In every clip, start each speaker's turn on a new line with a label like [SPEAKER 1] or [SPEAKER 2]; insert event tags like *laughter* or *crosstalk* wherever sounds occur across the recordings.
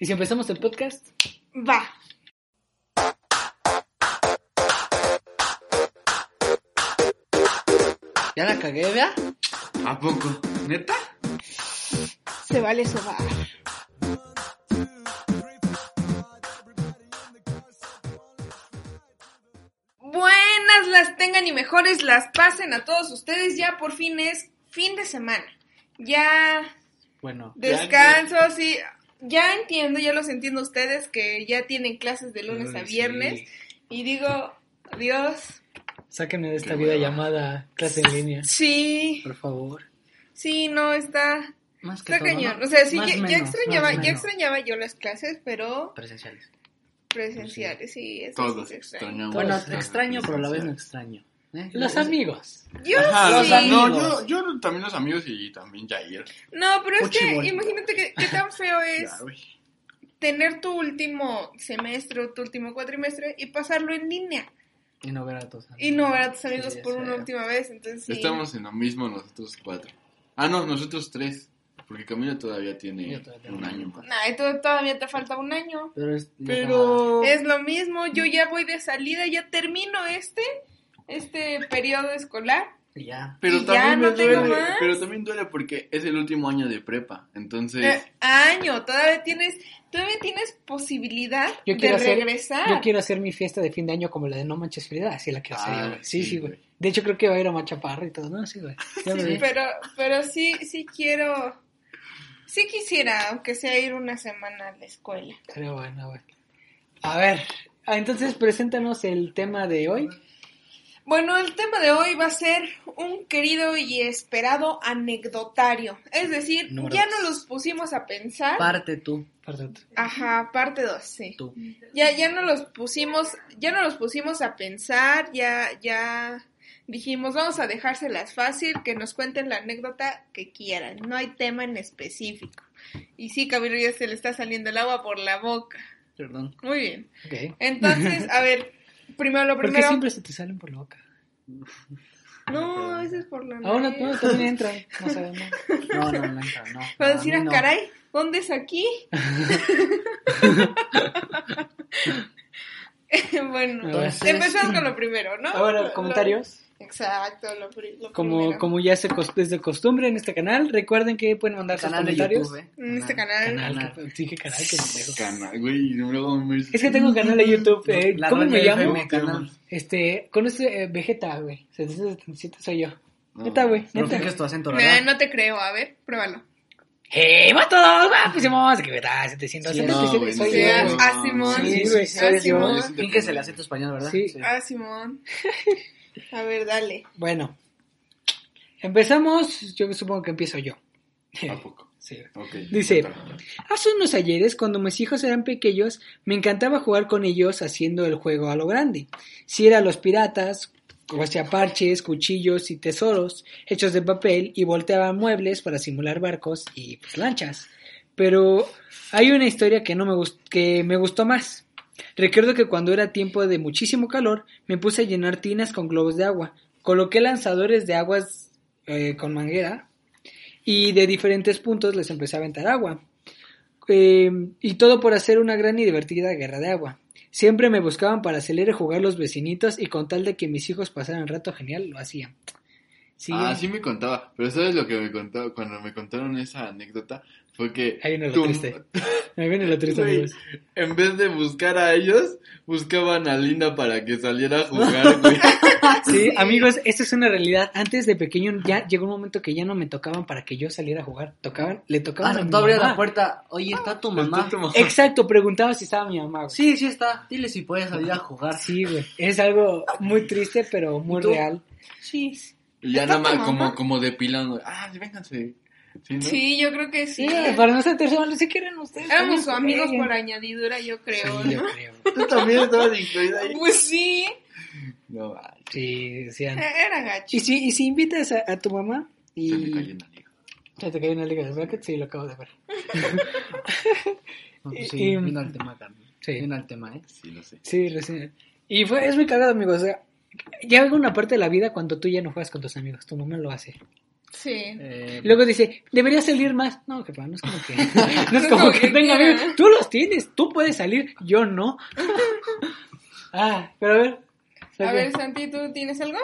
[SPEAKER 1] ¿Y si empezamos el podcast?
[SPEAKER 2] Va.
[SPEAKER 1] Ya la cagué, ¿verdad?
[SPEAKER 3] ¿A poco? ¿Neta?
[SPEAKER 2] Se vale sobar. Buenas las tengan y mejores las pasen a todos ustedes. Ya por fin es fin de semana. Ya
[SPEAKER 1] Bueno. ya-
[SPEAKER 2] descanso, sí. Ya entiendo, ya los entiendo ustedes que ya tienen clases de lunes a
[SPEAKER 3] Ay, sí.
[SPEAKER 2] viernes. Y digo, Dios,
[SPEAKER 1] Sáquenme de esta
[SPEAKER 3] Qué
[SPEAKER 1] vida
[SPEAKER 3] hueva.
[SPEAKER 1] llamada clase en línea,
[SPEAKER 2] sí,
[SPEAKER 1] por favor.
[SPEAKER 2] sí, no, está,
[SPEAKER 1] Más
[SPEAKER 2] está
[SPEAKER 1] todo, ¿no?
[SPEAKER 2] cañón. O sea, sí,
[SPEAKER 1] Más
[SPEAKER 2] ya, ya
[SPEAKER 1] menos,
[SPEAKER 2] extrañaba,
[SPEAKER 1] más
[SPEAKER 2] ya
[SPEAKER 1] menos.
[SPEAKER 2] extrañaba yo las clases, pero
[SPEAKER 1] Presenciales.
[SPEAKER 2] presenciales, sí, eso sí
[SPEAKER 3] Todos
[SPEAKER 2] se extraña.
[SPEAKER 3] extrañamos.
[SPEAKER 1] Bueno,
[SPEAKER 3] la
[SPEAKER 1] te extraño, pero a la vez no extraño. ¿eh? Los amigos.
[SPEAKER 2] Yo
[SPEAKER 3] Ajá, los
[SPEAKER 2] sí.
[SPEAKER 3] am- no,
[SPEAKER 1] amigos.
[SPEAKER 3] yo, yo también los amigos y también Jair.
[SPEAKER 2] No, pero es
[SPEAKER 1] Fuchibol.
[SPEAKER 2] que imagínate que- qué tan
[SPEAKER 3] *laughs*
[SPEAKER 2] feo es
[SPEAKER 3] Ya, güey.
[SPEAKER 2] tener tu último semestre o tu último cuatrimestre y pasarlo en línea
[SPEAKER 1] Y no ver a tus amigos.
[SPEAKER 2] y no ver a tus amigos
[SPEAKER 1] Sí,
[SPEAKER 2] por
[SPEAKER 1] ya
[SPEAKER 2] una
[SPEAKER 1] sé.
[SPEAKER 2] última vez. Entonces, sí.
[SPEAKER 3] Estamos en lo mismo nosotros cuatro. Ah, no, nosotros tres. Porque Camila todavía tiene
[SPEAKER 1] Yo todavía tengo
[SPEAKER 3] un año más.
[SPEAKER 2] Nah, y to- todavía te falta un año.
[SPEAKER 1] Pero... es-
[SPEAKER 3] Pero...
[SPEAKER 2] Es lo mismo, yo ya voy de salida, ya termino este, este periodo escolar.
[SPEAKER 1] Y ya.
[SPEAKER 3] Pero
[SPEAKER 2] Y ya
[SPEAKER 3] también
[SPEAKER 2] no
[SPEAKER 3] me
[SPEAKER 2] tengo
[SPEAKER 3] duele,
[SPEAKER 2] más.
[SPEAKER 3] pero también duele porque es el último año de prepa, entonces
[SPEAKER 2] Eh, año, todavía tienes, todavía tienes posibilidad
[SPEAKER 1] Yo
[SPEAKER 2] de
[SPEAKER 1] quiero hacer-
[SPEAKER 2] regresar.
[SPEAKER 1] Yo quiero hacer mi fiesta de fin de año como la de No Manches Frida. Así la quiero hacer
[SPEAKER 3] Ah,
[SPEAKER 1] yo, güey. Sí,
[SPEAKER 3] sí,
[SPEAKER 1] sí, güey.
[SPEAKER 3] güey.
[SPEAKER 1] De hecho, creo que va a ir a Machaparra y todo. No, sí, güey. Ya me
[SPEAKER 2] Sí,
[SPEAKER 1] vi.
[SPEAKER 2] pero, pero sí, sí quiero, sí quisiera, aunque sea ir una semana a la escuela.
[SPEAKER 1] Pero bueno, güey. A ver, ah, entonces preséntanos el tema de hoy.
[SPEAKER 2] Bueno, el tema de hoy va a ser un querido y esperado anecdotario. Es decir,
[SPEAKER 4] Número
[SPEAKER 2] ya
[SPEAKER 4] dos.
[SPEAKER 2] no los pusimos a pensar.
[SPEAKER 4] Parte tú,
[SPEAKER 1] Perdón.
[SPEAKER 2] Ajá, parte 2, sí.
[SPEAKER 4] tú.
[SPEAKER 2] Ya, ya no los pusimos, ya no los pusimos a pensar, ya, ya dijimos, vamos a dejárselas fácil, que nos cuenten la anécdota que quieran, no hay tema en específico. Y sí, Camilo ya se le está saliendo el agua por la boca.
[SPEAKER 4] Perdón.
[SPEAKER 2] Muy bien.
[SPEAKER 1] Ok.
[SPEAKER 2] Entonces, a ver, primero lo
[SPEAKER 1] ¿Por qué
[SPEAKER 2] primero.
[SPEAKER 1] siempre se te salen por la boca?
[SPEAKER 2] No, a veces por la
[SPEAKER 1] Ah, bueno,
[SPEAKER 2] nariz.
[SPEAKER 1] no, también entran. No sabemos.
[SPEAKER 4] No, no, no, entra,
[SPEAKER 1] *laughs*
[SPEAKER 4] no.
[SPEAKER 2] Para
[SPEAKER 4] A
[SPEAKER 2] decir,
[SPEAKER 4] mí
[SPEAKER 2] ah,
[SPEAKER 4] no.
[SPEAKER 2] caray, ¿dónde es
[SPEAKER 4] *laughs*
[SPEAKER 2] aquí? *laughs* bueno,
[SPEAKER 1] Entonces-
[SPEAKER 2] empezamos con lo primero, ¿no?
[SPEAKER 1] Ahora,
[SPEAKER 2] Lo-
[SPEAKER 1] comentarios.
[SPEAKER 2] lo- Exacto, lo, pri- lo
[SPEAKER 1] Como,
[SPEAKER 2] Ah, primero.
[SPEAKER 1] como ya se cos- es de costumbre en este canal, recuerden que pueden mandar sus
[SPEAKER 4] Canal de
[SPEAKER 1] comentarios.
[SPEAKER 4] YouTube, ¿eh?
[SPEAKER 2] En este
[SPEAKER 4] Canal.
[SPEAKER 2] canal.
[SPEAKER 1] Canal, que- sí, que canal, que pendejo.
[SPEAKER 3] cana- güey, luego me-
[SPEAKER 1] Es que tengo un canal de YouTube. eh,
[SPEAKER 4] La
[SPEAKER 1] ¿Cómo
[SPEAKER 4] Doña
[SPEAKER 1] me llamo?
[SPEAKER 4] FM canal.
[SPEAKER 1] Este, con este eh, Vegeta, güey. 777 soy yo.
[SPEAKER 3] No.
[SPEAKER 1] Neta, güey.
[SPEAKER 4] No
[SPEAKER 1] Neta.
[SPEAKER 4] finges tu acento,
[SPEAKER 2] Nah,
[SPEAKER 4] ¿verdad?
[SPEAKER 2] no te creo, a ver, pruébalo.
[SPEAKER 1] ¡Hey, vatos! ¡Va, pues vamos! ¡Que verdad!
[SPEAKER 3] Sí,
[SPEAKER 1] 777
[SPEAKER 3] no, güey, no,
[SPEAKER 1] soy
[SPEAKER 2] sí,
[SPEAKER 1] yo.
[SPEAKER 2] ah,
[SPEAKER 1] güey.
[SPEAKER 2] ah, Simón.
[SPEAKER 1] Sí, güey, soy
[SPEAKER 2] Ah,
[SPEAKER 1] yo.
[SPEAKER 2] Simón.
[SPEAKER 3] Yo sí te
[SPEAKER 4] Finges el
[SPEAKER 3] creo.
[SPEAKER 4] acento español, ¿verdad?
[SPEAKER 1] Sí.
[SPEAKER 2] Ah, Simón. A ver, dale.
[SPEAKER 1] Bueno, empezamos. Yo supongo que empiezo yo.
[SPEAKER 3] ¿A poco?
[SPEAKER 1] Sí.
[SPEAKER 3] Ok,
[SPEAKER 1] Dice-
[SPEAKER 3] cuéntame.
[SPEAKER 1] Hace unos ayeres, cuando mis hijos eran pequeños, me encantaba jugar con ellos haciendo el juego a lo grande. Si era los piratas, o sea, parches, cuchillos y tesoros hechos de papel y volteaban muebles para simular barcos y pues, lanchas. Pero hay una historia que no me gus- que me gustó más. Recuerdo que cuando era tiempo de muchísimo calor, me puse a llenar tinas con globos de agua. Coloqué lanzadores de aguas eh, con manguera y de diferentes puntos les empecé a aventar agua. Eh, y todo por hacer una gran y divertida guerra de agua. Siempre me buscaban para hacer y jugar los vecinitos y con tal de que mis hijos pasaran el rato genial, lo hacían. Sí,
[SPEAKER 3] Ah, sí me contaba, pero ¿sabes lo que me contó cuando me contaron esa anécdota? Fue que
[SPEAKER 1] Ahí viene lo
[SPEAKER 3] tum-
[SPEAKER 1] triste. me viene lo triste,
[SPEAKER 3] Güey,
[SPEAKER 1] amigos.
[SPEAKER 3] en vez de buscar a ellos, buscaban a Linda para que saliera a jugar,
[SPEAKER 1] *laughs*
[SPEAKER 3] güey.
[SPEAKER 2] *laughs*
[SPEAKER 1] Sí, amigos, esta es una realidad. Antes de pequeño ya llegó un momento que ya no me tocaban para que yo saliera a jugar. Tocaban, le tocaban
[SPEAKER 4] Ah,
[SPEAKER 1] a mi
[SPEAKER 4] tú abrías la
[SPEAKER 1] mamá.
[SPEAKER 4] puerta. Oye, ¿está tu mamá? Eh,
[SPEAKER 3] Entonces, como-
[SPEAKER 1] Exacto, preguntaba si estaba mi mamá. güey.
[SPEAKER 4] Sí, sí está. Dile si puedes salir a jugar.
[SPEAKER 1] Sí, güey. Es algo muy triste, pero muy
[SPEAKER 4] ¿Y tú?
[SPEAKER 1] real.
[SPEAKER 4] Sí.
[SPEAKER 3] Y ya
[SPEAKER 2] ¿Está
[SPEAKER 3] nada más
[SPEAKER 2] tu
[SPEAKER 3] como,
[SPEAKER 2] mamá?
[SPEAKER 3] como depilando. Ah, sí, vénganse. Sí, ¿no?
[SPEAKER 2] Sí, yo creo que sí.
[SPEAKER 1] Sí, para no ser tercero malo, si quieren ustedes.
[SPEAKER 2] Éramos
[SPEAKER 1] también
[SPEAKER 2] amigos
[SPEAKER 1] jueguen.
[SPEAKER 2] por añadidura, yo creo,
[SPEAKER 1] Sí, yo
[SPEAKER 2] ¿no?
[SPEAKER 1] creo.
[SPEAKER 3] Tú también estabas incluida ahí.
[SPEAKER 2] Pues sí,
[SPEAKER 3] No, ay,
[SPEAKER 1] Sí, sí. han-
[SPEAKER 2] e- era gacho.
[SPEAKER 1] Y si, y si invitas a, a tu mamá
[SPEAKER 3] se me cayó
[SPEAKER 1] y...
[SPEAKER 3] una liga.
[SPEAKER 1] Ya te cayó una liga de bracket, sí, lo acabo de ver.
[SPEAKER 4] No, pues
[SPEAKER 1] Y- mm.
[SPEAKER 4] sí,
[SPEAKER 1] y-
[SPEAKER 4] vino al tema, Carmen.
[SPEAKER 1] Sí.
[SPEAKER 4] Vino al tema, ¿eh?
[SPEAKER 3] Sí, lo
[SPEAKER 1] *laughs*
[SPEAKER 3] sé.
[SPEAKER 1] Sí, recién. Y fue, es muy cagado, amigos. O sea, llega una parte de la vida cuando tú ya no juegas con tus amigos, tu mamá lo hace.
[SPEAKER 2] Sí.
[SPEAKER 4] Eh,
[SPEAKER 1] Y luego dice, debería salir más. No, que no es como
[SPEAKER 2] *laughs*
[SPEAKER 1] que. No es como que venga,
[SPEAKER 2] quiera.
[SPEAKER 1] amigo, tú los tienes, tú puedes salir, yo no. *laughs* ah, pero a ver.
[SPEAKER 2] A
[SPEAKER 1] Sergio.
[SPEAKER 2] ver, Santi, ¿tú tienes algo?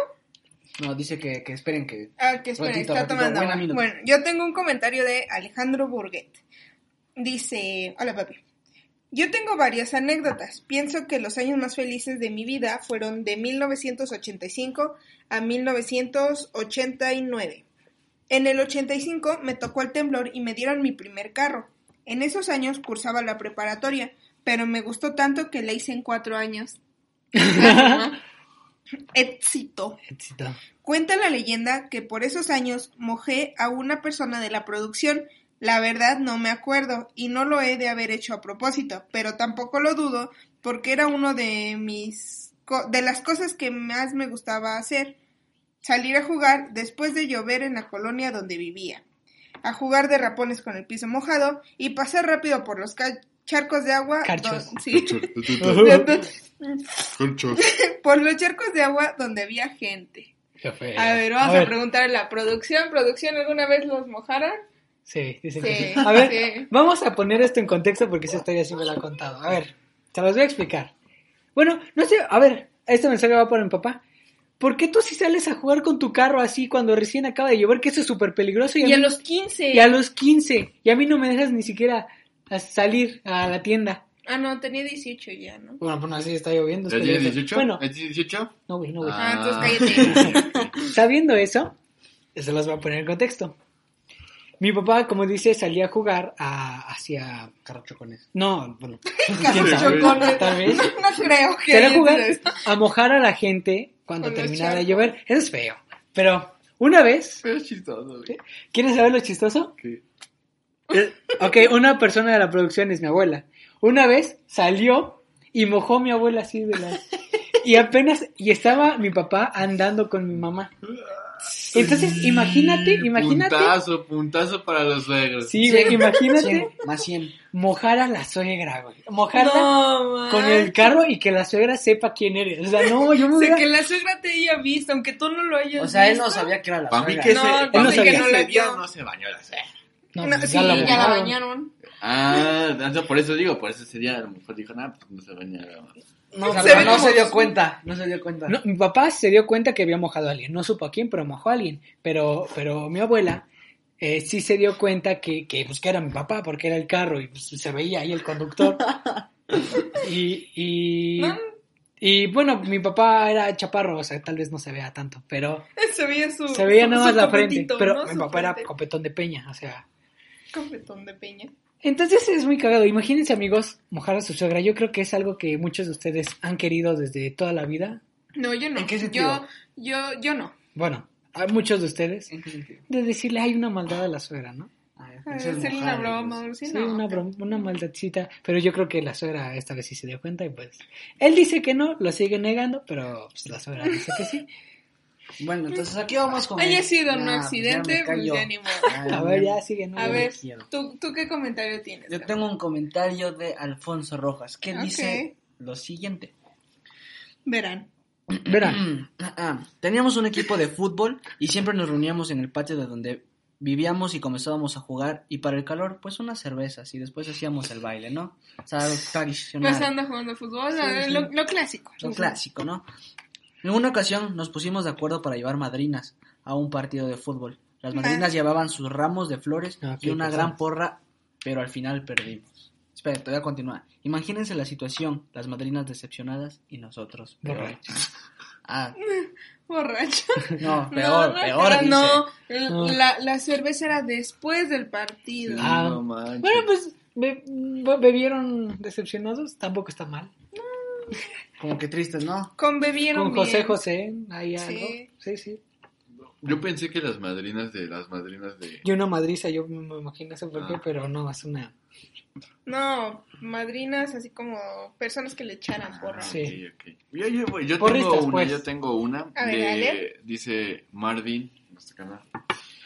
[SPEAKER 4] No, dice que, que esperen que...
[SPEAKER 2] Ah, que espera,
[SPEAKER 4] Ratito,
[SPEAKER 2] está
[SPEAKER 4] ratito,
[SPEAKER 2] tomando
[SPEAKER 4] buen
[SPEAKER 2] agua.
[SPEAKER 4] minuto.
[SPEAKER 2] Bueno, yo tengo un comentario de Alejandro Burguet. Dice, hola papi. Yo tengo varias anécdotas. Pienso que los años más felices de mi vida fueron de 1985 a 1989. En el 85 me tocó el temblor y me dieron mi primer carro. En esos años cursaba la preparatoria, pero me gustó tanto que la hice en cuatro
[SPEAKER 4] *laughs*
[SPEAKER 2] años. Éxito.
[SPEAKER 1] Éxito.
[SPEAKER 2] Cuenta la leyenda que por esos años mojé a una persona de la producción. La verdad no me acuerdo y no lo he de haber hecho a propósito, pero tampoco lo dudo porque era uno de mis co- de las cosas que más me gustaba hacer, salir a jugar después de llover en la colonia donde vivía, a jugar de rapones con el piso mojado y pasar rápido por los ca- charcos de agua,
[SPEAKER 1] Carchos.
[SPEAKER 2] don- sí,
[SPEAKER 3] Conchos.
[SPEAKER 2] *laughs* por los charcos de agua donde había gente.
[SPEAKER 1] Qué
[SPEAKER 4] Ah,
[SPEAKER 1] feo.
[SPEAKER 2] A ver, vamos a,
[SPEAKER 1] ver,
[SPEAKER 2] preguntar a la producción. ¿Producción alguna vez los mojaron?
[SPEAKER 1] Sí, dicen
[SPEAKER 2] Sí,
[SPEAKER 1] que sí. *laughs* A ver,
[SPEAKER 2] sí.
[SPEAKER 1] vamos a poner esto en contexto porque esa historia sí me la ha contado. A ver, se los voy a explicar. Bueno, no sé, a ver, este mensaje va para mi papá. ¿Por qué tú si sales a jugar con tu carro así cuando recién acaba de llover, que eso es súper peligroso?
[SPEAKER 2] Y
[SPEAKER 1] mí-
[SPEAKER 2] a los 15.
[SPEAKER 1] y a los 15, y a mí no me dejas ni siquiera a salir a la tienda.
[SPEAKER 2] Ah, no, tenía 18 ya, ¿no?
[SPEAKER 1] Bueno, pues así está lloviendo. es
[SPEAKER 3] ¿Ya tienes
[SPEAKER 1] peligroso.
[SPEAKER 3] 18?
[SPEAKER 1] Bueno,
[SPEAKER 3] ¿Ya tienes 18?
[SPEAKER 1] no, güey, no, güey.
[SPEAKER 2] Ah,
[SPEAKER 3] entonces cállate.
[SPEAKER 1] Sabiendo eso, se los voy a poner en contexto. Mi papá, como dice, salía a jugar a- hacia...
[SPEAKER 4] Carro chocones.
[SPEAKER 1] No, bueno,
[SPEAKER 3] Carro
[SPEAKER 1] quién sabe,
[SPEAKER 3] chocones.
[SPEAKER 1] tal vez.
[SPEAKER 2] No creo que.
[SPEAKER 1] Salía a
[SPEAKER 2] haya
[SPEAKER 1] jugar
[SPEAKER 2] sido eso.
[SPEAKER 1] a mojar a la gente cuando
[SPEAKER 2] Con los
[SPEAKER 1] terminaba de
[SPEAKER 2] charcos.
[SPEAKER 1] llover. Eso es feo. Pero una vez,
[SPEAKER 3] *laughs* Pero es chistoso, güey.
[SPEAKER 1] ¿quieres saber lo chistoso?
[SPEAKER 3] ¿Qué?
[SPEAKER 1] Eh, Ok, una persona de la producción es mi abuela. Una vez salió y mojó a mi abuela así de
[SPEAKER 2] *laughs*
[SPEAKER 1] la... Y apenas, y estaba mi papá andando con mi mamá. Entonces, imagínate, imagínate.
[SPEAKER 3] Puntazo, puntazo para los suegros.
[SPEAKER 1] Sí, güey, imagínate
[SPEAKER 4] 100, más 100.
[SPEAKER 1] mojar a la suegra, güey. Mojarla
[SPEAKER 2] No,
[SPEAKER 1] con el carro y que la suegra sepa quién eres. O sea, no, yo me
[SPEAKER 2] O sea,
[SPEAKER 1] hubiera...
[SPEAKER 2] que la suegra te haya visto, aunque tú no lo hayas
[SPEAKER 4] O sea, él
[SPEAKER 2] visto.
[SPEAKER 4] no sabía que era la
[SPEAKER 3] Para mí
[SPEAKER 4] suegra.
[SPEAKER 3] que
[SPEAKER 2] No,
[SPEAKER 3] ese,
[SPEAKER 2] no,
[SPEAKER 3] pa' mí
[SPEAKER 1] no
[SPEAKER 3] que
[SPEAKER 1] sabía.
[SPEAKER 3] ese
[SPEAKER 2] No.
[SPEAKER 3] día no se bañó la suegra.
[SPEAKER 1] No,
[SPEAKER 2] No,
[SPEAKER 1] pues
[SPEAKER 2] sí, ya la,
[SPEAKER 1] mojaron.
[SPEAKER 2] bañaron.
[SPEAKER 3] Ah, entonces por eso digo, por eso ese día a lo mejor dijo, nada, pues no se bañó.
[SPEAKER 4] No,
[SPEAKER 2] Se
[SPEAKER 4] pero
[SPEAKER 2] ve
[SPEAKER 4] no
[SPEAKER 2] como-
[SPEAKER 4] se dio cuenta. No se dio cuenta.
[SPEAKER 1] No, mi papá se dio cuenta que había mojado a alguien. No supo a quién, pero mojó a alguien. Pero, pero mi abuela eh, sí se dio cuenta que, que, pues, que era mi papá porque era el carro y pues, se veía ahí el
[SPEAKER 2] *laughs*
[SPEAKER 1] conductor. y, y,
[SPEAKER 2] No.
[SPEAKER 1] y, bueno, mi papá era chaparro, o sea, tal vez no se vea tanto, pero
[SPEAKER 2] Se veía su.
[SPEAKER 1] se veía
[SPEAKER 2] su-
[SPEAKER 1] nada más
[SPEAKER 2] su
[SPEAKER 1] la frente.
[SPEAKER 2] copetito,
[SPEAKER 1] Pero
[SPEAKER 2] ¿no?
[SPEAKER 1] mi
[SPEAKER 2] Su
[SPEAKER 1] papá era
[SPEAKER 2] frente.
[SPEAKER 1] copetón de peña, o sea.
[SPEAKER 2] Copetón de peña.
[SPEAKER 1] Entonces es muy cagado. Imagínense, amigos, mojar a su suegra. Yo creo que es algo que muchos de ustedes han querido desde toda la vida.
[SPEAKER 2] No, yo no.
[SPEAKER 4] ¿En qué sentido?
[SPEAKER 2] Yo, yo, yo no.
[SPEAKER 1] Bueno, a muchos de ustedes.
[SPEAKER 4] ¿En qué sentido?
[SPEAKER 1] De decirle, hay una maldad a la suegra, ¿no?
[SPEAKER 4] Ah,
[SPEAKER 2] A ver,
[SPEAKER 4] eso es
[SPEAKER 2] Hacerle Eh, una
[SPEAKER 4] mojar,
[SPEAKER 2] broma,
[SPEAKER 4] Dios.
[SPEAKER 2] sí,
[SPEAKER 1] pues. Sí,
[SPEAKER 2] no.
[SPEAKER 1] una, brom- una maldadcita. Pero yo creo que la suegra esta vez sí se dio cuenta y pues... Él dice que no, lo sigue negando, pero pues, la suegra dice que sí.
[SPEAKER 4] Bueno, entonces aquí vamos con...
[SPEAKER 2] Haya sido un
[SPEAKER 4] Nah,
[SPEAKER 2] accidente,
[SPEAKER 4] pues
[SPEAKER 2] pues
[SPEAKER 4] ya me callo.
[SPEAKER 2] ya ni modo.
[SPEAKER 4] Ah,
[SPEAKER 1] A ver, ya sigue, ¿no?
[SPEAKER 2] A
[SPEAKER 4] Yo
[SPEAKER 2] ver,
[SPEAKER 4] quiero.
[SPEAKER 2] ¿tú, ¿tú qué comentario tienes?
[SPEAKER 4] Yo
[SPEAKER 2] Gabo?
[SPEAKER 4] tengo un comentario de Alfonso Rojas que
[SPEAKER 2] Ok.
[SPEAKER 4] dice lo siguiente.
[SPEAKER 2] Verán.
[SPEAKER 1] Verán.
[SPEAKER 4] *clears throat* Ah, ah. Teníamos un equipo de fútbol y siempre nos reuníamos en el patio de donde vivíamos y comenzábamos a jugar y para el calor pues unas cervezas y después hacíamos el baile, ¿no? O sea,
[SPEAKER 2] Pues,
[SPEAKER 4] lo tradicional.
[SPEAKER 2] Pasando jugando fútbol,
[SPEAKER 4] Sí,
[SPEAKER 2] eh,
[SPEAKER 4] sí.
[SPEAKER 2] Lo, lo clásico.
[SPEAKER 4] Un clásico, ¿no? En una ocasión nos pusimos de acuerdo para llevar madrinas a un partido de fútbol. Las
[SPEAKER 2] Ah.
[SPEAKER 4] madrinas llevaban sus ramos de flores
[SPEAKER 1] Ah, ok,
[SPEAKER 4] y una
[SPEAKER 1] pues,
[SPEAKER 4] gran
[SPEAKER 1] ah.
[SPEAKER 4] porra, pero al final perdimos. Espera, te voy a continuar. Imagínense la situación, las madrinas decepcionadas y nosotros.
[SPEAKER 1] *laughs*
[SPEAKER 4] Peor.
[SPEAKER 1] Borrachos.
[SPEAKER 4] Ah,
[SPEAKER 2] Borracho.
[SPEAKER 4] no,
[SPEAKER 2] No,
[SPEAKER 4] peor,
[SPEAKER 2] no,
[SPEAKER 4] peor.
[SPEAKER 2] pero
[SPEAKER 4] dice.
[SPEAKER 2] no,
[SPEAKER 1] No.
[SPEAKER 2] La, la cerveza era después del partido.
[SPEAKER 1] Ah.
[SPEAKER 3] No manches.
[SPEAKER 1] Bueno, pues be- be- bebieron decepcionados, tampoco está mal.
[SPEAKER 4] Como que tristes, ¿no?
[SPEAKER 2] Con bebieron
[SPEAKER 1] Con José
[SPEAKER 2] bien.
[SPEAKER 1] José, hay
[SPEAKER 2] Sí.
[SPEAKER 1] algo. Sí, sí.
[SPEAKER 3] Yo pensé que las madrinas de las madrinas de...
[SPEAKER 1] Y una madriza, yo me imagino, no sé por qué,
[SPEAKER 3] Ah.
[SPEAKER 1] pero no, es una...
[SPEAKER 2] No, madrinas así como personas que le echaran
[SPEAKER 3] Ah,
[SPEAKER 2] porra.
[SPEAKER 1] Sí.
[SPEAKER 3] ok, ok. Yo, yo, güey, yo
[SPEAKER 1] Porristas,
[SPEAKER 3] tengo una,
[SPEAKER 1] pues.
[SPEAKER 3] yo tengo una.
[SPEAKER 2] A ver,
[SPEAKER 3] de-
[SPEAKER 2] dale.
[SPEAKER 3] Dice Marvin, este canal.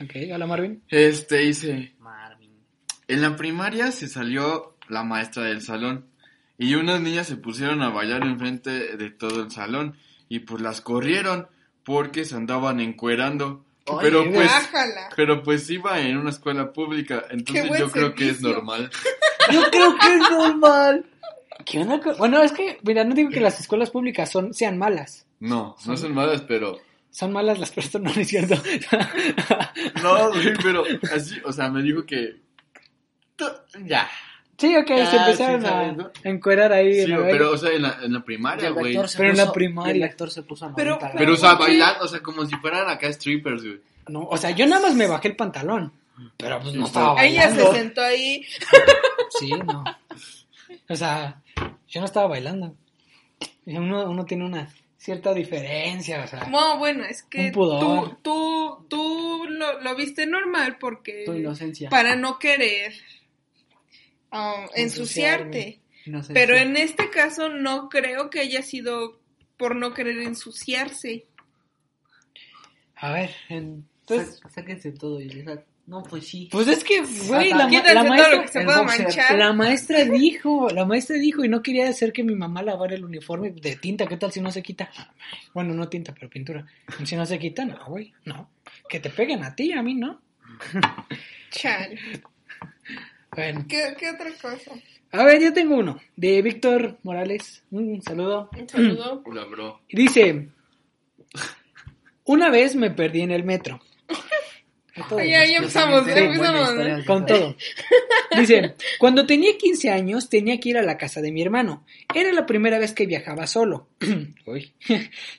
[SPEAKER 1] Ok, hola Marvin.
[SPEAKER 3] Este dice,
[SPEAKER 4] Marvin.
[SPEAKER 3] en la primaria se salió la maestra del salón y unas niñas se pusieron a bailar enfrente de todo el salón y pues las corrieron porque se andaban encuerando.
[SPEAKER 4] Ay,
[SPEAKER 3] pero
[SPEAKER 1] mira.
[SPEAKER 3] pues...
[SPEAKER 2] Bájala.
[SPEAKER 3] Pero pues iba en una escuela pública, entonces
[SPEAKER 2] buen
[SPEAKER 3] yo creo que es
[SPEAKER 2] servicio.
[SPEAKER 3] normal.
[SPEAKER 4] Yo creo que es normal.
[SPEAKER 1] *laughs* ¿Qué onda con- Bueno, es que, mira, no digo que las escuelas públicas son, sean malas.
[SPEAKER 3] No, no son malas, pero...
[SPEAKER 1] *laughs* Son malas las personas, *laughs* no es cierto.
[SPEAKER 3] No, güey, pero así, o sea, me dijo que... T- Ya.
[SPEAKER 1] sí, ok,
[SPEAKER 3] Ah,
[SPEAKER 1] se empezaron
[SPEAKER 3] sí, sabes, ¿no?
[SPEAKER 1] a encuerar ahí.
[SPEAKER 3] Sí,
[SPEAKER 1] en la
[SPEAKER 3] güey,
[SPEAKER 1] verga.
[SPEAKER 3] pero, o sea, en la, en la primaria,
[SPEAKER 4] El
[SPEAKER 3] güey.
[SPEAKER 4] actor se
[SPEAKER 1] Pero en la
[SPEAKER 4] puso-
[SPEAKER 1] primaria.
[SPEAKER 4] El actor se puso a
[SPEAKER 2] Pero-
[SPEAKER 4] 90
[SPEAKER 3] Pero, o sea,
[SPEAKER 2] Sí.
[SPEAKER 3] bailando, o sea, como si fueran acá strippers, güey.
[SPEAKER 1] No, o sea, yo nada más me bajé el pantalón. Pero pues no
[SPEAKER 3] Sí,
[SPEAKER 1] estaba
[SPEAKER 3] pero-
[SPEAKER 2] Ella
[SPEAKER 1] bailando.
[SPEAKER 2] se sentó ahí.
[SPEAKER 1] Sí, no. O sea, yo no estaba bailando. Y Uno, uno tiene una cierta diferencia, o sea.
[SPEAKER 2] No, bueno, es que
[SPEAKER 1] Un pudor.
[SPEAKER 2] tú, tú, tú lo, lo viste normal porque...
[SPEAKER 4] Tu inocencia.
[SPEAKER 2] Para no querer ah,
[SPEAKER 1] Ensuciarme.
[SPEAKER 2] ensuciarte.
[SPEAKER 4] Inocencia.
[SPEAKER 2] Pero en este caso no creo que haya sido por no querer ensuciarse.
[SPEAKER 1] A ver, entonces.
[SPEAKER 4] Entonces, sáquense todo y ya- No, pues sí.
[SPEAKER 1] Pues es que, güey, la, ma-
[SPEAKER 2] Quítense
[SPEAKER 1] la
[SPEAKER 2] todo lo que
[SPEAKER 1] maestra,
[SPEAKER 2] se
[SPEAKER 4] el
[SPEAKER 2] pueda
[SPEAKER 4] boxer,
[SPEAKER 2] manchar.
[SPEAKER 1] la maestra dijo, la maestra dijo, y no quería hacer que mi mamá lavara el uniforme de tinta, ¿qué tal si no se quita? Bueno, no tinta, pero pintura. Si no se quita, no, güey, no. Que te peguen a ti, a mí, ¿no?
[SPEAKER 2] Chale.
[SPEAKER 1] Bueno,
[SPEAKER 2] ¿Qué, qué otra cosa?
[SPEAKER 1] a ver, yo tengo uno, de Víctor Morales, un saludo.
[SPEAKER 2] Un
[SPEAKER 1] Mm.
[SPEAKER 2] saludo.
[SPEAKER 3] Hola, bro.
[SPEAKER 1] Y Dice, una vez me perdí en el metro. A todos
[SPEAKER 2] Ay, ay,
[SPEAKER 1] nos
[SPEAKER 2] ya empezamos,
[SPEAKER 1] pasa.
[SPEAKER 2] ya
[SPEAKER 1] Sí,
[SPEAKER 2] empezamos. ¿no?
[SPEAKER 1] Con todo. Dice, cuando tenía 15 años tenía que ir a la casa de mi hermano. Era la primera vez que viajaba solo. Uy.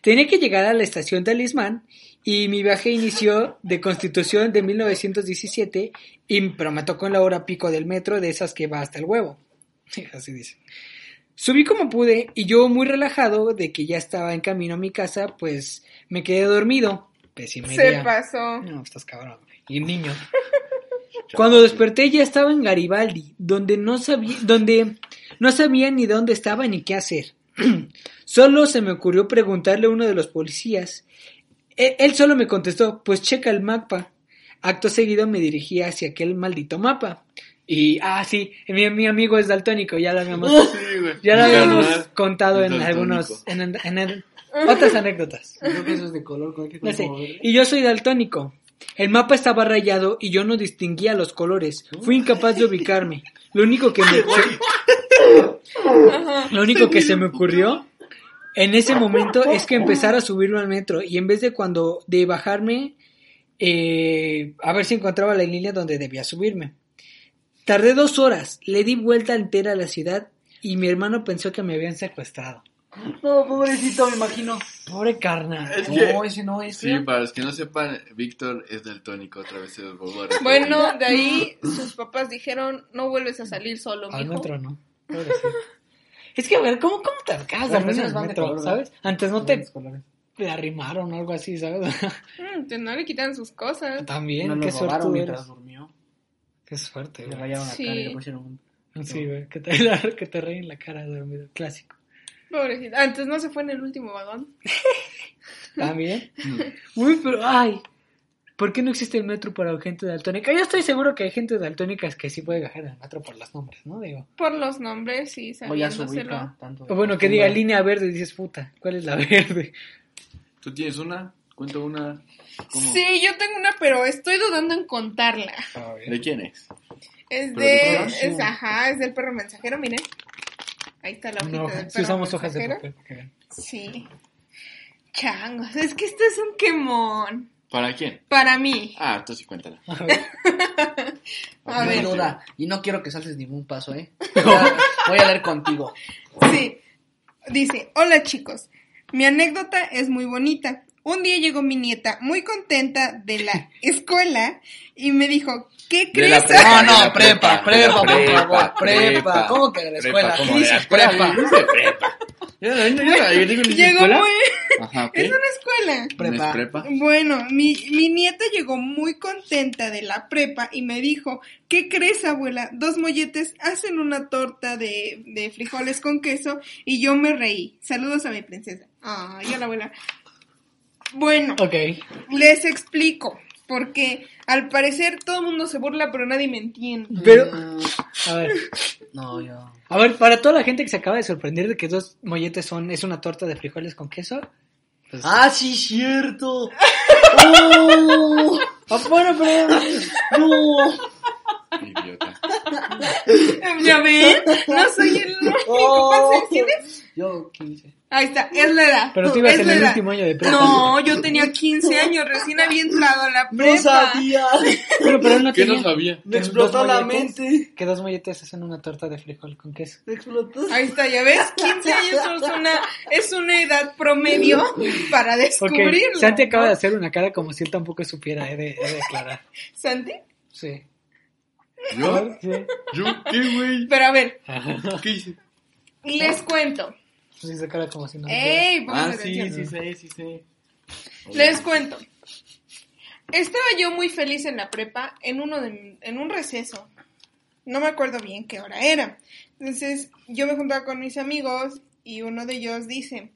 [SPEAKER 1] tenía que llegar a la estación Talismán y mi viaje inició de Constitución de 1917 y pero me tocó en la hora pico del metro de esas que va hasta el huevo. *laughs* Así dice. Subí como pude y yo muy relajado de que ya estaba en camino a mi casa, pues me quedé dormido. Pésima
[SPEAKER 2] Se
[SPEAKER 1] idea.
[SPEAKER 2] pasó.
[SPEAKER 1] No, estás cabrón. güey. Y
[SPEAKER 3] *laughs*
[SPEAKER 1] niño. Cuando desperté ya estaba en Garibaldi, donde no sabía, donde no sabía ni dónde estaba ni qué hacer. *clears throat* solo se me ocurrió preguntarle a uno de los policías. E- Él solo me contestó, pues checa el mapa. Acto seguido me dirigí hacia aquel maldito mapa. Y, ah, sí, mi, mi amigo es daltónico, ya lo habíamos,
[SPEAKER 3] *laughs* Sí, güey.
[SPEAKER 1] ya lo
[SPEAKER 3] Mi
[SPEAKER 1] habíamos
[SPEAKER 3] carnal
[SPEAKER 1] contado
[SPEAKER 3] es
[SPEAKER 1] en
[SPEAKER 3] daltónico.
[SPEAKER 1] algunos, en, en- en otras anécdotas.
[SPEAKER 4] Creo que eso es de color. ¿con qué
[SPEAKER 1] No
[SPEAKER 4] color?
[SPEAKER 1] sé.
[SPEAKER 4] Como verde.
[SPEAKER 1] Y yo soy daltónico. El mapa estaba rayado y yo no distinguía los colores. Fui incapaz de ubicarme. Lo único que me, lo único que se me ocurrió en ese momento es que empezar a subirlo al metro y en vez de cuando de bajarme eh, a ver si encontraba la línea donde debía subirme. Tardé dos horas. Le di vuelta entera a la ciudad y mi hermano pensó que me habían secuestrado.
[SPEAKER 4] No, pobrecito, me imagino.
[SPEAKER 1] Pobre carnal.
[SPEAKER 3] Es que-
[SPEAKER 4] No, ese no es.
[SPEAKER 3] Sí, para los que no sepan, Víctor es daltónico, otra vez se los vuelvo a repetir.
[SPEAKER 2] Bueno, de ahí sus papás dijeron, no vuelves a salir solo,
[SPEAKER 1] Al
[SPEAKER 2] mijo.
[SPEAKER 1] metro *laughs* no. Pobrecito. Es que, a ver, ¿cómo, cómo te acabas de
[SPEAKER 4] Las
[SPEAKER 1] dormir en el
[SPEAKER 4] personas van de
[SPEAKER 1] metro,
[SPEAKER 4] color, ¿verdad?
[SPEAKER 1] ¿sabes? Antes no te,
[SPEAKER 4] Los colores.
[SPEAKER 1] te arrimaron o algo así, ¿sabes? *laughs*
[SPEAKER 2] Mm, te- no le quitan sus cosas.
[SPEAKER 1] También,
[SPEAKER 4] No lo
[SPEAKER 1] qué suerte
[SPEAKER 4] robaron mientras
[SPEAKER 1] eres.
[SPEAKER 4] durmió.
[SPEAKER 1] Qué suerte,
[SPEAKER 4] Le
[SPEAKER 1] güey.
[SPEAKER 4] rayaron la
[SPEAKER 2] Sí.
[SPEAKER 4] cara y le pusieron un...
[SPEAKER 1] Sí, güey, que te, *laughs* que te reíen la cara dormido,
[SPEAKER 4] *laughs*
[SPEAKER 1] clásico.
[SPEAKER 2] Pobrecito. Antes no se fue en el último vagón.
[SPEAKER 1] También.
[SPEAKER 4] Mm.
[SPEAKER 1] Uy, pero, ay, ¿por qué no existe el metro para gente daltónica? Yo estoy seguro que hay gente daltónica que sí puede viajar al metro por los nombres, ¿no? Digo.
[SPEAKER 2] Por los nombres y
[SPEAKER 4] Voy a subir
[SPEAKER 2] sabiéndoselo.
[SPEAKER 4] tanto.
[SPEAKER 1] O bueno, que diga línea verde y dices, puta, ¿cuál es la *laughs* verde?
[SPEAKER 3] ¿Tú tienes una? Cuento una. ¿Cómo?
[SPEAKER 2] Sí, yo tengo una, pero estoy dudando en contarla.
[SPEAKER 4] Ah,
[SPEAKER 1] A ver.
[SPEAKER 3] ¿De quién es?
[SPEAKER 2] Es
[SPEAKER 3] Pero de
[SPEAKER 2] de...
[SPEAKER 3] color
[SPEAKER 2] Es, ajá, es del perro mensajero, miren. Ahí está la hojita
[SPEAKER 1] No,
[SPEAKER 2] del perro
[SPEAKER 1] si usamos hojas de
[SPEAKER 2] mensajero.
[SPEAKER 1] papel. para que vean.
[SPEAKER 2] Sí. Changos, es que esto es un quemón.
[SPEAKER 3] ¿Para quién?
[SPEAKER 2] Para mí.
[SPEAKER 3] Ah, tú sí cuéntala.
[SPEAKER 1] A ver.
[SPEAKER 2] A
[SPEAKER 4] A
[SPEAKER 2] ver.
[SPEAKER 4] duda. Y no quiero que saltes ningún paso,
[SPEAKER 1] *laughs*
[SPEAKER 4] ¿eh? Ya, Voy a leer contigo.
[SPEAKER 2] Sí. Dice, hola chicos, mi anécdota es muy bonita. Un día llegó mi nieta muy contenta de
[SPEAKER 3] *laughs*
[SPEAKER 2] la escuela y me dijo, ¿qué
[SPEAKER 3] De la
[SPEAKER 2] crees?
[SPEAKER 3] prepa.
[SPEAKER 4] No,
[SPEAKER 3] de la
[SPEAKER 4] no, prepa, prepa, por
[SPEAKER 3] prepa,
[SPEAKER 4] favor, prepa. ¿Cómo que de la
[SPEAKER 3] Prepa,
[SPEAKER 4] escuela?
[SPEAKER 3] ¿cómo
[SPEAKER 4] ¿Qué
[SPEAKER 3] de la
[SPEAKER 4] dices,
[SPEAKER 3] escuela?
[SPEAKER 4] prepa?
[SPEAKER 3] Dice prepa. Ya, ya, ya, ya, digo,
[SPEAKER 2] *laughs*
[SPEAKER 3] ¿dice
[SPEAKER 2] Llegó
[SPEAKER 3] escuela? ¿Eh?
[SPEAKER 2] muy,
[SPEAKER 3] Ajá, ok.
[SPEAKER 2] Es una escuela.
[SPEAKER 4] prepa.
[SPEAKER 3] Es prepa.
[SPEAKER 2] *laughs* Bueno, mi, mi nieta llegó muy contenta de la prepa y me dijo, ¿qué crees, abuela? Dos molletes hacen una torta de, de frijoles con queso y yo me reí. Saludos a mi princesa. Ay, a la abuela. Bueno,
[SPEAKER 1] Ok.
[SPEAKER 2] les explico, porque al parecer todo el mundo se burla, pero nadie me entiende. *laughs*
[SPEAKER 1] Pero, a ver,
[SPEAKER 4] No, yo.
[SPEAKER 1] a ver, para toda la gente que se acaba de sorprender de que dos molletes son, es una torta de frijoles con queso. pues-
[SPEAKER 4] ¡Ah, sí, cierto! ¡Oh!
[SPEAKER 1] *laughs* Ah, bueno, pero-
[SPEAKER 2] *laughs*
[SPEAKER 4] ¡No!
[SPEAKER 3] Idiota.
[SPEAKER 2] ¿Ya ven? No soy el único. ¿Cuántos años tienes?
[SPEAKER 4] Oh. Yo, 15.
[SPEAKER 2] Ahí está, es la edad.
[SPEAKER 1] Pero tú ibas
[SPEAKER 2] es
[SPEAKER 1] en
[SPEAKER 2] la
[SPEAKER 1] el
[SPEAKER 2] edad.
[SPEAKER 1] último año de prepa.
[SPEAKER 2] No, yo tenía 15 años, recién había entrado a la
[SPEAKER 4] ¡No
[SPEAKER 2] prepa.
[SPEAKER 4] sabía! *laughs*
[SPEAKER 1] Bueno, pero él no
[SPEAKER 3] ¿Qué no
[SPEAKER 1] tenía
[SPEAKER 3] sabía?
[SPEAKER 4] ¡Me explotó
[SPEAKER 1] Dos
[SPEAKER 4] la
[SPEAKER 1] molletes.
[SPEAKER 4] mente!
[SPEAKER 1] que dos molletes hacen una torta de frijol con queso.
[SPEAKER 4] ¡Me explotó!
[SPEAKER 2] Ahí está, ya ves, 15 años es una, es una edad promedio para
[SPEAKER 1] Porque
[SPEAKER 2] descubrirlo.
[SPEAKER 1] Santi acaba
[SPEAKER 2] ¿no?
[SPEAKER 1] de hacer una cara como si él tampoco supiera, he de, he de aclarar.
[SPEAKER 2] ¿Santi?
[SPEAKER 1] Sí.
[SPEAKER 3] ¿Yo?
[SPEAKER 1] Sí.
[SPEAKER 3] ¿Yo qué, güey?
[SPEAKER 2] Pero a ver,
[SPEAKER 3] ¿Qué hice?
[SPEAKER 2] les cuento.
[SPEAKER 1] Sí, esa cara como si no.
[SPEAKER 2] ¡Ey!
[SPEAKER 3] Ah,
[SPEAKER 2] pongan
[SPEAKER 3] sí,
[SPEAKER 2] atención.
[SPEAKER 3] sí sé, sí sé.
[SPEAKER 2] Les cuento. Estaba yo muy feliz en la prepa en uno de, en un receso. No me acuerdo bien qué hora era. Entonces, yo me juntaba con mis amigos y uno de ellos dice,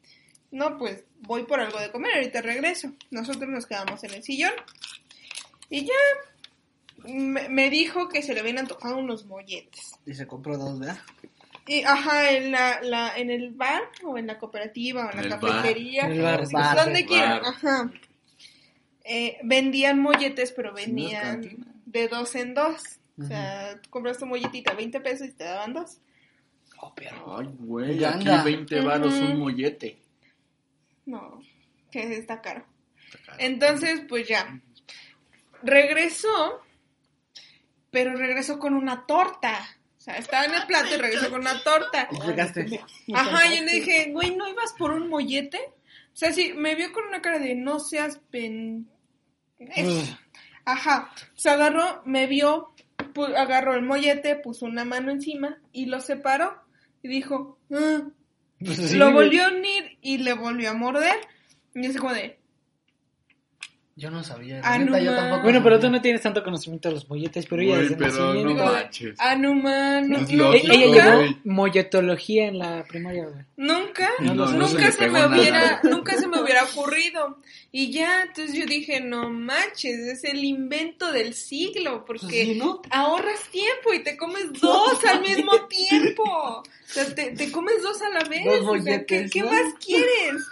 [SPEAKER 2] "No, pues voy por algo de comer, ahorita regreso." Nosotros nos quedamos en el sillón. Y ya me, me dijo que se le habían antojado unos molletes.
[SPEAKER 4] Y se compró dos, ¿verdad?
[SPEAKER 2] Y, ajá, en, la, la- en el bar o en la cooperativa o en la
[SPEAKER 3] En el bar.
[SPEAKER 2] cafetería.
[SPEAKER 1] En el bar,
[SPEAKER 2] o
[SPEAKER 4] bar,
[SPEAKER 2] donde
[SPEAKER 3] bar.
[SPEAKER 2] quieran. Ajá. Eh, vendían molletes, pero
[SPEAKER 4] Si no es
[SPEAKER 2] vendían
[SPEAKER 4] cantina.
[SPEAKER 2] de dos en dos. O sea, tú compras tu molletita 20 pesos y te daban dos.
[SPEAKER 4] ¡Oh, perro!
[SPEAKER 3] Ay, güey, aquí
[SPEAKER 4] Uganda.
[SPEAKER 3] 20 varos
[SPEAKER 2] Ujú.
[SPEAKER 3] un mollete.
[SPEAKER 2] No, que está caro. Entonces, pues ya. Regresó, pero regresó con una torta. O sea, estaba en el plato y regresó con una torta.
[SPEAKER 4] Explicaste.
[SPEAKER 2] Ajá, yo le dije, güey, ¿no ibas por un mollete? O sea, sí, me vio con una cara de no seas pen... Eso. Ajá, se agarró, me vio, pu- agarró el mollete, puso una mano encima y lo separó y dijo, "Ah".
[SPEAKER 1] Pues sí,
[SPEAKER 2] lo
[SPEAKER 1] güey.
[SPEAKER 2] volvió a unir y le volvió a morder. Y así como de,
[SPEAKER 4] Yo no sabía.
[SPEAKER 2] Ah,
[SPEAKER 4] neta,
[SPEAKER 2] no
[SPEAKER 4] yo
[SPEAKER 2] más.
[SPEAKER 4] tampoco
[SPEAKER 1] Bueno, pero tú
[SPEAKER 4] sabía.
[SPEAKER 1] no tienes tanto conocimiento de los molletes, pero ella
[SPEAKER 3] Güey,
[SPEAKER 1] desde
[SPEAKER 3] pero no
[SPEAKER 1] nacimiento-
[SPEAKER 3] manches.
[SPEAKER 2] ah, no, man,
[SPEAKER 3] Es
[SPEAKER 2] nu-
[SPEAKER 3] lógico,
[SPEAKER 1] E- ella
[SPEAKER 2] nunca,
[SPEAKER 1] llevó
[SPEAKER 3] güey.
[SPEAKER 1] molletología en la primaria, güey.
[SPEAKER 2] Nunca,
[SPEAKER 3] No, no se
[SPEAKER 2] Pues nunca
[SPEAKER 3] le
[SPEAKER 2] se,
[SPEAKER 3] pegó
[SPEAKER 2] me
[SPEAKER 3] nada.
[SPEAKER 2] hubiera, nunca se me hubiera ocurrido. Y ya, entonces yo dije, no manches, es el invento del siglo, porque
[SPEAKER 4] Pues sí, ¿no?
[SPEAKER 2] ahorras tiempo y te comes dos al mismo
[SPEAKER 3] *laughs*
[SPEAKER 2] tiempo. O sea, te, te comes dos a la vez.
[SPEAKER 4] Dos
[SPEAKER 2] o sea, ¿qué-
[SPEAKER 4] molletes,
[SPEAKER 2] ¿qué,
[SPEAKER 3] *laughs*
[SPEAKER 4] ¿no?
[SPEAKER 2] más quieres?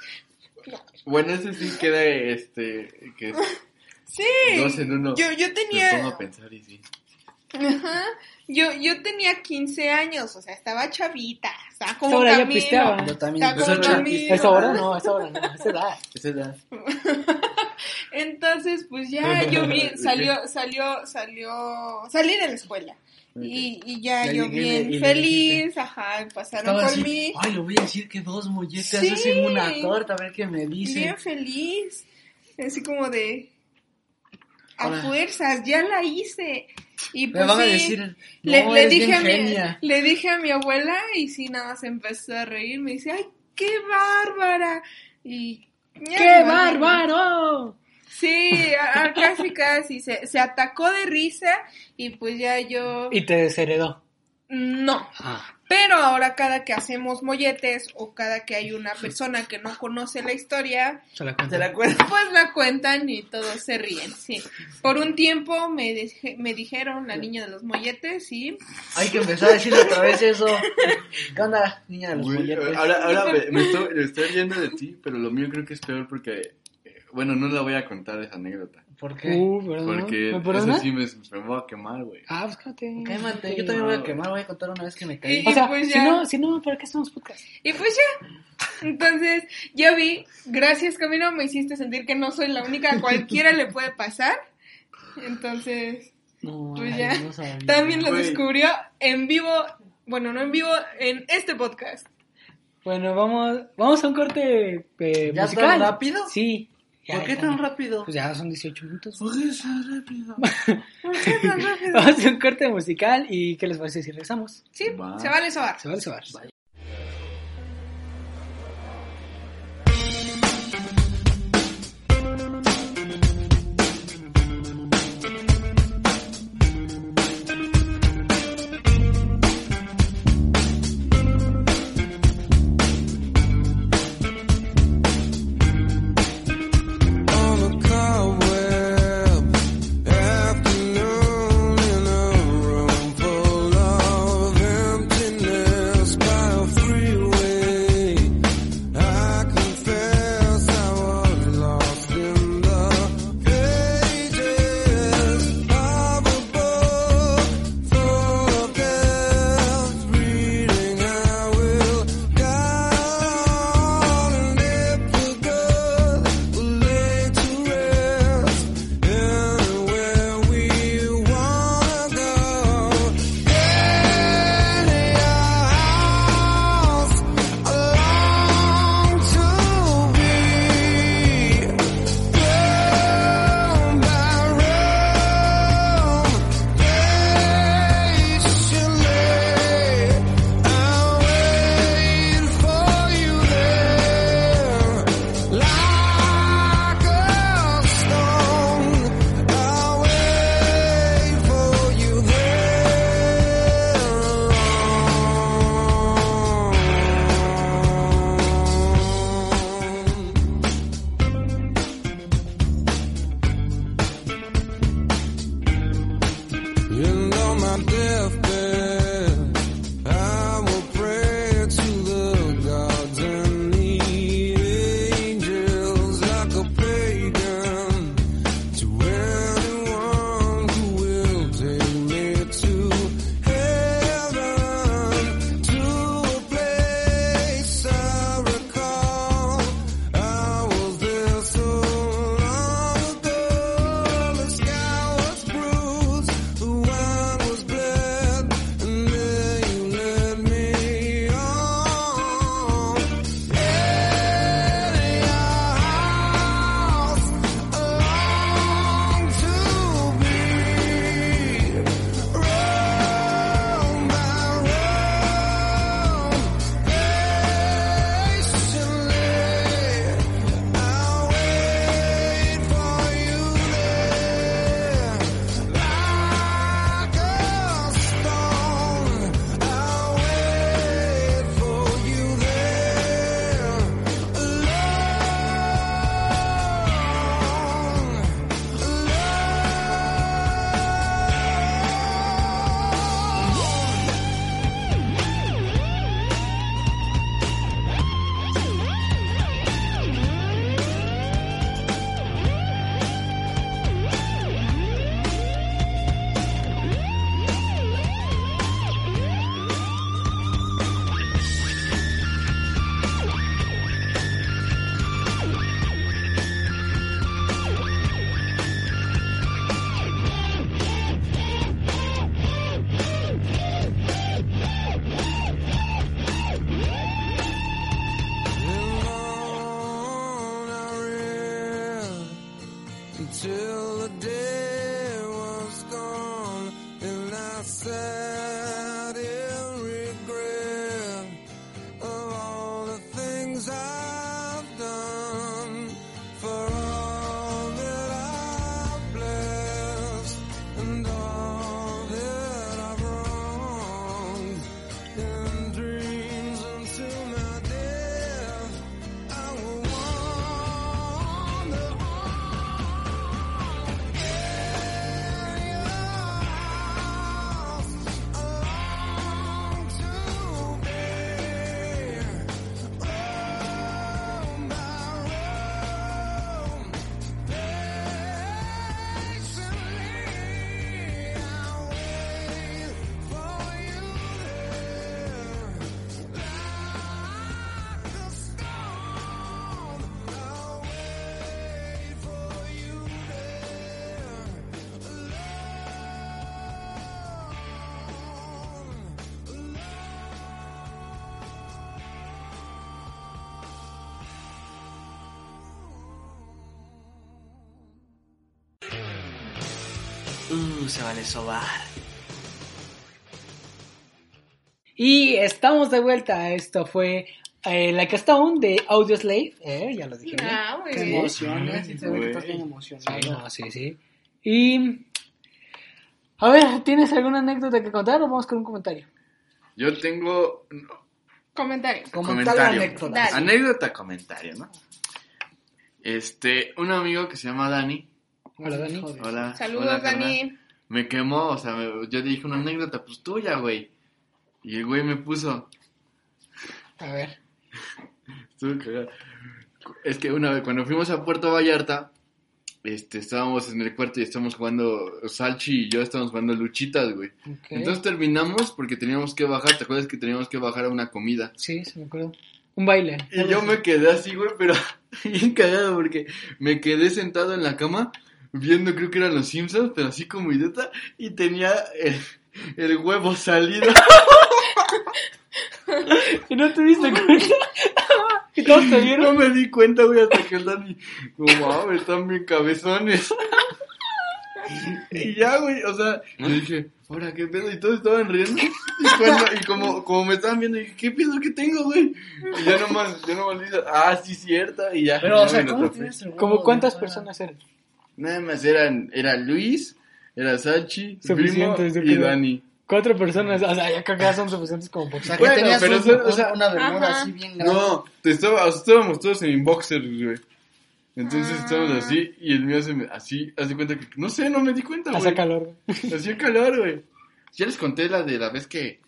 [SPEAKER 3] Bueno, ese sí queda, este, que es
[SPEAKER 2] Sí.
[SPEAKER 3] dos en uno.
[SPEAKER 2] Yo, yo
[SPEAKER 3] Me pongo a
[SPEAKER 2] tenía,
[SPEAKER 3] pensar y sí.
[SPEAKER 2] ajá, yo, yo tenía 15 años, o sea, estaba chavita, o sea, como
[SPEAKER 1] Ahora ya
[SPEAKER 2] Camilo.
[SPEAKER 1] pisteaba.
[SPEAKER 4] Yo también.
[SPEAKER 2] Está como
[SPEAKER 4] Pues, Esa edad.
[SPEAKER 2] Camilo.
[SPEAKER 1] ¿A esa hora? No, a esa hora no, a esa
[SPEAKER 4] *laughs*
[SPEAKER 1] edad.
[SPEAKER 4] Esa edad.
[SPEAKER 2] Entonces, pues ya yo
[SPEAKER 4] *laughs*
[SPEAKER 2] bien,
[SPEAKER 3] Ok.
[SPEAKER 2] salió, salió, salió, salí de la escuela. Y, y ya,
[SPEAKER 4] Ya
[SPEAKER 2] yo
[SPEAKER 4] llegué
[SPEAKER 2] bien
[SPEAKER 4] y le
[SPEAKER 2] feliz, ajá, pasaron
[SPEAKER 4] Estaba
[SPEAKER 2] por
[SPEAKER 4] así, "Ah,
[SPEAKER 2] mí,
[SPEAKER 4] Ay, le voy a decir que dos molletes
[SPEAKER 2] Sí.
[SPEAKER 4] hacen una torta, a ver qué me dice.
[SPEAKER 2] bien feliz, así como de, a
[SPEAKER 4] Ahora.
[SPEAKER 2] fuerzas, ya la hice. Y
[SPEAKER 4] Me
[SPEAKER 2] pues
[SPEAKER 4] van a
[SPEAKER 2] sí,
[SPEAKER 4] decir. "No,
[SPEAKER 2] le, le
[SPEAKER 4] eres
[SPEAKER 2] dije
[SPEAKER 4] bien
[SPEAKER 2] a mi,
[SPEAKER 4] genia".
[SPEAKER 2] le dije a mi abuela y sí, nada más empezó a reír, me dice, ay, qué bárbara. Y,
[SPEAKER 1] ¡Qué bárbaro!
[SPEAKER 2] Sí, a- a- casi casi se, se atacó de risa y pues ya yo
[SPEAKER 1] Y te desheredó.
[SPEAKER 2] no. Pero ahora cada que hacemos molletes o cada que hay una persona que no conoce la historia,
[SPEAKER 1] Se la
[SPEAKER 4] ¿Te
[SPEAKER 1] cuento.
[SPEAKER 4] la acuerdas?
[SPEAKER 2] pues la cuentan y todos se ríen, sí. Por un tiempo me, dije- me dijeron la niña de los molletes y
[SPEAKER 4] Hay que empezar a decirle otra vez eso. ¿Qué onda, niña de los
[SPEAKER 3] Güey,
[SPEAKER 4] molletes?
[SPEAKER 3] ahora ahora me, me estoy, me estoy riendo de ti, pero lo mío creo que es peor porque, eh, bueno, no la voy a contar esa anécdota.
[SPEAKER 4] ¿Por qué?
[SPEAKER 1] Uh, perdón.
[SPEAKER 3] Porque
[SPEAKER 1] ¿Me
[SPEAKER 3] eso
[SPEAKER 1] perdonas?
[SPEAKER 3] sí me, me voy a quemar, güey.
[SPEAKER 1] Ah, pues cállate.
[SPEAKER 4] Cámate, yo también voy a quemar, voy a contar una vez que me caí.
[SPEAKER 2] Y-
[SPEAKER 1] O sea,
[SPEAKER 2] pues
[SPEAKER 1] si
[SPEAKER 2] ya.
[SPEAKER 1] no, si no, ¿para qué hacemos podcast?
[SPEAKER 2] Y pues ya. Entonces, yo vi, gracias Camilo, me hiciste sentir que no soy la única, a cualquiera le puede pasar. Entonces,
[SPEAKER 4] No,
[SPEAKER 2] Pues
[SPEAKER 4] ay,
[SPEAKER 2] ya.
[SPEAKER 4] no sabía.
[SPEAKER 2] también lo
[SPEAKER 3] Güey.
[SPEAKER 2] descubrió en vivo, bueno, no en vivo, en
[SPEAKER 1] *laughs*
[SPEAKER 2] este podcast.
[SPEAKER 1] Bueno, vamos, vamos a un corte eh,
[SPEAKER 4] ¿Ya
[SPEAKER 1] musical.
[SPEAKER 4] tan rápido?
[SPEAKER 1] Sí.
[SPEAKER 4] ¿Por
[SPEAKER 1] Ya,
[SPEAKER 4] qué
[SPEAKER 1] ya.
[SPEAKER 4] tan rápido?
[SPEAKER 1] Pues ya son 18 minutos. *laughs*
[SPEAKER 3] ¿Por qué es rápido?
[SPEAKER 1] Vamos a un corte musical y ¿qué les parece si regresamos?
[SPEAKER 2] Sí,
[SPEAKER 3] Va.
[SPEAKER 2] se vale sobar.
[SPEAKER 1] Se va, se va.
[SPEAKER 5] On a cobweb afternoon in a room full of emptiness by a freeway. I confess I was lost in the pages of a book full of death. Reading I will die and live for good. We'll lay to rest anywhere we wanna go. Anyhow, I long to be room by room, patiently. I'll wait for you there. Like a stone, I'll wait for you there alone. And on my deathbed, I will pray to the gods and the angels like a pagan to anyone who will take me to heaven, to a place I recall. I was there so long ago. The sky was bruised, the wine was bled, and there you led me on. In your house, I long to be roam by roam, patiently. I'll wait for you there, like a stone. I'll wait for you there, alone, alone. I ran until the day was gone, and I sat in regret of all the things I've done, for all that I've blessed, and all that I've wronged, and dreams until my death. I will wander on in your house. I long to be roam by roam, patiently. I'll wait for you there.
[SPEAKER 4] Uh, se vale sobar.
[SPEAKER 1] Y estamos de vuelta. Esto fue eh, Like a Stone de Audioslave. Eh, ya lo dije. bien.
[SPEAKER 2] Ah, muy
[SPEAKER 4] Qué
[SPEAKER 2] bien.
[SPEAKER 4] emoción, ¿eh?
[SPEAKER 3] Ay,
[SPEAKER 4] Sí, se ve que estás
[SPEAKER 3] güey.
[SPEAKER 4] bien emocionado.
[SPEAKER 1] Ah, sí, sí. Y. A ver, ¿tienes alguna anécdota que contar o vamos con un comentario?
[SPEAKER 3] Yo tengo
[SPEAKER 2] Comentario.
[SPEAKER 4] Como tal
[SPEAKER 3] comentario.
[SPEAKER 4] anécdota.
[SPEAKER 2] Dale.
[SPEAKER 3] Anécdota, comentario, ¿no? Este, un amigo que se llama Dani.
[SPEAKER 1] Hola, Dani.
[SPEAKER 3] Hola.
[SPEAKER 2] Saludos,
[SPEAKER 3] hola, carnal.
[SPEAKER 2] Dani.
[SPEAKER 3] Me quemó, o sea, me- yo dije una anécdota, pues tuya, güey. Y el güey me puso.
[SPEAKER 1] A ver.
[SPEAKER 3] Estuvo cagado. Es que una vez, cuando fuimos a Puerto Vallarta, este, estábamos en el cuarto y estábamos jugando, Salchi y yo estábamos jugando luchitas, güey.
[SPEAKER 1] ok.
[SPEAKER 3] Entonces terminamos porque teníamos que bajar, ¿te acuerdas que teníamos que bajar a una comida?
[SPEAKER 1] Sí, se me acuerdo. Un baile.
[SPEAKER 3] Y yo me quedé así, güey, pero *laughs* bien cagado porque me quedé sentado en la cama viendo, creo que eran los Simpsons, pero así como idiota, y tenía el, el huevo
[SPEAKER 4] *laughs*
[SPEAKER 3] salido.
[SPEAKER 1] ¿Y no te diste cuenta? ¿Y todos te
[SPEAKER 3] Y no
[SPEAKER 1] vieron?
[SPEAKER 3] me di cuenta, güey, hasta que el Dani, como, wow, están bien
[SPEAKER 4] *laughs*
[SPEAKER 3] cabezones. Y ya, güey, o sea, le dije, ahora qué pedo, y todos estaban riendo. Y, cuando, y como, como me estaban viendo, dije, ¿qué pedo que tengo, güey? Y ya nomás, ya nomás le dije, ah, sí, cierta, y ya.
[SPEAKER 4] Pero, o
[SPEAKER 3] ya
[SPEAKER 4] sea,
[SPEAKER 3] me lo
[SPEAKER 4] ¿cómo
[SPEAKER 3] topé.
[SPEAKER 4] tienes el huevo
[SPEAKER 1] ¿Cómo
[SPEAKER 4] de
[SPEAKER 1] cuántas
[SPEAKER 4] fuera?
[SPEAKER 1] personas eran?
[SPEAKER 3] Nada más eran, era Luis, era Sachi, primo
[SPEAKER 1] Suficientes, yo
[SPEAKER 3] y
[SPEAKER 1] creo.
[SPEAKER 3] Dani.
[SPEAKER 1] *laughs* Cuatro personas. O sea, ya creo que ya son suficientes como por
[SPEAKER 4] O sea, que
[SPEAKER 3] Bueno,
[SPEAKER 4] tenías
[SPEAKER 3] pero
[SPEAKER 4] un-
[SPEAKER 3] son- o sea,
[SPEAKER 4] una bermuda
[SPEAKER 2] ajá.
[SPEAKER 4] así bien grande.
[SPEAKER 3] No, te estaba, estábamos todos en boxers, güey. Entonces estábamos así y el mío se me, así, hace cuenta que, no sé, no me di cuenta,
[SPEAKER 1] Hace
[SPEAKER 3] güey.
[SPEAKER 1] calor.
[SPEAKER 3] Hacía calor, güey. Ya les conté la de la vez que,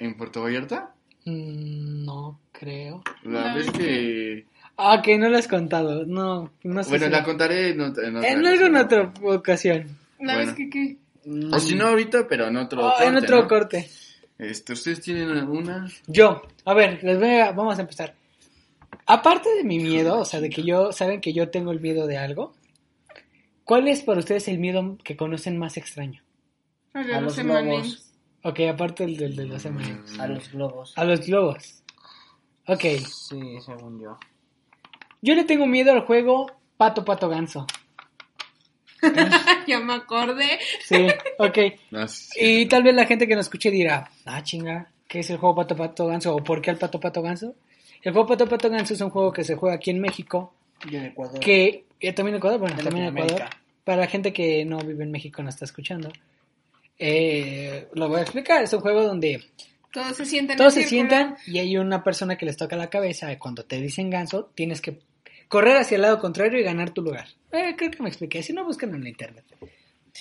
[SPEAKER 3] en Puerto Vallarta,
[SPEAKER 1] Mm, No creo.
[SPEAKER 3] la
[SPEAKER 2] No.
[SPEAKER 3] vez que,
[SPEAKER 1] Ah, que no lo has contado. No, no sé.
[SPEAKER 3] bueno,
[SPEAKER 1] si-
[SPEAKER 3] la contaré en, ot- en otra.
[SPEAKER 1] En alguna otra ocasión.
[SPEAKER 2] ¿La
[SPEAKER 3] Bueno.
[SPEAKER 2] vez que qué?
[SPEAKER 4] Mm.
[SPEAKER 3] O si no ahorita, pero en otro
[SPEAKER 1] Ah, en
[SPEAKER 3] corte,
[SPEAKER 1] otro
[SPEAKER 3] ¿no?
[SPEAKER 1] corte.
[SPEAKER 3] Este, ¿ustedes tienen una?
[SPEAKER 1] Yo, a ver, les voy a, vamos a empezar. Aparte de mi miedo, o sea, de que yo, saben que yo tengo el miedo de algo, ¿cuál es para ustedes el miedo que conocen más extraño?
[SPEAKER 2] A
[SPEAKER 4] A
[SPEAKER 2] los
[SPEAKER 4] los
[SPEAKER 2] M&M's.
[SPEAKER 4] globos.
[SPEAKER 1] Ok, aparte del del- de los amigos.
[SPEAKER 4] A los globos.
[SPEAKER 1] A los globos. Ok,
[SPEAKER 4] Sí, según yo.
[SPEAKER 1] yo le tengo miedo al juego Pato Pato Ganso.
[SPEAKER 2] *laughs* Ya me acordé.
[SPEAKER 1] Sí, ok.
[SPEAKER 3] Ah, sí, sí.
[SPEAKER 1] Y tal vez la gente que nos escuche dirá, ah, chinga, ¿qué es el juego Pato Pato Ganso? ¿O por qué el Pato Pato Ganso? El juego Pato Pato Ganso es un juego que se juega aquí en México,
[SPEAKER 4] Y en Ecuador.
[SPEAKER 1] que eh, también Ecuador, bueno,
[SPEAKER 4] De
[SPEAKER 1] también Ecuador,
[SPEAKER 4] Latinoamérica.
[SPEAKER 1] para la gente que no vive en México y no está escuchando, eh, lo voy a explicar, es un juego donde
[SPEAKER 2] Todos se sientan. en
[SPEAKER 1] todos se
[SPEAKER 2] círculo.
[SPEAKER 1] sientan
[SPEAKER 2] Ah,
[SPEAKER 1] y hay una persona que les toca la cabeza y cuando te dicen ganso tienes que correr hacia el lado contrario y ganar tu lugar. Eh, creo que me expliqué, si no buscan en la internet.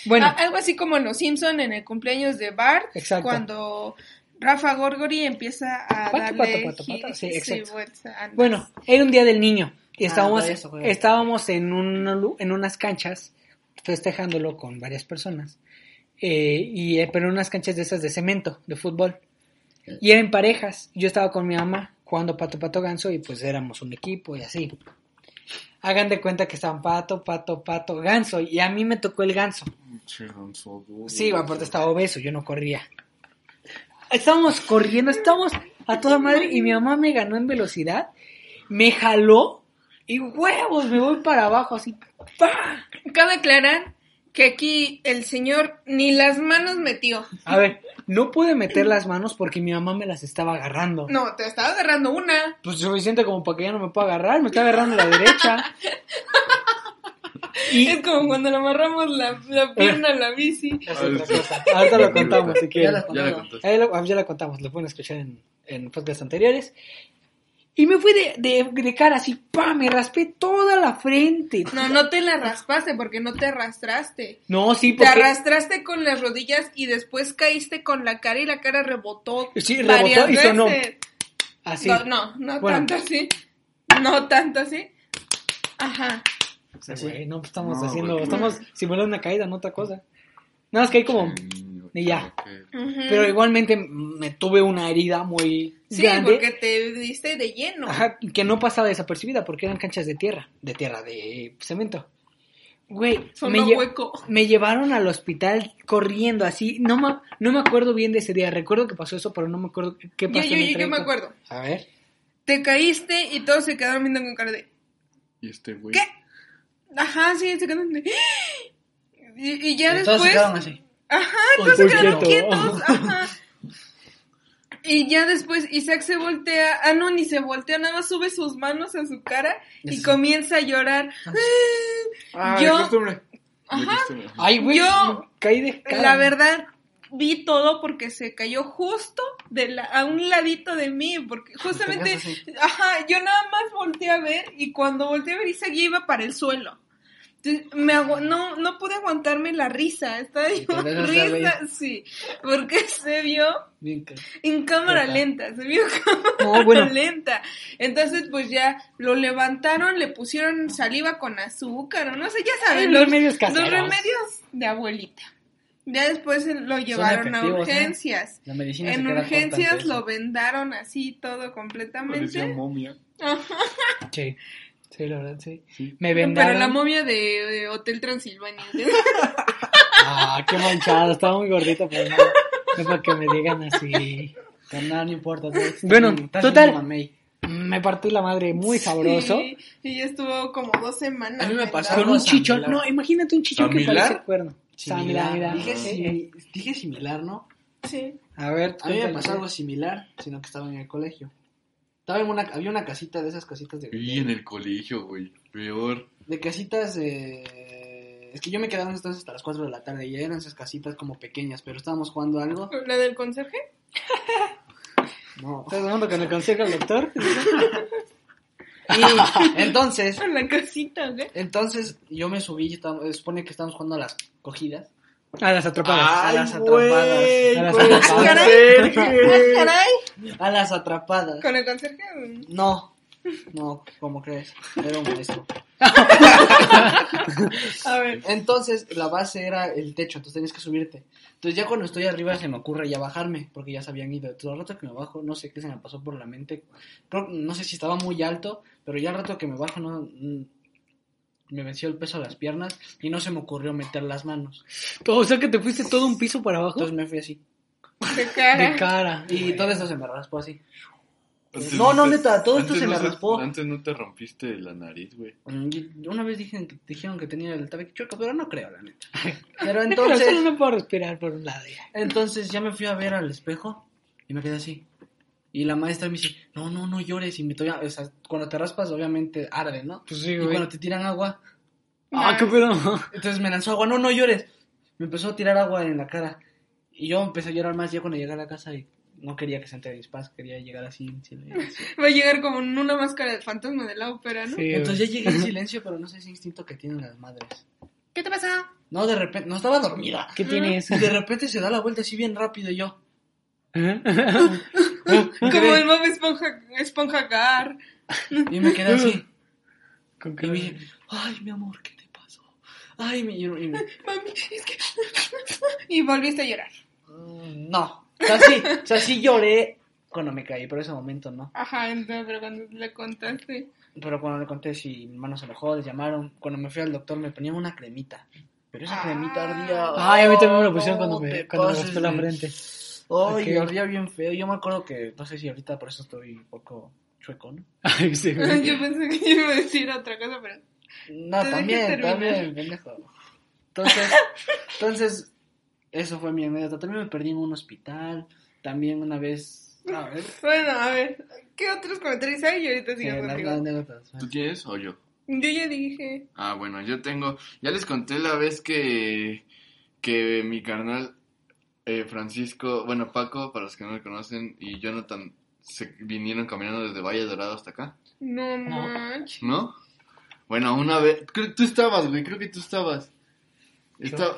[SPEAKER 1] Bueno,
[SPEAKER 2] Ah, algo así como en Los Simpson en el cumpleaños de Bart.
[SPEAKER 1] Exacto.
[SPEAKER 2] Cuando Rafa Gorgori empieza a
[SPEAKER 1] Pato,
[SPEAKER 2] darle...
[SPEAKER 1] pato, pato,
[SPEAKER 2] gi-
[SPEAKER 1] pato, sí, exacto.
[SPEAKER 2] vuelta, andas.
[SPEAKER 1] Bueno, era un día del niño y
[SPEAKER 4] Ah,
[SPEAKER 1] estábamos,
[SPEAKER 4] todavía se juega.
[SPEAKER 1] estábamos en, una lu- en unas canchas festejándolo con varias personas, eh, y, eh, pero unas canchas de esas de cemento, de fútbol. Y eran parejas. Yo estaba con mi mamá jugando pato, pato, ganso y pues éramos un equipo y así. Hagan de cuenta que estaban pato, pato, pato, ganso y a mí me tocó el ganso. Sí, aparte estaba obeso, yo no corría. Estábamos corriendo, estábamos a toda madre y mi mamá me ganó en velocidad, me jaló y huevos, me voy para
[SPEAKER 2] Oh,
[SPEAKER 1] abajo así. ¡pa!
[SPEAKER 2] Cabe aclarar que aquí el señor ni las manos metió.
[SPEAKER 1] A ver, no pude meter las manos porque mi mamá me las estaba agarrando.
[SPEAKER 2] No, te estaba agarrando una.
[SPEAKER 1] Pues suficiente como para que ya no me pueda agarrar, me está agarrando la derecha. Y
[SPEAKER 2] Es como cuando le amarramos la, la pierna a la bici.
[SPEAKER 1] es otra cosa. Ahorita lo contamos si
[SPEAKER 4] Ya
[SPEAKER 1] quieren.
[SPEAKER 4] las
[SPEAKER 3] Ah, Ya la
[SPEAKER 4] contamos.
[SPEAKER 3] contaste.
[SPEAKER 1] Ahí lo- ah, ya la contamos, lo pueden escuchar en, en podcast anteriores. Y me fui de, de- de cara así, pa, me raspé toda la frente.
[SPEAKER 2] No, no te la raspaste porque no te arrastraste.
[SPEAKER 1] No, sí,
[SPEAKER 2] Te
[SPEAKER 1] porque...
[SPEAKER 2] arrastraste con las rodillas y después caíste con la cara y la cara rebotó.
[SPEAKER 1] Sí, rebotó
[SPEAKER 2] varias
[SPEAKER 1] y sonó. Ah,
[SPEAKER 2] veces.
[SPEAKER 1] Así.
[SPEAKER 2] No, no, no
[SPEAKER 1] Bueno.
[SPEAKER 2] tanto así. No tanto así. Ajá.
[SPEAKER 1] Sí, güey, no, pues, estamos
[SPEAKER 3] No,
[SPEAKER 1] haciendo,
[SPEAKER 3] güey.
[SPEAKER 1] estamos simulando una caída, no otra cosa. Nada más que hay como... Y ya.
[SPEAKER 2] Ujú.
[SPEAKER 1] Pero igualmente me tuve una herida muy
[SPEAKER 2] sí,
[SPEAKER 1] grande.
[SPEAKER 2] porque te diste de lleno.
[SPEAKER 1] Ajá, que no pasaba desapercibida porque eran canchas de tierra, de tierra, de cemento. Güey, me,
[SPEAKER 2] Sonó
[SPEAKER 1] lle-
[SPEAKER 2] hueco.
[SPEAKER 1] me llevaron al hospital corriendo así. No me, no me acuerdo bien de ese día. Recuerdo que pasó eso, pero no me acuerdo qué
[SPEAKER 2] Yo,
[SPEAKER 1] pasó.
[SPEAKER 2] yo,
[SPEAKER 1] en el
[SPEAKER 2] yo, yo me
[SPEAKER 1] trayecto.
[SPEAKER 2] acuerdo.
[SPEAKER 1] A ver.
[SPEAKER 2] Te caíste y todos se quedaron viendo con cara de.
[SPEAKER 3] Y este güey.
[SPEAKER 2] ¿Qué? Ajá, sí, se quedaron de. *gasps* Y, y ya
[SPEAKER 4] Y todos se
[SPEAKER 2] después.
[SPEAKER 4] quedaron así.
[SPEAKER 2] Ajá,
[SPEAKER 1] Uy,
[SPEAKER 2] todos se
[SPEAKER 1] muy
[SPEAKER 2] quedaron
[SPEAKER 1] quieto.
[SPEAKER 2] quietos. Ajá. Y ya después Isaac se voltea, ah no, ni se voltea, nada más sube sus manos a su cara y
[SPEAKER 4] Eso.
[SPEAKER 2] comienza a llorar.
[SPEAKER 3] Ah,
[SPEAKER 2] Yo-
[SPEAKER 3] de costumbre. De
[SPEAKER 2] Ajá.
[SPEAKER 3] costumbre.
[SPEAKER 1] Ay, güey.
[SPEAKER 2] Yo-
[SPEAKER 1] Caí de cara.
[SPEAKER 2] La verdad, vi todo porque se cayó justo de la, a un ladito de mí, porque
[SPEAKER 1] pues,
[SPEAKER 2] justamente,
[SPEAKER 4] pegaste así.
[SPEAKER 2] ajá, yo nada más volteé a ver y cuando volteé a ver Isaac ya iba para el suelo. Entonces, me agu- no, no pude aguantarme la risa, estaba yo
[SPEAKER 4] te dejas
[SPEAKER 2] risa,
[SPEAKER 4] la
[SPEAKER 2] sí, porque *laughs* se vio
[SPEAKER 4] Bien, claro.
[SPEAKER 2] en cámara
[SPEAKER 4] Ajá.
[SPEAKER 2] lenta, se vio en cámara
[SPEAKER 1] No, bueno.
[SPEAKER 2] lenta. Entonces, pues ya lo levantaron, le pusieron saliva con azúcar, o no sé, ya
[SPEAKER 1] Ay,
[SPEAKER 2] saben,
[SPEAKER 1] los remedios
[SPEAKER 2] los
[SPEAKER 1] caseros.
[SPEAKER 2] remedios de abuelita. Ya después lo llevaron a
[SPEAKER 4] efectivos, ¿eh?
[SPEAKER 2] urgencias.
[SPEAKER 4] La medicina se
[SPEAKER 2] En
[SPEAKER 4] queda corta ante
[SPEAKER 2] urgencias
[SPEAKER 4] eso.
[SPEAKER 2] lo vendaron así todo
[SPEAKER 3] Parecía
[SPEAKER 2] completamente.
[SPEAKER 3] momia.
[SPEAKER 1] Sí. Sí, la verdad, sí.
[SPEAKER 3] Sí.
[SPEAKER 1] Me vendaron.
[SPEAKER 2] Pero la momia de, de
[SPEAKER 1] *laughs*
[SPEAKER 2] Hotel Transilvania. ¿sí?
[SPEAKER 1] Ah, qué manchado. Estaba muy gordito, pero no. No para que me digan así.
[SPEAKER 4] Carnal, no importa. tú estás
[SPEAKER 1] Bueno,
[SPEAKER 4] bien, estás
[SPEAKER 1] total.
[SPEAKER 4] bien mamey.
[SPEAKER 1] Me partí la madre muy sabroso.
[SPEAKER 2] Sí, y ya estuvo como dos semanas.
[SPEAKER 4] A mí me
[SPEAKER 2] vendada.
[SPEAKER 4] pasó
[SPEAKER 1] Con un
[SPEAKER 4] Algo
[SPEAKER 1] chichón.
[SPEAKER 4] similar.
[SPEAKER 1] No, imagínate un chichón que
[SPEAKER 3] ¿Similar?
[SPEAKER 1] parece cuerno.
[SPEAKER 4] Similar.
[SPEAKER 1] Similar,
[SPEAKER 4] Dije,
[SPEAKER 1] ah,
[SPEAKER 4] simi- dije similar, ¿no?
[SPEAKER 2] Sí.
[SPEAKER 1] A ver,
[SPEAKER 4] A mí me
[SPEAKER 1] cuéntame.
[SPEAKER 4] pasó algo similar, sino que estaba en el colegio. Estaba en una, había una casita de esas casitas de,
[SPEAKER 3] Y en el colegio, güey. Peor.
[SPEAKER 4] de casitas de... Es que yo me quedaba en entonces hasta las 4 de la tarde y eran esas casitas como pequeñas, pero estábamos
[SPEAKER 2] *laughs*
[SPEAKER 4] jugando algo.
[SPEAKER 2] ¿La del conserje?
[SPEAKER 4] No.
[SPEAKER 1] ¿Estás hablando con el consejo del doctor?
[SPEAKER 4] Y entonces,
[SPEAKER 2] En la casita, ¿ok?
[SPEAKER 4] entonces yo me subí, y estábamos- se supone que estábamos jugando a las cogidas.
[SPEAKER 1] A las atropadas.
[SPEAKER 4] a las
[SPEAKER 3] güey,
[SPEAKER 4] atrapadas.
[SPEAKER 1] con
[SPEAKER 4] A las
[SPEAKER 2] el
[SPEAKER 4] atrapadas.
[SPEAKER 2] ¡Ah, caray!
[SPEAKER 4] A las atrapadas.
[SPEAKER 2] ¿Con el conserje? mm,
[SPEAKER 4] No, no, como crees? Era un maestro.
[SPEAKER 2] A ver.
[SPEAKER 4] Entonces, la base era el techo, entonces tenías que subirte. Entonces, ya cuando estoy arriba se me ocurre ya bajarme, porque ya se habían ido. Entonces, al rato que me bajo, no sé qué se me pasó por la mente. Creo, no sé si estaba muy alto, pero ya al rato que me bajo, no. mm, Me venció el peso a las piernas y no se me ocurrió meter las manos.
[SPEAKER 1] O sea que te fuiste todo un piso para abajo.
[SPEAKER 4] Entonces me fui así.
[SPEAKER 2] De cara.
[SPEAKER 1] De cara.
[SPEAKER 4] Y todo esto se me raspó así.
[SPEAKER 3] Antes
[SPEAKER 4] No, no,
[SPEAKER 3] te-
[SPEAKER 4] neta, todo esto
[SPEAKER 3] antes
[SPEAKER 4] se
[SPEAKER 3] no
[SPEAKER 4] me
[SPEAKER 3] te-
[SPEAKER 4] raspó.
[SPEAKER 3] Antes no te rompiste la nariz, güey.
[SPEAKER 4] Mm, y Una vez dijeron que, dijeron que tenía el tabique chueco, pero no creo, la neta. Pero
[SPEAKER 1] Pero
[SPEAKER 4] entonces.
[SPEAKER 1] solo no puedo respirar por un lado. ya.
[SPEAKER 4] Entonces ya me fui a ver al espejo y me quedé así. Y la maestra me dice, no, no, no llores. Y me todavía- o sea, cuando te raspas, obviamente arde, ¿no?
[SPEAKER 1] Pues sí,
[SPEAKER 4] y
[SPEAKER 1] güey.
[SPEAKER 4] cuando te tiran agua,
[SPEAKER 1] Ah, qué pedo.
[SPEAKER 4] entonces me lanzó agua, no, no llores. Me empezó a tirar agua en la cara. Y yo empecé a llorar más ya cuando llegué a la casa y no quería que se enteren mis padres, quería llegar así en silencio.
[SPEAKER 2] Va a llegar como en una máscara de fantasma de la ópera, ¿no?
[SPEAKER 1] Sí, güey.
[SPEAKER 4] Entonces ya llegué en silencio, pero no sé ese instinto que tienen las madres.
[SPEAKER 2] ¿Qué te pasa?
[SPEAKER 4] No, de repente, no estaba dormida.
[SPEAKER 1] ¿Qué tiene
[SPEAKER 4] *laughs*
[SPEAKER 1] eso?
[SPEAKER 4] Y de repente se da la vuelta así bien rápido y yo.
[SPEAKER 2] Como el Bob Esponja, Esponja Gar.
[SPEAKER 4] Y me quedé así.
[SPEAKER 1] ¿Con
[SPEAKER 4] Y
[SPEAKER 1] qué
[SPEAKER 4] me dije, ay, mi amor, ¿qué te pasó? Ay, mi... y- y-
[SPEAKER 2] Mami, es que... *laughs* y volviste a llorar.
[SPEAKER 4] Mm, no. O sea, sí, o sea, sí lloré cuando me caí, pero ese momento no.
[SPEAKER 2] Ajá, entonces, pero cuando le contaste... *laughs*
[SPEAKER 4] Pero cuando le conté si mi hermano se enojó, le llamaron. Cuando me fui al doctor me ponían una cremita. Pero esa
[SPEAKER 2] Ah.
[SPEAKER 4] cremita ardía.
[SPEAKER 1] Ay, a mí también me lo
[SPEAKER 4] No
[SPEAKER 1] pusieron cuando
[SPEAKER 4] te
[SPEAKER 1] me, cuando me
[SPEAKER 4] pases
[SPEAKER 1] raspé la
[SPEAKER 4] de-
[SPEAKER 1] frente.
[SPEAKER 4] *laughs* Ay,
[SPEAKER 1] Ok.
[SPEAKER 4] ardía bien feo. Yo me acuerdo que, no sé si ahorita por eso estoy un poco chueco, ¿no?
[SPEAKER 1] Ay, sí, güey.
[SPEAKER 2] Yo pensé que iba a decir otra cosa, pero...
[SPEAKER 4] No,
[SPEAKER 2] Te dejé
[SPEAKER 4] también,
[SPEAKER 2] terminar.
[SPEAKER 4] también, pendejo. Entonces,
[SPEAKER 2] *laughs*
[SPEAKER 4] entonces, eso fue mi anécdota. También me perdí en un hospital. También una vez.
[SPEAKER 2] *laughs*
[SPEAKER 4] A ver.
[SPEAKER 2] Bueno, a ver, ¿qué otros comentarios hay? Y ahorita
[SPEAKER 4] Eh,
[SPEAKER 2] sigo contigo.
[SPEAKER 3] ¿Tú tienes o yo?
[SPEAKER 2] Yo ya dije...
[SPEAKER 3] Ah, bueno, yo tengo. Ya les conté la vez que. Que mi carnal eh, Francisco, bueno, Paco, para los que no me conocen, y Jonathan se vinieron caminando desde Valle Dorado hasta acá,
[SPEAKER 2] No manches.
[SPEAKER 3] ¿no? Bueno, una vez. creo- Tú estabas, güey, creo que tú estabas. Esta-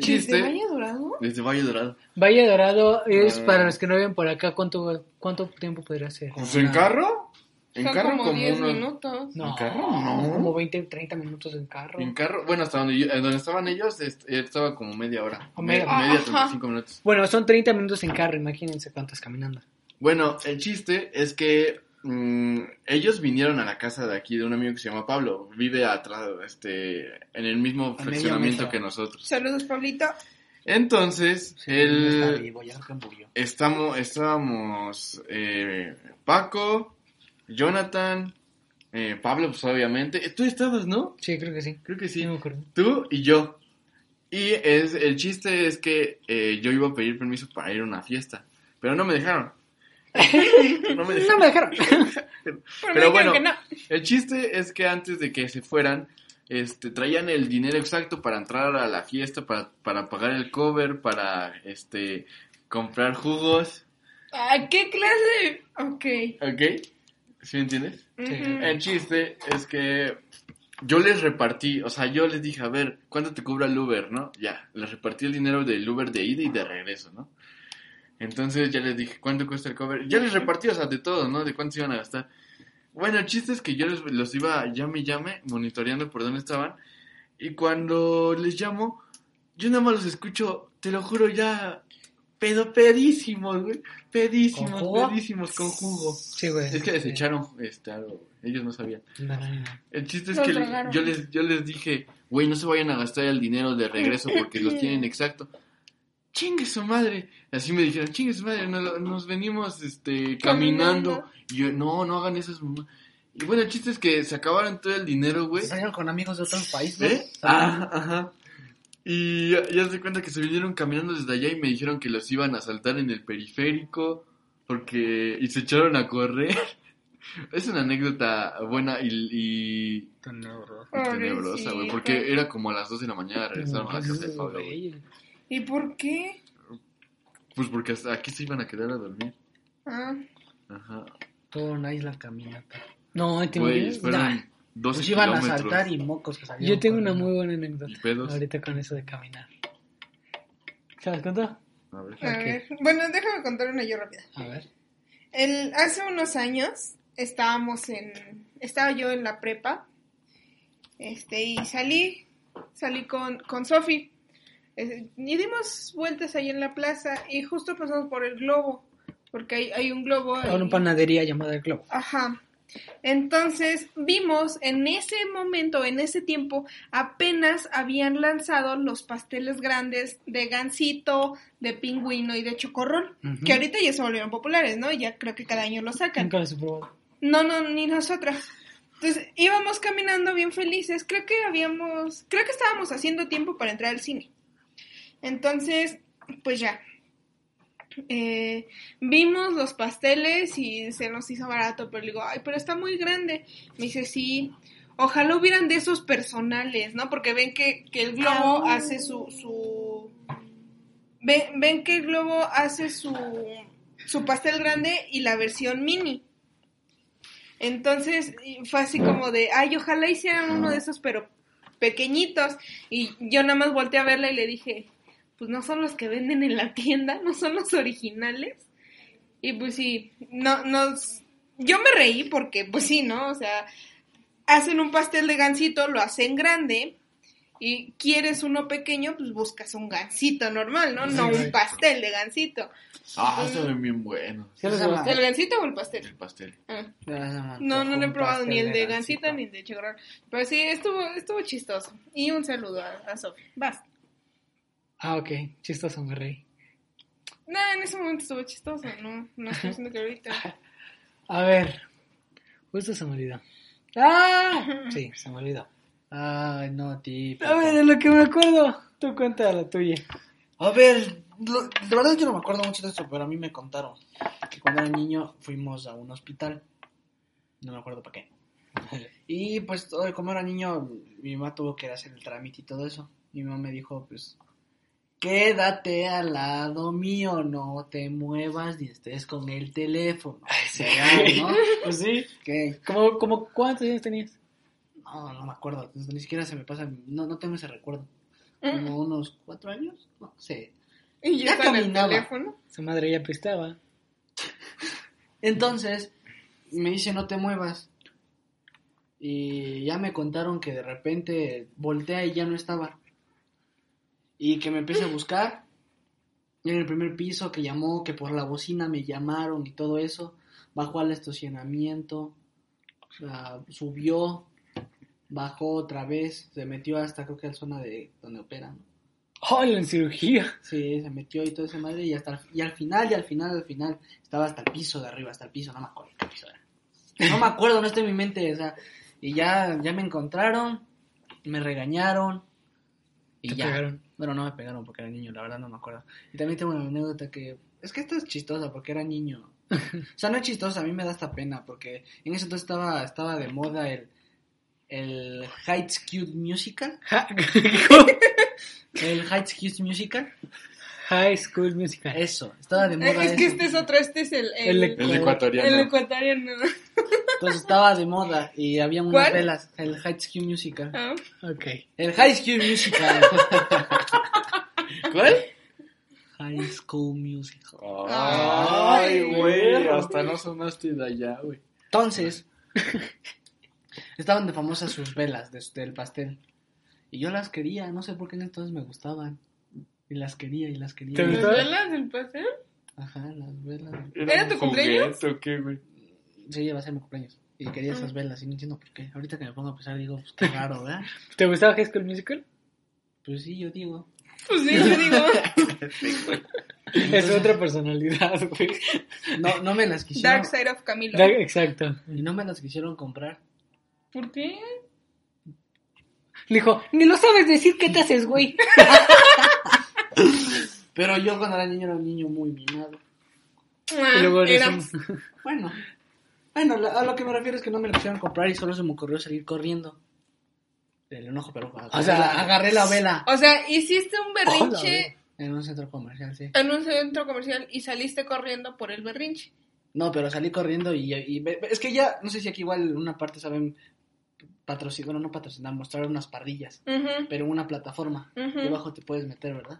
[SPEAKER 2] ¿Desde
[SPEAKER 3] chiste.
[SPEAKER 2] Valle Dorado?
[SPEAKER 3] Desde Valle Dorado.
[SPEAKER 1] Valle Dorado es
[SPEAKER 3] Ah.
[SPEAKER 1] para los que no viven por acá. ¿Cuánto, cuánto tiempo podría ser?
[SPEAKER 3] Pues en carro. En
[SPEAKER 2] Son
[SPEAKER 3] carro
[SPEAKER 2] como,
[SPEAKER 3] como
[SPEAKER 2] 10
[SPEAKER 3] unos-
[SPEAKER 2] minutos.
[SPEAKER 1] No,
[SPEAKER 3] carro? No.
[SPEAKER 1] como 20, 30 minutos en carro.
[SPEAKER 3] En carro, bueno, hasta donde, yo- eh, donde estaban ellos, est- eh, estaba como media hora.
[SPEAKER 1] O media.
[SPEAKER 3] Me- media,
[SPEAKER 2] Ajá.
[SPEAKER 3] 35 minutos.
[SPEAKER 1] Bueno, son 30 minutos en carro. Imagínense cuántas caminando.
[SPEAKER 3] Bueno, el chiste es que mm, ellos vinieron a la casa de aquí de un amigo que se llama Pablo. Vive atrás, este, en el mismo
[SPEAKER 4] medio
[SPEAKER 3] fraccionamiento
[SPEAKER 4] metro.
[SPEAKER 3] que nosotros.
[SPEAKER 2] Saludos, Pablito.
[SPEAKER 3] Entonces,
[SPEAKER 4] Está
[SPEAKER 3] él,
[SPEAKER 4] vivo, ya creo que murió.
[SPEAKER 3] estamos, estábamos eh, Paco, Jonathan, eh, Pablo, pues obviamente. Eh, Tú estabas, ¿no?
[SPEAKER 1] Sí, creo que sí.
[SPEAKER 3] Creo que
[SPEAKER 1] Sí,
[SPEAKER 3] sí.
[SPEAKER 1] me acuerdo.
[SPEAKER 3] Tú y yo. Y *laughs* es, el chiste es que eh, yo iba a pedir permiso para ir a una fiesta, pero no me dejaron. No me
[SPEAKER 4] No me dejaron.
[SPEAKER 2] Por
[SPEAKER 3] Pero
[SPEAKER 2] mí creo
[SPEAKER 3] bueno,
[SPEAKER 2] que no.
[SPEAKER 3] el chiste es que antes de que se fueran, este, traían el dinero exacto para entrar a la fiesta, para, para pagar el cover, para este comprar jugos,
[SPEAKER 2] ¿A qué clase? Ok.
[SPEAKER 3] ¿ok? ¿Sí Eh. me entiendes?
[SPEAKER 2] Ujú.
[SPEAKER 3] El chiste es que yo les repartí, o sea, yo les dije, a ver, ¿cuánto te cobra el Uber, no? Ya, les repartí el dinero del Uber de ida y de regreso, ¿no? Entonces ya les dije, ¿cuánto cuesta el cover? Ya les repartí, o sea, de todo, ¿no? De cuánto se iban a gastar. Bueno, el chiste es que yo les- los iba llame y llame, monitoreando por dónde estaban. Y cuando les llamo, yo nada más los escucho, te lo juro, ya pedo pedísimos, güey. Pedísimos,
[SPEAKER 4] ¿Con jugo?
[SPEAKER 3] pedísimos con jugo.
[SPEAKER 1] Sí, güey.
[SPEAKER 3] Es que desecharon este, algo, güey. ellos no sabían.
[SPEAKER 4] No, no, no.
[SPEAKER 3] El chiste es
[SPEAKER 2] Los
[SPEAKER 3] que le-
[SPEAKER 2] drogaron.
[SPEAKER 3] yo les, yo les dije, güey, no se vayan a gastar el dinero de regreso porque
[SPEAKER 2] *laughs*
[SPEAKER 3] los tienen exacto. Chingue su madre. Así me dijeron, chingue su madre, no- nos, venimos este, caminando.
[SPEAKER 2] Caminando.
[SPEAKER 3] Y yo, no, no hagan esas mamá. Y bueno, el chiste es que se acabaron todo el dinero, güey.
[SPEAKER 4] Salieron con amigos de otros países.
[SPEAKER 3] ¿Eh? Ah, ajá. Y ya, ya se cuenta que se vinieron caminando desde allá y me dijeron que los iban a saltar en el periférico porque y se echaron a correr. *laughs* Es una anécdota buena y, y- y tenebrosa,
[SPEAKER 2] Pobrecito.
[SPEAKER 3] güey, porque era como a las 2 de la mañana regresaron a la casa de Pablo, güey.
[SPEAKER 4] Pero
[SPEAKER 2] ¿Y por qué?
[SPEAKER 3] Pues porque hasta aquí se iban a quedar a dormir.
[SPEAKER 2] Ah,
[SPEAKER 3] Ajá.
[SPEAKER 4] una isla caminata. No,
[SPEAKER 3] Güey,
[SPEAKER 4] ¿entiendes?
[SPEAKER 3] fueron
[SPEAKER 4] Nah.
[SPEAKER 3] 12
[SPEAKER 4] Pues iban a
[SPEAKER 3] kilómetros.
[SPEAKER 4] saltar y mocos que salieron.
[SPEAKER 1] Yo tengo una
[SPEAKER 4] corriendo.
[SPEAKER 1] muy buena
[SPEAKER 3] Y
[SPEAKER 1] anécdota.
[SPEAKER 3] pedos.
[SPEAKER 1] Ahorita con eso de caminar. ¿Sabes cuánto?
[SPEAKER 3] A ver.
[SPEAKER 2] a ver. Bueno, déjame contar una yo rápida.
[SPEAKER 4] A ver.
[SPEAKER 2] El, hace unos años estábamos en. Estaba yo en la prepa. Este, y salí. Salí con, con Sofi. Es- Y dimos vueltas ahí en la plaza. Y justo pasamos por el globo. Porque hay, hay un globo.
[SPEAKER 1] A una
[SPEAKER 2] ahí.
[SPEAKER 1] panadería llamada El Globo.
[SPEAKER 2] Ajá. Entonces vimos en ese momento, en ese tiempo, apenas habían lanzado los pasteles grandes de gansito, de pingüino y de chocorrol,
[SPEAKER 1] Ujú.
[SPEAKER 2] que ahorita ya se volvieron populares, ¿no? Ya creo que cada año los sacan.
[SPEAKER 1] Nunca los he probado.
[SPEAKER 2] No, no, ni nosotras. Entonces íbamos caminando bien felices. Creo que habíamos, creo que estábamos haciendo tiempo para entrar al cine. Entonces, pues ya. Eh, vimos los pasteles y se nos hizo barato, pero le digo, ay, pero está muy grande. Me dice, sí, ojalá hubieran de esos personales, ¿no? Porque ven que, que el globo hace su... su... ve- Ven, que el globo hace su, su pastel grande y la versión mini. Entonces y fue así como de, ay, ojalá hicieran uno de esos, pero pequeñitos. Y yo nada más volteé a verla y le dije, pues no son los que venden en la tienda, no son los originales. Y pues sí, no, nos, yo me reí porque, pues sí, ¿no? O sea, hacen un pastel de gansito, lo hacen grande. Y quieres uno pequeño, pues buscas un gansito normal, ¿no? No un pastel de gansito.
[SPEAKER 3] Ah, saben bien buenos.
[SPEAKER 4] ¿Qué les llama?
[SPEAKER 2] ¿El gansito o el pastel?
[SPEAKER 3] El pastel.
[SPEAKER 2] Ah. No,
[SPEAKER 4] No,
[SPEAKER 2] no lo he probado ni el de gansita ni el de chocorrol. Pero sí, estuvo, estuvo chistoso. Y un saludo a, a Sofi. Vas.
[SPEAKER 1] Ah, ok. Chistoso, me reí.
[SPEAKER 2] No, en ese momento estuvo chistoso. No, no estoy diciendo que
[SPEAKER 4] *laughs*
[SPEAKER 2] ahorita.
[SPEAKER 1] A ver. Justo se me olvidó. ¡Ah! Sí, se me olvidó.
[SPEAKER 4] Ay, no, tipo.
[SPEAKER 1] A ver, de lo que me acuerdo. Tú cuenta la tuya.
[SPEAKER 4] A ver, lo- de verdad yo no me acuerdo mucho de esto, pero a mí me contaron que cuando era niño fuimos a un hospital. No me acuerdo
[SPEAKER 1] *laughs*
[SPEAKER 4] para qué. Y pues, todo- como era niño, mi mamá tuvo que hacer el trámite y todo eso. Mi mamá me dijo, pues, quédate al lado mío, no te muevas ni estés con el teléfono. Ya, ¿no?
[SPEAKER 1] *laughs* Pues sí.
[SPEAKER 4] Ok.
[SPEAKER 1] ¿Cómo, cómo cuántos años tenías?
[SPEAKER 4] No, no me acuerdo, ni siquiera se me pasa, no, no tengo ese recuerdo. Como unos cuatro años, no sé.
[SPEAKER 2] *laughs* Y yo
[SPEAKER 4] Ya
[SPEAKER 2] estaba en el
[SPEAKER 4] caminaba.
[SPEAKER 2] teléfono.
[SPEAKER 1] Su madre ya prestaba.
[SPEAKER 4] Entonces, me dice, no te muevas. Y ya me contaron que de repente voltea y ya no estaba. Y que me empecé a buscar. En el primer piso que llamó, que por la bocina me llamaron y todo eso. Bajó al estacionamiento. ah, subió. Bajó otra vez. Se metió hasta creo que a la zona de donde operan.
[SPEAKER 1] ¡Hola, en cirugía! *laughs*
[SPEAKER 4] Sí, se metió y todo ese madre y hasta y al final, y al final, al final, estaba hasta el piso de arriba, hasta el piso, no me acuerdo qué piso era. No me acuerdo, no está en mi mente, o sea, y ya, ya me encontraron, me regañaron, y
[SPEAKER 1] Te
[SPEAKER 4] ya.
[SPEAKER 1] pegaron.
[SPEAKER 4] Bueno, no
[SPEAKER 2] *laughs*
[SPEAKER 4] me pegaron porque era niño, la verdad no me acuerdo. Y también tengo una anécdota que, es que esta es chistosa porque era niño, O sea, no es chistoso, a mí me da hasta pena, porque en ese entonces estaba, estaba de moda el, el Heights Cute Musical. El Heights Cute Musical.
[SPEAKER 1] High School Musical.
[SPEAKER 4] Eso, estaba de moda
[SPEAKER 2] Eh. es que
[SPEAKER 4] eso.
[SPEAKER 2] este es otro, este es el...
[SPEAKER 1] El-
[SPEAKER 2] El,
[SPEAKER 3] El ecuatoriano.
[SPEAKER 2] el ecuatoriano. *laughs*
[SPEAKER 4] Entonces estaba de moda y había unas
[SPEAKER 2] ¿Cuál?
[SPEAKER 4] velas. El Heights Cute Musical.
[SPEAKER 2] Ah,
[SPEAKER 1] Ok.
[SPEAKER 4] El High School
[SPEAKER 1] *laughs*
[SPEAKER 4] Musical.
[SPEAKER 3] ¿Cuál?
[SPEAKER 4] High School Musical.
[SPEAKER 3] Ay,
[SPEAKER 2] Ay,
[SPEAKER 3] güey, hasta no sonaste de allá, güey.
[SPEAKER 4] Entonces, estaban de famosas sus velas de- del pastel. Y yo las quería, no sé por qué en entonces me gustaban. Y las quería y las quería.
[SPEAKER 1] ¿Te
[SPEAKER 4] y las-
[SPEAKER 2] ¿Las
[SPEAKER 1] gustó?
[SPEAKER 2] velas del pastel?
[SPEAKER 4] Ajá, las velas.
[SPEAKER 2] ¿Era tu
[SPEAKER 3] un
[SPEAKER 2] cumpleaños?
[SPEAKER 3] juguete o qué, güey?
[SPEAKER 4] Sí, iba a ser mi cumpleaños. Y quería esas velas y no entiendo por qué. Ahorita que me pongo a pensar digo, pues qué raro, ¿verdad?
[SPEAKER 1] ¿Te gustaba High School Musical?
[SPEAKER 4] Pues sí, yo digo.
[SPEAKER 2] Pues sí, yo
[SPEAKER 4] *laughs*
[SPEAKER 2] digo...
[SPEAKER 1] Es otra personalidad, güey.
[SPEAKER 4] No, no me las quisieron.
[SPEAKER 2] Dark Side of
[SPEAKER 1] *laughs*
[SPEAKER 2] Camilo.
[SPEAKER 1] Da- Exacto.
[SPEAKER 4] Y no me las quisieron comprar.
[SPEAKER 2] ¿Por qué?
[SPEAKER 1] Le dijo, ni lo sabes decir, ¿qué te haces, güey?
[SPEAKER 4] Pero yo cuando era niño era un niño muy mimado.
[SPEAKER 1] Y luego
[SPEAKER 2] Ah, Era-
[SPEAKER 1] eres un-
[SPEAKER 4] Bueno, bueno, lo- a lo que me refiero es que no me lo quisieron comprar y solo se me ocurrió salir corriendo. Del enojo, pero. O sea, agarré la
[SPEAKER 2] *laughs*
[SPEAKER 4] vela.
[SPEAKER 2] O sea, hiciste
[SPEAKER 4] *laughs*
[SPEAKER 2] un berrinche
[SPEAKER 4] En un centro comercial, sí.
[SPEAKER 2] en un centro comercial y saliste corriendo por el berrinche.
[SPEAKER 4] No, pero salí corriendo y, y ve- ve- es que ya, no sé si aquí igual en una parte saben patrocinar, bueno, no patrocinar, mostrar unas parrillas,
[SPEAKER 2] Ujú.
[SPEAKER 4] pero en una plataforma.
[SPEAKER 2] Ujú.
[SPEAKER 4] Debajo te puedes meter, ¿verdad?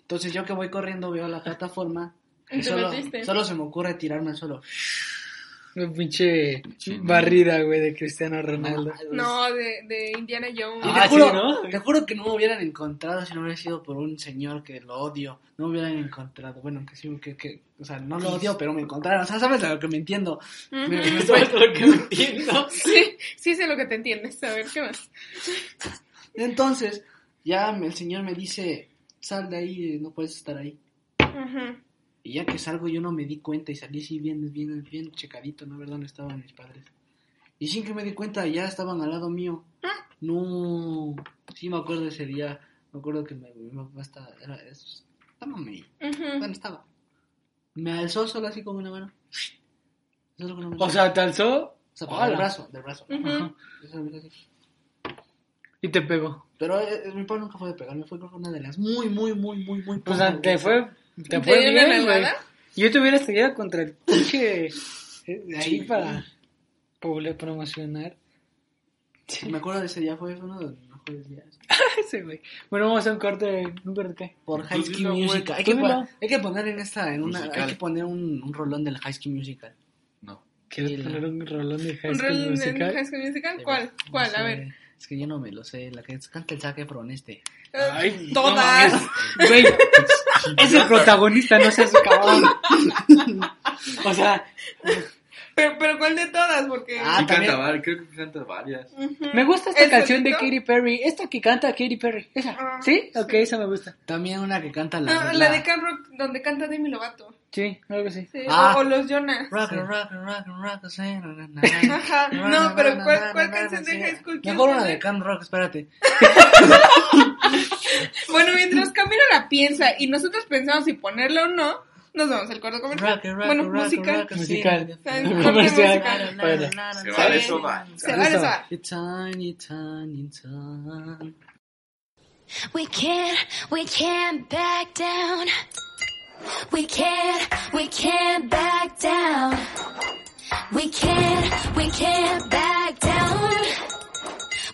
[SPEAKER 4] Entonces yo que voy corriendo veo la plataforma
[SPEAKER 2] *laughs* Y
[SPEAKER 4] y
[SPEAKER 2] te
[SPEAKER 4] solo,
[SPEAKER 2] metiste.
[SPEAKER 4] solo se me ocurre tirarme al suelo.
[SPEAKER 1] *laughs* Una pinche
[SPEAKER 3] Sí.
[SPEAKER 1] barrida, güey, de Cristiano Ronaldo.
[SPEAKER 2] No, de, de Indiana Jones.
[SPEAKER 4] Y
[SPEAKER 1] Ah,
[SPEAKER 4] te, juro,
[SPEAKER 1] sí, ¿no?
[SPEAKER 4] te juro que no me hubieran encontrado si no hubiera sido por un señor que lo odio. No me hubieran encontrado. Bueno, que sí, que, que- o sea, no lo odio, pero me encontraron. O sea, ¿sabes a lo que me *laughs* entiendo?
[SPEAKER 2] Ujú.
[SPEAKER 4] Me- me- ¿Sabes a lo que me entiendo?
[SPEAKER 2] Sí, sí sé lo que te entiendes. A ver, ¿qué más?
[SPEAKER 4] *laughs* Entonces, ya me- el señor me dice, sal de ahí, eh, no puedes estar ahí.
[SPEAKER 2] Ujú.
[SPEAKER 4] Y ya que salgo yo no me di cuenta y salí así bien, bien, bien checadito, ¿no? ¿Verdad? No estaban mis padres. Y sin que me di cuenta, ya estaban al lado mío. No, sí me acuerdo ese día. Me acuerdo que me, mi papá estaba, era, es- estábame ahí.
[SPEAKER 2] Ujú.
[SPEAKER 4] Bueno, estaba. Me alzó solo así con una mano. Solo con una mano.
[SPEAKER 1] O sea, te alzó
[SPEAKER 4] O sea, pero del
[SPEAKER 1] hola.
[SPEAKER 4] brazo, del brazo.
[SPEAKER 2] Ujú.
[SPEAKER 1] ajá,
[SPEAKER 4] Yo solo me hice así.
[SPEAKER 1] y te pegó.
[SPEAKER 4] Pero eh, eh, mi papá nunca fue de pegarme, fue creo que una de las muy, muy, muy, muy, muy
[SPEAKER 1] O sea,
[SPEAKER 4] pocas
[SPEAKER 1] te
[SPEAKER 4] veces.
[SPEAKER 1] fue, te
[SPEAKER 2] ¿Te
[SPEAKER 1] fue
[SPEAKER 2] dio una
[SPEAKER 1] bien, güey.
[SPEAKER 2] nalgada?
[SPEAKER 1] Yo te hubiera seguido contra el pinche *laughs* eh, de ahí para poder *laughs* promocionar.
[SPEAKER 4] Me acuerdo de ese día, fue uno de los mejores días.
[SPEAKER 1] Ese güey. Bueno, vamos a un corte, un corte.
[SPEAKER 4] Por High
[SPEAKER 3] Pues
[SPEAKER 4] School
[SPEAKER 3] dilo, güey.
[SPEAKER 4] Musical. Hay
[SPEAKER 1] Tú
[SPEAKER 4] que, pon-
[SPEAKER 1] dilo.
[SPEAKER 4] hay que poner en esta, en una,
[SPEAKER 3] Musical.
[SPEAKER 4] hay que poner un, un rolón del High School Musical.
[SPEAKER 3] No.
[SPEAKER 1] ¿Quieres
[SPEAKER 4] Sí,
[SPEAKER 1] poner un rolón de High
[SPEAKER 2] ¿Un
[SPEAKER 1] School
[SPEAKER 2] rol de
[SPEAKER 1] Musical?
[SPEAKER 2] High School Musical? ¿Cuál?
[SPEAKER 4] No
[SPEAKER 2] ¿Cuál?
[SPEAKER 4] sé,
[SPEAKER 2] A ver.
[SPEAKER 4] Es que yo no me lo sé. La que es- canta el saque Efron este.
[SPEAKER 2] Eh,
[SPEAKER 1] Ay,
[SPEAKER 2] Todas.
[SPEAKER 1] no mames. *laughs* Güey, es el protagonista, no seas cabrón. O sea,
[SPEAKER 2] pero, pero ¿cuál de todas? Porque...
[SPEAKER 4] Ah,
[SPEAKER 3] sí
[SPEAKER 4] también.
[SPEAKER 3] canta varias, creo que canta varias.
[SPEAKER 2] Ujú.
[SPEAKER 1] me gusta esta
[SPEAKER 2] ¿El
[SPEAKER 1] canción de
[SPEAKER 2] solito?
[SPEAKER 1] Katy Perry. Esta que canta Katy Perry. Esa.
[SPEAKER 2] Ah,
[SPEAKER 1] ¿Sí? Ok, esa me gusta.
[SPEAKER 4] También una que canta la.
[SPEAKER 2] Ah, la de Can Rock, donde canta Demi Lovato.
[SPEAKER 1] Sí, algo así.
[SPEAKER 2] Sí,
[SPEAKER 4] Ah.
[SPEAKER 2] O, o los Jonas.
[SPEAKER 4] Rock, and rock, and rock, and rock, say, na, na, na, na.
[SPEAKER 2] Ajá. *laughs*
[SPEAKER 4] Na,
[SPEAKER 2] No,
[SPEAKER 4] na,
[SPEAKER 2] pero
[SPEAKER 4] na,
[SPEAKER 2] ¿cuál-
[SPEAKER 4] na,
[SPEAKER 2] cuál
[SPEAKER 4] na, na,
[SPEAKER 2] canción de
[SPEAKER 4] sí.
[SPEAKER 2] High School
[SPEAKER 4] Mejor
[SPEAKER 2] quieres
[SPEAKER 4] una de
[SPEAKER 2] hacer?
[SPEAKER 4] Can Rock, espérate.
[SPEAKER 2] Bueno, mientras Camila la piensa y nosotros pensamos si ponerla o no, nos vamos al corte comercial.
[SPEAKER 4] Rock, and rock,
[SPEAKER 2] bueno,
[SPEAKER 4] and rock,
[SPEAKER 2] musical.
[SPEAKER 4] and rock, and
[SPEAKER 1] Musical.
[SPEAKER 4] say,
[SPEAKER 2] Ay,
[SPEAKER 4] na, na, na,
[SPEAKER 2] Musical.
[SPEAKER 4] na, na,
[SPEAKER 1] Bueno.
[SPEAKER 4] na, na,
[SPEAKER 3] Se
[SPEAKER 4] na,
[SPEAKER 3] va,
[SPEAKER 4] na,
[SPEAKER 3] eso
[SPEAKER 4] na,
[SPEAKER 3] va.
[SPEAKER 2] Se va, se va.
[SPEAKER 4] It's tiny, tiny, tiny.
[SPEAKER 6] We can't, we can't back down. We can't, we can't back down. We can't, we can't back down.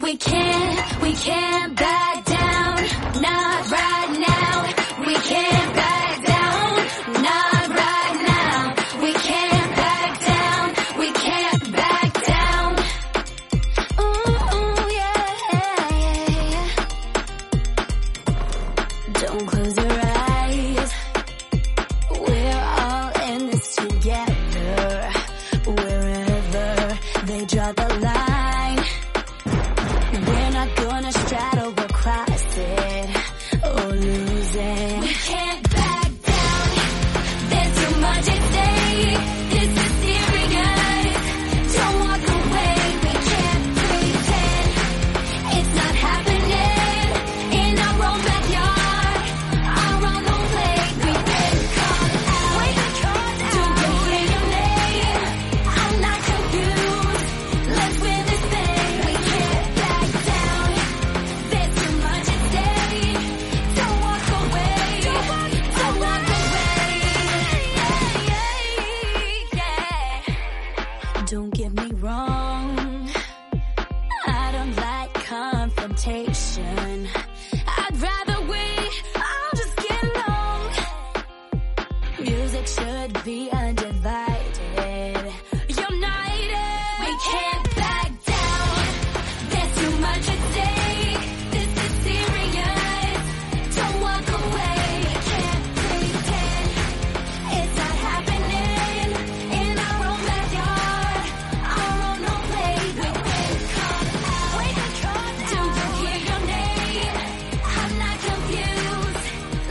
[SPEAKER 6] We can't, we can't back down. Not right now. We can't back down. Not right now. We can't back down. We can't back down. Ooh, ooh, yeah, yeah, yeah. Don't close your eyes. We're all in this together. Wherever they draw the line, we're not gonna straddle or cry. Don't get me wrong. I don't like confrontation. I'd rather we all just get along. Music should be undivided. United, we can't back down. There's too much at stake. This is serious. Don't walk away. We can't pretend. It's not happening in our own backyard, our own home plate. We can come out. We can come out. Do you hear your name? I'm not confused.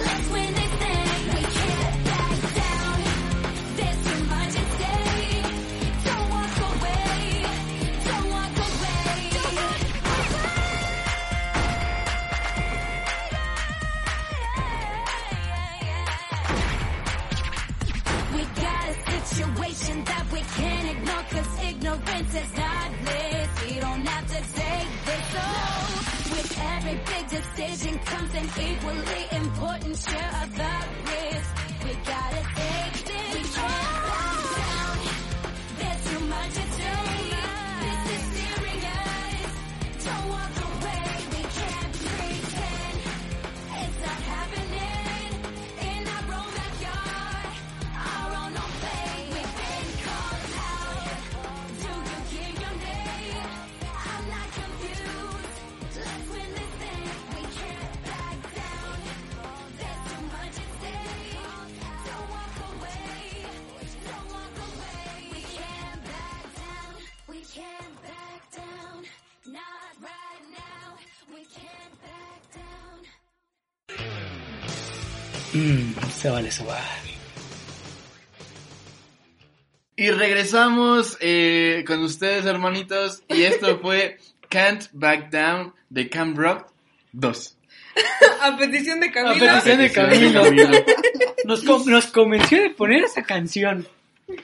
[SPEAKER 6] Let's win this thing. We can't back down. There's too much at stake. Don't walk away. Don't walk away. Don't walk away. We got a situation that we can't ignore cause ignorance is not bliss. We don't have to take this so with every big decision comes an equally important share of the risk. We gotta take this. We can't back down. There's too much at stake. This is serious. Don't walk away. We can't pretend. It's not happening in our own backyard. Our own old place. We've been called out. Do you hear your name? I'm not confused. Let's win this thing. We can't back down. There's too much at stake. Don't walk away. Don't walk away. We can't back down. We can't back down. Not right now. We can't back down.
[SPEAKER 1] Mm, Se vale, se vale.
[SPEAKER 3] Y regresamos eh, con ustedes, hermanitos. Y
[SPEAKER 4] *laughs*
[SPEAKER 3] esto fue Can't Back Down de Camp Rock 2.
[SPEAKER 2] A petición de
[SPEAKER 1] A
[SPEAKER 2] Camilo.
[SPEAKER 1] petición de Camilo.
[SPEAKER 3] Camilo.
[SPEAKER 1] Nos, co- nos convenció de poner esa canción.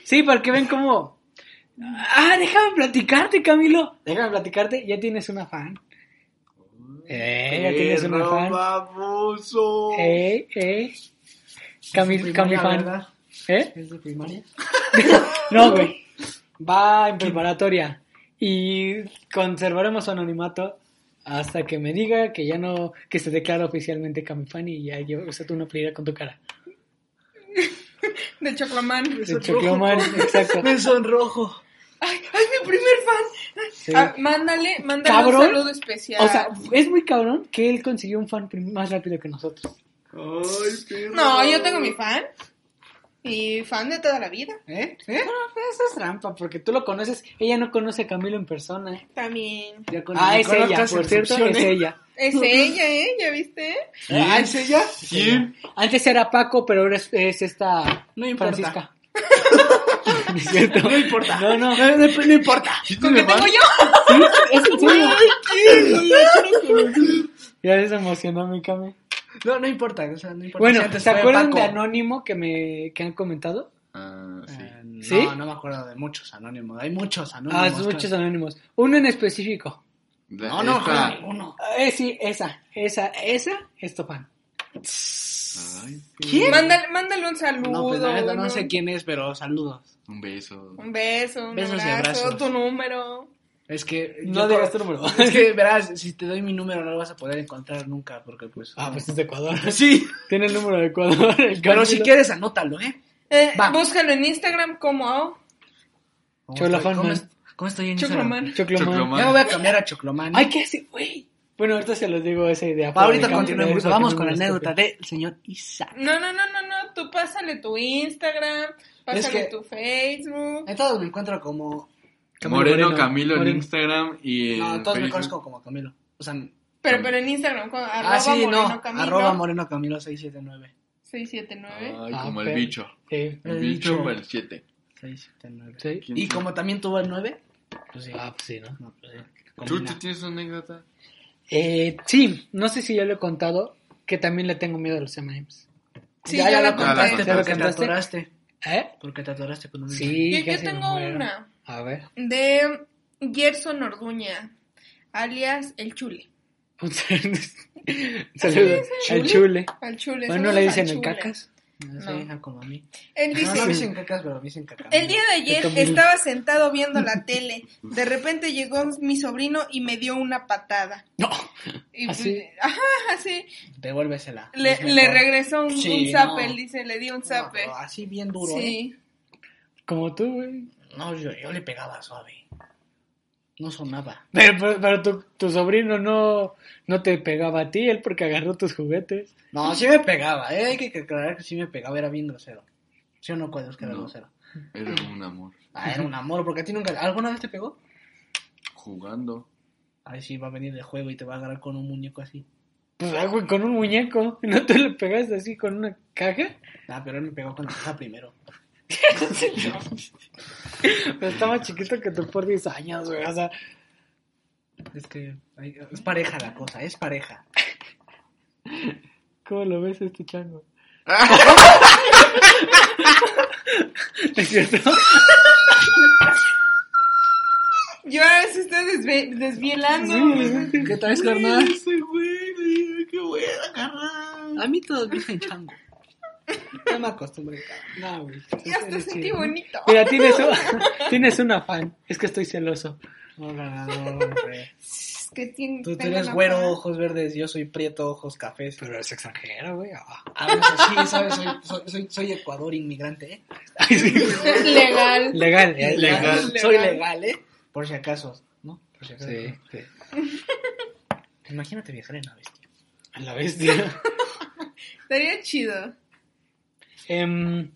[SPEAKER 1] Sí, para que ven cómo. Ah, déjame platicarte, Camilo. Déjame platicarte, ya tienes una fan. Eh, ya tienes una
[SPEAKER 3] Perro
[SPEAKER 1] fan.
[SPEAKER 3] baboso.
[SPEAKER 1] Eh, eh. Cami, Cami
[SPEAKER 4] Primaria,
[SPEAKER 1] fan.
[SPEAKER 4] ¿verdad?
[SPEAKER 1] ¿Eh?
[SPEAKER 4] ¿Es de primaria?
[SPEAKER 1] No, güey. Va en preparatoria. Y conservaremos su anonimato hasta que me diga que ya no, que se declara oficialmente Camifan y ya yo, usa tú una playera con tu cara.
[SPEAKER 2] De Choclamán.
[SPEAKER 1] El Chocloman, exacto.
[SPEAKER 4] *laughs* Me sonrojo.
[SPEAKER 2] Ay, ay, mi primer fan. Ay,
[SPEAKER 1] Sí.
[SPEAKER 2] ah, mándale, mándale
[SPEAKER 1] Cabrón.
[SPEAKER 2] un saludo especial.
[SPEAKER 1] O sea, es muy cabrón que él consiguió un fan prim- más rápido que nosotros.
[SPEAKER 3] Ay, perro.
[SPEAKER 2] no, yo tengo mi fan. Y fan de toda la vida.
[SPEAKER 1] ¿Eh? Bueno, eso es trampa, porque tú lo conoces. Ella no conoce a Camilo en persona.
[SPEAKER 2] También.
[SPEAKER 4] Ya con-
[SPEAKER 1] Ah,
[SPEAKER 4] con
[SPEAKER 1] es ella,
[SPEAKER 4] otras
[SPEAKER 1] por cierto, ¿eh? es
[SPEAKER 4] excepciones.
[SPEAKER 1] ella.
[SPEAKER 2] Es ella, ¿eh? ¿Ya viste?
[SPEAKER 4] Ah, ¿es ella?
[SPEAKER 3] ¿Quién?
[SPEAKER 1] Antes era Paco, pero ahora es, es esta
[SPEAKER 4] No importa.
[SPEAKER 1] Francisca. No es cierto. *laughs* No importa. No, no.
[SPEAKER 4] No, no, no importa. *laughs*
[SPEAKER 2] ¿Con qué tengo yo?
[SPEAKER 1] Sí, es en serio. Ya se emocionó mi Cami.
[SPEAKER 4] No, no importa. O sea, no importa.
[SPEAKER 1] Bueno,
[SPEAKER 4] Si antes
[SPEAKER 1] ¿se
[SPEAKER 4] fue
[SPEAKER 1] acuerdan
[SPEAKER 4] Paco.
[SPEAKER 1] de Anónimo que me que han comentado?
[SPEAKER 3] Ah, sí.
[SPEAKER 4] Eh, no,
[SPEAKER 1] ¿Sí?
[SPEAKER 4] no me acuerdo de muchos anónimos. Hay muchos anónimos.
[SPEAKER 1] Ah, son muchos
[SPEAKER 4] claro.
[SPEAKER 1] anónimos. Uno en específico.
[SPEAKER 3] La-
[SPEAKER 4] No, no,
[SPEAKER 3] esta-
[SPEAKER 4] claro, ninguno.
[SPEAKER 1] Ah, Eh, sí, esa, esa, esa es tu fan.
[SPEAKER 3] Ay,
[SPEAKER 2] Mándale, mándale un saludo.
[SPEAKER 4] No, pues la neta no
[SPEAKER 2] un-
[SPEAKER 4] sé quién es, pero saludos.
[SPEAKER 3] un beso.
[SPEAKER 2] Un beso, un
[SPEAKER 4] Besos y
[SPEAKER 2] abrazo,
[SPEAKER 4] abrazos.
[SPEAKER 2] tu número.
[SPEAKER 4] Es que.
[SPEAKER 1] No
[SPEAKER 4] yo-
[SPEAKER 1] digas tu número. *laughs*
[SPEAKER 4] *laughs* Es que, verás, si te doy mi número no lo vas a poder encontrar nunca, porque pues.
[SPEAKER 1] Ah, pues es de Ecuador. *laughs*
[SPEAKER 4] Sí,
[SPEAKER 1] Tiene el número de Ecuador. *laughs* el
[SPEAKER 4] pero
[SPEAKER 1] Camilo.
[SPEAKER 4] si quieres, anótalo, ¿eh?
[SPEAKER 2] Eh,
[SPEAKER 4] Va.
[SPEAKER 2] búscalo en Instagram como
[SPEAKER 4] ¿Cómo
[SPEAKER 1] Chola
[SPEAKER 4] estoy-
[SPEAKER 1] Fanman.
[SPEAKER 4] ¿Cómo, es- cómo estoy en Instagram?
[SPEAKER 2] Choclamán.
[SPEAKER 1] Chocloman.
[SPEAKER 3] Chocloman.
[SPEAKER 4] Ya me voy a cambiar a Chocloman.
[SPEAKER 1] Ay, ¿qué hace, güey? Bueno, ahorita se los digo esa idea.
[SPEAKER 4] Va, ahorita
[SPEAKER 1] Porque
[SPEAKER 4] continuemos.
[SPEAKER 1] porque
[SPEAKER 4] Vamos
[SPEAKER 1] no
[SPEAKER 4] con la
[SPEAKER 1] me
[SPEAKER 4] anécdota
[SPEAKER 1] estoy-
[SPEAKER 4] del señor Isaac.
[SPEAKER 2] No, no, no, no, no. Tú pásale tu Instagram, pásale
[SPEAKER 4] que-
[SPEAKER 2] tu Facebook.
[SPEAKER 4] En todos Eh, me encuentro como.
[SPEAKER 1] Camilo
[SPEAKER 3] Moreno,
[SPEAKER 1] Moreno.
[SPEAKER 3] Camilo en
[SPEAKER 1] Moreno.
[SPEAKER 3] Instagram y en
[SPEAKER 4] No, todos me
[SPEAKER 3] Facebook.
[SPEAKER 4] conozco como Camilo. O sea,
[SPEAKER 2] Pero, pero en Instagram, con arroba
[SPEAKER 4] ah, sí,
[SPEAKER 2] Moreno
[SPEAKER 4] no.
[SPEAKER 2] Camilo,
[SPEAKER 4] Arroba Moreno Camilo 679.
[SPEAKER 2] 679.
[SPEAKER 3] Ay,
[SPEAKER 1] Ah,
[SPEAKER 3] como
[SPEAKER 1] ok.
[SPEAKER 3] el bicho.
[SPEAKER 1] Sí.
[SPEAKER 3] El
[SPEAKER 4] El
[SPEAKER 3] bicho
[SPEAKER 4] bicho.
[SPEAKER 3] para el 7.
[SPEAKER 4] 679.
[SPEAKER 1] Sí.
[SPEAKER 4] Y como también tuvo el 9, pues sí.
[SPEAKER 1] Ah, pues sí, ¿no?
[SPEAKER 4] no, pues, sí,
[SPEAKER 3] ¿Tú,
[SPEAKER 4] combina.
[SPEAKER 3] tú tienes una anécdota?
[SPEAKER 1] Eh, sí, no sé si ya lo he contado, que también le tengo miedo a los M&M's.
[SPEAKER 2] Sí,
[SPEAKER 4] ya, ya
[SPEAKER 2] yo
[SPEAKER 4] la
[SPEAKER 2] la
[SPEAKER 4] contaste,
[SPEAKER 3] conté.
[SPEAKER 1] ¿Ya la
[SPEAKER 4] porque te
[SPEAKER 1] contaste?
[SPEAKER 4] atoraste.
[SPEAKER 1] ¿Eh?
[SPEAKER 4] Porque te atoraste con un
[SPEAKER 1] Sí,
[SPEAKER 4] *laughs*
[SPEAKER 2] Yo- yo
[SPEAKER 1] casi me
[SPEAKER 2] tengo
[SPEAKER 1] muero.
[SPEAKER 2] una.
[SPEAKER 1] A ver.
[SPEAKER 2] De Gerson Orduña, alias El Chule.
[SPEAKER 1] Un saludo. Un saludo. Al chule.
[SPEAKER 2] Al Chule.
[SPEAKER 1] Bueno, no
[SPEAKER 2] saludos
[SPEAKER 1] le
[SPEAKER 2] al
[SPEAKER 1] dicen el
[SPEAKER 2] Chule.
[SPEAKER 1] cacas.
[SPEAKER 4] Esa hija como a mí.
[SPEAKER 2] Él
[SPEAKER 4] No,
[SPEAKER 2] dice,
[SPEAKER 4] no me dicen cacas, pero me dicen cacas.
[SPEAKER 2] el día de ayer estaba sentado viendo la tele. De repente llegó mi sobrino y me dio una patada.
[SPEAKER 4] No,
[SPEAKER 2] Y,
[SPEAKER 4] ¿Así?
[SPEAKER 2] *laughs* Ajá, así.
[SPEAKER 4] devuélvesela.
[SPEAKER 2] Le,
[SPEAKER 4] Es
[SPEAKER 2] le
[SPEAKER 4] mejor.
[SPEAKER 2] regresó un,
[SPEAKER 4] Sí,
[SPEAKER 2] un zape,
[SPEAKER 4] no.
[SPEAKER 2] él dice, le dio un
[SPEAKER 4] No,
[SPEAKER 2] zape.
[SPEAKER 4] pero así bien duro, ¿eh?
[SPEAKER 2] sí.
[SPEAKER 4] Como tú,
[SPEAKER 1] güey.
[SPEAKER 4] No, yo, yo le pegaba suave. No sonaba.
[SPEAKER 1] Pero, pero- pero tu, tu sobrino no, no te pegaba a ti, él porque agarró tus juguetes.
[SPEAKER 4] No, sí me pegaba, ¿eh? Hay que aclarar que sí me pegaba, era bien grosero. ¿Sí o no, cuál es que era
[SPEAKER 3] No.
[SPEAKER 4] grosero?
[SPEAKER 3] *laughs* Era un amor.
[SPEAKER 4] Ah, era un amor, porque a ti nunca... ¿Alguna vez te pegó?
[SPEAKER 3] Jugando.
[SPEAKER 4] Ay, sí, va a venir de juego y te va a agarrar con un muñeco así.
[SPEAKER 1] Pues, ah, güey, con un muñeco. *laughs* ¿No te le pegaste así con una caja?
[SPEAKER 4] Ah, pero él me pegó con la caja primero.
[SPEAKER 1] Pero está más chiquito que tú por 10 años, güey. O sea,
[SPEAKER 4] Es que ay, es pareja la cosa, es pareja.
[SPEAKER 1] ¿cómo lo ves este chango? ¿Es cierto?
[SPEAKER 2] Yo ahora se está desve- desvielando.
[SPEAKER 4] ¿Qué tal, carnal?
[SPEAKER 3] Ese güey, qué buena, carnal.
[SPEAKER 4] A mí todos me dicen *laughs* chango. No me acostumbré, cabrón.
[SPEAKER 1] No, güey.
[SPEAKER 2] Ya hasta sentí bonito.
[SPEAKER 1] Mira, tienes, un- *laughs* tienes un afán. Es que estoy celoso.
[SPEAKER 4] No, no, no, no, *laughs* hombre.
[SPEAKER 2] Es que tiene-
[SPEAKER 4] Tú, tú
[SPEAKER 2] tengo
[SPEAKER 4] eres
[SPEAKER 2] la
[SPEAKER 4] güero,
[SPEAKER 2] paz. *laughs*
[SPEAKER 4] ojos verdes, yo soy prieto, ojos cafés.
[SPEAKER 1] Pero eres extranjero, güey. Ah.
[SPEAKER 4] Ah, no sé, sí, ¿sabes? Soy, soy, soy, soy Ecuador inmigrante, ¿eh?
[SPEAKER 1] Ay, *laughs* sí.
[SPEAKER 2] Legal.
[SPEAKER 1] Legal,
[SPEAKER 4] Eh,
[SPEAKER 1] eh, legal.
[SPEAKER 4] Soy
[SPEAKER 2] Legal.
[SPEAKER 4] legal, ¿eh? Por si acaso, ¿no? Por si acaso.
[SPEAKER 1] Sí, sí.
[SPEAKER 4] Imagínate viajar en una bestia.
[SPEAKER 1] A la bestia. *laughs*
[SPEAKER 2] Estaría chido.
[SPEAKER 1] Em,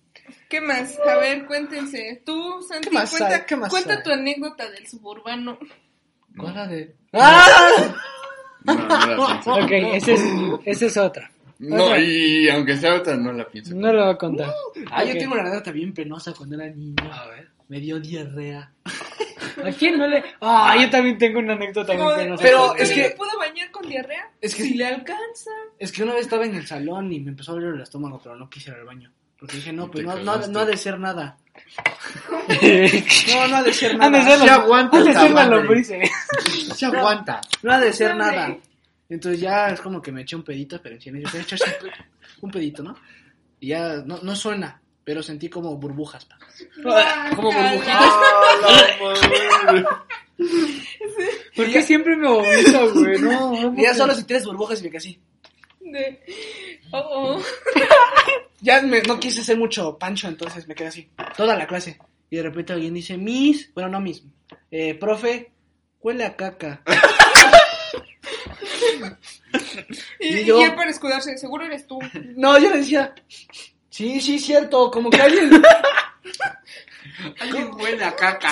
[SPEAKER 2] ¿Qué más? A ver, cuéntense. Tú, Santi,
[SPEAKER 4] ¿Qué más
[SPEAKER 2] cuenta,
[SPEAKER 4] hay? ¿Qué más
[SPEAKER 2] cuenta
[SPEAKER 4] hay?
[SPEAKER 2] tu anécdota del suburbano.
[SPEAKER 4] Cosa de...
[SPEAKER 1] Ah.
[SPEAKER 3] No, no *laughs* la pienso.
[SPEAKER 1] ok, esa es, esa es otra.
[SPEAKER 3] No, y aunque sea otra, no la pienso.
[SPEAKER 1] No lo voy a contar.
[SPEAKER 4] Ah,
[SPEAKER 1] Ok.
[SPEAKER 4] yo tengo una anécdota bien penosa cuando era niño. A ver. Me dio diarrea.
[SPEAKER 1] ¿A quién no le.? Ah, yo también tengo una anécdota bien
[SPEAKER 2] Como de-
[SPEAKER 1] penosa.
[SPEAKER 4] Pero
[SPEAKER 2] ¿cómo
[SPEAKER 4] es que-
[SPEAKER 2] me puedo bañar con diarrea?
[SPEAKER 4] Es que-
[SPEAKER 2] Si le alcanza.
[SPEAKER 4] Es que una vez estaba en el salón y me empezó a doler el estómago, pero no quise ir al baño. Porque dije, no,
[SPEAKER 3] Y
[SPEAKER 4] pues
[SPEAKER 3] te
[SPEAKER 4] no, no,
[SPEAKER 3] cagaste.
[SPEAKER 4] no ha de
[SPEAKER 1] *laughs*
[SPEAKER 4] ser nada. No, no ha de ser
[SPEAKER 1] Han de
[SPEAKER 4] nada.
[SPEAKER 1] ser
[SPEAKER 3] Sí
[SPEAKER 1] la-
[SPEAKER 3] aguanta
[SPEAKER 1] han de
[SPEAKER 3] esta
[SPEAKER 1] ser la
[SPEAKER 3] madre.
[SPEAKER 1] lombriz, eh.
[SPEAKER 3] Se aguanta.
[SPEAKER 4] No ha de ser
[SPEAKER 2] Sí,
[SPEAKER 4] nada.
[SPEAKER 2] hombre.
[SPEAKER 4] Entonces ya es como que me eché un pedito, pero en cien años, me eché así, un pedito, ¿no? Y ya no, no suena, pero sentí como burbujas. pa.
[SPEAKER 1] *laughs*
[SPEAKER 4] Como burbujitas.
[SPEAKER 1] ¿Por qué siempre me vomito, güey? No, no,
[SPEAKER 4] Y ya
[SPEAKER 1] porque-
[SPEAKER 4] solo sentí las burbujas y me quedé así.
[SPEAKER 2] De- Oh, oh.
[SPEAKER 4] Ya me- no quise hacer mucho pancho, entonces me quedé así. Toda la clase. Y de repente alguien dice, Miss, bueno, no Miss, eh, profe, huele a caca.
[SPEAKER 2] Y,
[SPEAKER 4] Y
[SPEAKER 2] y
[SPEAKER 4] yo-
[SPEAKER 2] él para escudarse, seguro eres tú.
[SPEAKER 4] No, yo le decía, sí, sí, cierto, como que alguien...
[SPEAKER 3] Alguien huele a caca.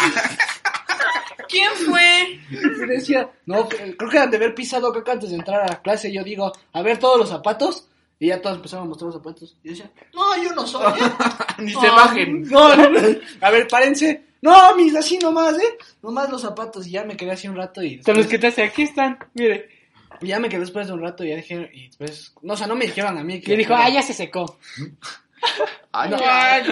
[SPEAKER 2] ¿Quién fue?
[SPEAKER 4] yo le decía, no, que- creo que han de haber pisado caca antes de entrar a la clase. Y yo digo, a ver todos los zapatos. Y ya todos empezaron a mostrar los zapatos. Y yo decía, no, yo no soy. ¿eh?".
[SPEAKER 1] *laughs*
[SPEAKER 3] Ni se bajen.
[SPEAKER 4] No, no, no. A ver, párense. No, mis, así nomás, ¿eh? Nomás los zapatos. Y ya me quedé así un rato y...
[SPEAKER 1] Te
[SPEAKER 4] después-
[SPEAKER 1] los quitaste, aquí están, mire.
[SPEAKER 4] Y ya me quedé después de un rato y ya dije, y después, no, o sea, no me dijeron a mí que...
[SPEAKER 1] Y dijo, ah, ya se secó.
[SPEAKER 3] Ay,
[SPEAKER 2] No,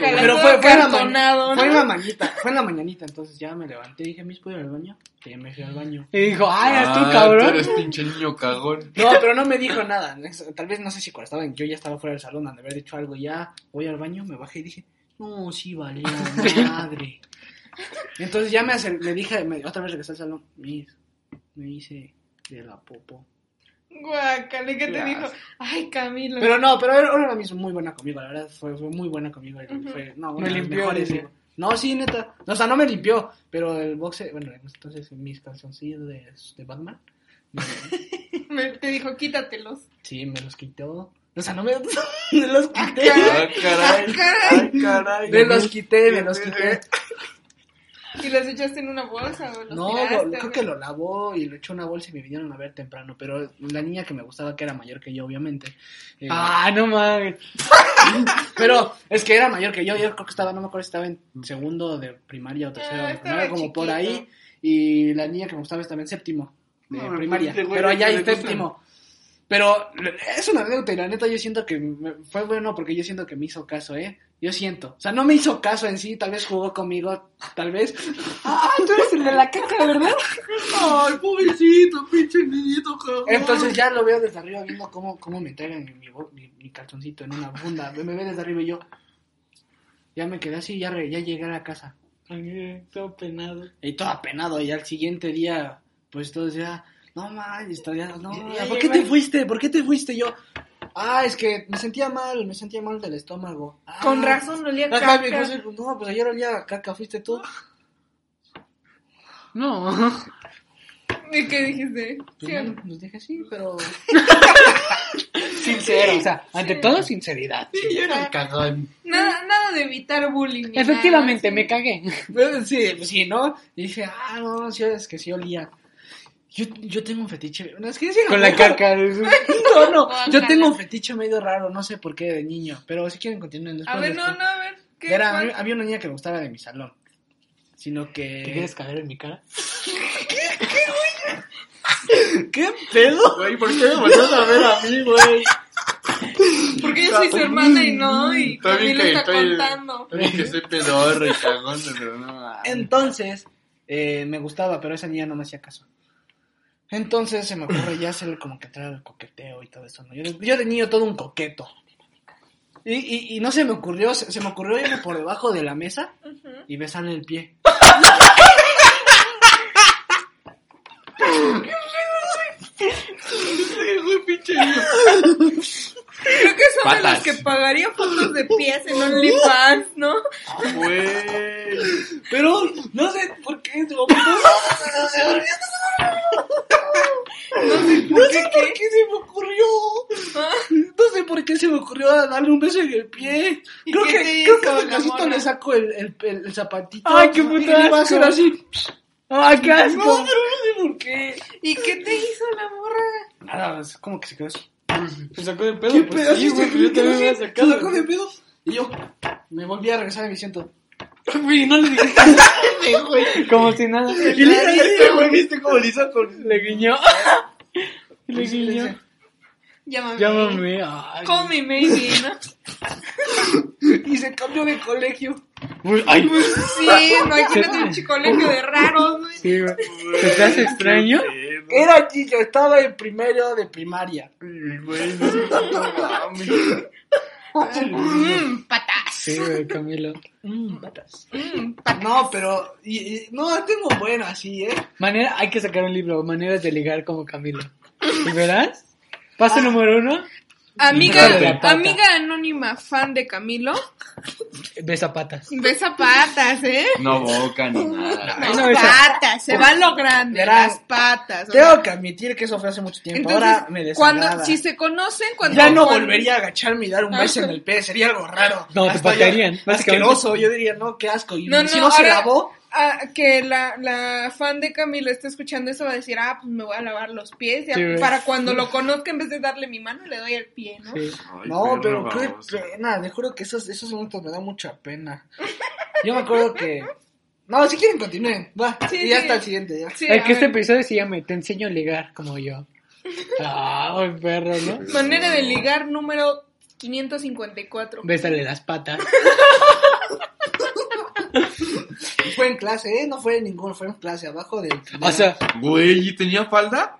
[SPEAKER 4] Pero fue, fue, en la ma-
[SPEAKER 2] cartonado,
[SPEAKER 4] fue en
[SPEAKER 2] ¿no?
[SPEAKER 4] la mañita, fue en la mañanita, entonces ya me levanté y dije, mis, ¿puedo ir al baño? Y ya me fui al baño.
[SPEAKER 1] Y dijo, ah, eras tú,
[SPEAKER 3] Ah,
[SPEAKER 1] cabrón.
[SPEAKER 3] Tú eres pinche niño cagón.
[SPEAKER 4] No, pero no me dijo nada, tal vez, no sé si cuando estaba, en- yo ya estaba fuera del salón, han de haber dicho algo, ya voy al baño, me bajé y dije, no, sí, vale,
[SPEAKER 1] *laughs*
[SPEAKER 4] madre. Entonces ya me, acer- me dije, me- otra vez regresé al salón, mis, me hice de la popo.
[SPEAKER 2] Guácale, ¿qué te
[SPEAKER 3] Ya.
[SPEAKER 2] dijo? Ay, Camilo.
[SPEAKER 4] Pero no, pero era era mismo muy buena conmigo, la verdad, fue, fue muy buena conmigo. Fue, no, una
[SPEAKER 1] Me
[SPEAKER 4] de las
[SPEAKER 1] limpió,
[SPEAKER 4] mejores,
[SPEAKER 1] dice.
[SPEAKER 4] No, sí, neta. O sea, no me limpió, pero el boxe, bueno, entonces mis calzoncillos de, de Batman, me-
[SPEAKER 2] Me- te dijo, quítatelos.
[SPEAKER 4] sí, me los quitó. O sea, no me, *laughs* me los quité.
[SPEAKER 3] Ah, caray. Ay, caray.
[SPEAKER 4] Me los quité, me los quité.
[SPEAKER 2] ¿Y los echaste en una bolsa o los
[SPEAKER 4] No,
[SPEAKER 2] tiraste?
[SPEAKER 4] lo- lo- creo
[SPEAKER 2] güey?
[SPEAKER 4] que lo lavó y lo echó en una bolsa y me vinieron a ver temprano. Pero la niña que me gustaba, que era mayor que yo, obviamente. eh,
[SPEAKER 1] Ah, no mames.
[SPEAKER 4] Pero es que era mayor que yo, yo creo que estaba, no me acuerdo si estaba en
[SPEAKER 3] Mm.
[SPEAKER 4] segundo de primaria o tercero
[SPEAKER 2] Ah,
[SPEAKER 4] de
[SPEAKER 2] estaba
[SPEAKER 4] primaria, como por
[SPEAKER 2] chiquito.
[SPEAKER 4] ahí. Y la niña que me gustaba estaba en séptimo de
[SPEAKER 3] No, me
[SPEAKER 4] primaria,
[SPEAKER 3] parece, güey,
[SPEAKER 4] pero allá
[SPEAKER 3] que
[SPEAKER 4] en
[SPEAKER 3] le gustan.
[SPEAKER 4] séptimo. Pero es una anécdota y la neta yo siento que me- fue bueno porque yo siento que me hizo caso, ¿eh? Yo siento. O sea, no me hizo caso en sí, tal vez jugó conmigo, tal vez.
[SPEAKER 1] Ah, tú eres el de la caja, ¿verdad?
[SPEAKER 4] ¡Ay, pobrecito, pinche niñito!
[SPEAKER 2] Pues
[SPEAKER 4] Entonces
[SPEAKER 1] Entonces,
[SPEAKER 4] ya lo veo desde arriba viendo cómo, cómo me traigan mi, bo- mi, mi calzoncito en una bunda. Me ve desde arriba y yo... Ya me quedé así, ya, re- ya llegué a la casa.
[SPEAKER 1] todo penado.
[SPEAKER 4] Y todo apenado, y al siguiente día, pues todos ya, no mal, ya, no,
[SPEAKER 1] Ya
[SPEAKER 4] ¿por qué te
[SPEAKER 1] llegué".
[SPEAKER 4] fuiste? ¿Por qué te fuiste? Yo, ah, es que me sentía mal, me sentía mal del estómago. Ah,
[SPEAKER 2] Con razón olía
[SPEAKER 4] Ajá,
[SPEAKER 2] caca.
[SPEAKER 4] mi esposa dijo, no, pues ayer olía a caca, fuiste tú.
[SPEAKER 1] No.
[SPEAKER 2] ¿Y qué dijiste? ¿Sí o
[SPEAKER 4] Pues,
[SPEAKER 2] no?
[SPEAKER 4] no, pues dije sí, pero. Sincero, o sea, ante todo sinceridad.
[SPEAKER 1] Yo era el cagón.
[SPEAKER 2] Nada, nada de evitar bullying. ni
[SPEAKER 1] Efectivamente,
[SPEAKER 2] nada,
[SPEAKER 1] me cagué.
[SPEAKER 4] Pues, sí, pues sí, ¿no? Y dije, ah, no, sí, es que sí olía. Yo, yo tengo un fetiche. No, es que sí,
[SPEAKER 1] Con la caca. *laughs*
[SPEAKER 4] *laughs* No, no, yo
[SPEAKER 2] Guácala.
[SPEAKER 4] tengo un fetiche medio raro, no sé por qué de niño, pero si quieren continúen
[SPEAKER 2] sí.
[SPEAKER 4] después.
[SPEAKER 2] A ver,
[SPEAKER 4] de
[SPEAKER 2] no,
[SPEAKER 4] esto.
[SPEAKER 2] no, a ver. ¿qué,
[SPEAKER 4] Era,
[SPEAKER 2] cuál?
[SPEAKER 4] había, había una niña que me gustaba de mi salón, sino que...
[SPEAKER 1] ¿Te quieres cagar en mi cara?
[SPEAKER 4] ¿Qué pedo?
[SPEAKER 3] Güey, ¿por qué me volteas a ver a mí, güey?
[SPEAKER 2] Porque yo soy su hermana y no, y
[SPEAKER 3] Está
[SPEAKER 2] también
[SPEAKER 3] bien
[SPEAKER 2] le
[SPEAKER 3] que
[SPEAKER 2] está
[SPEAKER 3] estoy-
[SPEAKER 2] contando.
[SPEAKER 3] está bien que soy pedorro y cagón, pero no. mames.
[SPEAKER 4] Entonces, eh, me gustaba, pero esa niña no me hacía caso. Entonces se me ocurre ya hacer como que entrar al coqueteo y todo eso. ¿no? Yo, de- yo de niño todo un coqueto. Y, y- y no se me ocurrió, se, se me ocurrió irme por debajo de la mesa y besarle el pie.
[SPEAKER 2] Creo que son de
[SPEAKER 3] Patas.
[SPEAKER 2] las que pagaría fotos de pies en OnlyFans, ¿no?
[SPEAKER 3] Güey.
[SPEAKER 4] Pero no sé por qué en su momento- No sé por qué se me ocurrió.
[SPEAKER 2] Ah,
[SPEAKER 4] No sé por qué se me ocurrió darle un beso en el pie.
[SPEAKER 2] ¿Y
[SPEAKER 4] Creo
[SPEAKER 2] qué
[SPEAKER 4] que,
[SPEAKER 2] te
[SPEAKER 4] creo que
[SPEAKER 2] hizo
[SPEAKER 4] en el
[SPEAKER 2] la
[SPEAKER 4] casito
[SPEAKER 2] morra?
[SPEAKER 4] le saco el, el, el- el zapatito.
[SPEAKER 1] Ay, qué
[SPEAKER 4] y
[SPEAKER 1] puto
[SPEAKER 4] le iba a
[SPEAKER 1] asco.
[SPEAKER 4] hacer así.
[SPEAKER 1] ¡Ah, qué
[SPEAKER 4] No, pero
[SPEAKER 1] asco!
[SPEAKER 4] no sé por qué.
[SPEAKER 2] ¿Y qué te hizo la morra?
[SPEAKER 4] Nada, es como que se quedó así.
[SPEAKER 1] Te sacó de pedo.
[SPEAKER 4] ¿Qué
[SPEAKER 1] pues
[SPEAKER 4] pedo?
[SPEAKER 1] sí,
[SPEAKER 4] ¿Hiciste
[SPEAKER 1] güey, pero yo
[SPEAKER 4] que me quedé
[SPEAKER 1] también me
[SPEAKER 4] así?
[SPEAKER 1] había sacado.
[SPEAKER 4] ¿Te sacó de pedo? Y yo me volví a regresar a mi asiento.
[SPEAKER 1] Güey, no le dijiste nada, güey. Como si nada.
[SPEAKER 4] Y le hice así, güey,
[SPEAKER 1] ¿viste cómo le hizo? Le guiñó. Le
[SPEAKER 4] Sí, le
[SPEAKER 1] guiñó.
[SPEAKER 4] hice.
[SPEAKER 2] Llámame.
[SPEAKER 1] Llámame. Ay,
[SPEAKER 2] Call me maybe, ¿no?
[SPEAKER 4] Y se cambió de colegio.
[SPEAKER 1] Uy, ay.
[SPEAKER 2] Sí, imagínate un chicolegio de raros, güey.
[SPEAKER 1] Sí, güey. ¿Te estás extraño?
[SPEAKER 4] Era allí, yo estaba en primero de primaria.
[SPEAKER 3] Güey, no, no mames.
[SPEAKER 2] Mmm, patas.
[SPEAKER 1] Sí, güey, Camilo.
[SPEAKER 2] Mmm, patas.
[SPEAKER 4] No, pero. y- y- no, tengo bueno así, ¿eh?
[SPEAKER 1] Manera, hay que sacar un libro, maneras de ligar como Camilo. ¿Y verás?
[SPEAKER 4] Ah.
[SPEAKER 1] Paso número uno, Hijo de
[SPEAKER 2] Amiga,
[SPEAKER 1] la pata.
[SPEAKER 2] amiga anónima fan de Camilo,
[SPEAKER 1] besa patas.
[SPEAKER 2] besa patas, ¿eh?
[SPEAKER 3] No boca ni nada.
[SPEAKER 1] Ay,
[SPEAKER 2] Las
[SPEAKER 1] no, esa-
[SPEAKER 2] patas, se va lo grande,
[SPEAKER 4] Verás,
[SPEAKER 2] las patas. o sea,
[SPEAKER 4] Tengo que admitir que eso fue hace mucho tiempo. Ahora me desagrada.
[SPEAKER 2] cuando, si se conocen, cuando
[SPEAKER 4] Ya no
[SPEAKER 2] cuando-
[SPEAKER 4] volvería a agacharme y dar un beso en el pie, sería algo raro.
[SPEAKER 1] No, te
[SPEAKER 4] Hasta
[SPEAKER 1] patearían,
[SPEAKER 4] ya-
[SPEAKER 1] básicamente.
[SPEAKER 4] Asqueroso, yo diría, no, qué asco. Y
[SPEAKER 2] No, no,
[SPEAKER 4] si no se
[SPEAKER 2] ahora-
[SPEAKER 4] lavó,
[SPEAKER 2] ah, que la, la fan de Camilo está escuchando eso va a decir, ah, pues me voy a lavar los pies, ya,
[SPEAKER 1] Sí, güey.
[SPEAKER 2] para cuando lo conozca, en vez de darle mi mano, le doy el pie, ¿no?
[SPEAKER 1] Sí.
[SPEAKER 3] Ay,
[SPEAKER 4] no, pero
[SPEAKER 3] perro
[SPEAKER 4] qué
[SPEAKER 3] baboso.
[SPEAKER 4] pena. Te juro que esos, esos momentos me dan mucha pena. Yo me acuerdo que. No, si quieren continúen. Va,
[SPEAKER 2] Sí,
[SPEAKER 4] y ya
[SPEAKER 2] sí.
[SPEAKER 4] está el siguiente. Ya.
[SPEAKER 2] Sí,
[SPEAKER 1] el que
[SPEAKER 2] a
[SPEAKER 1] este
[SPEAKER 2] ver,
[SPEAKER 1] episodio se llame Te enseño a ligar como yo. Ah, buen perro, ¿no?
[SPEAKER 2] Manera de ligar número 554.
[SPEAKER 1] Bésale las patas.
[SPEAKER 4] Y Fue en clase, ¿eh? No fue en ninguno, fue en clase, abajo del.
[SPEAKER 1] O sea,
[SPEAKER 3] Güey, ¿y tenía falda?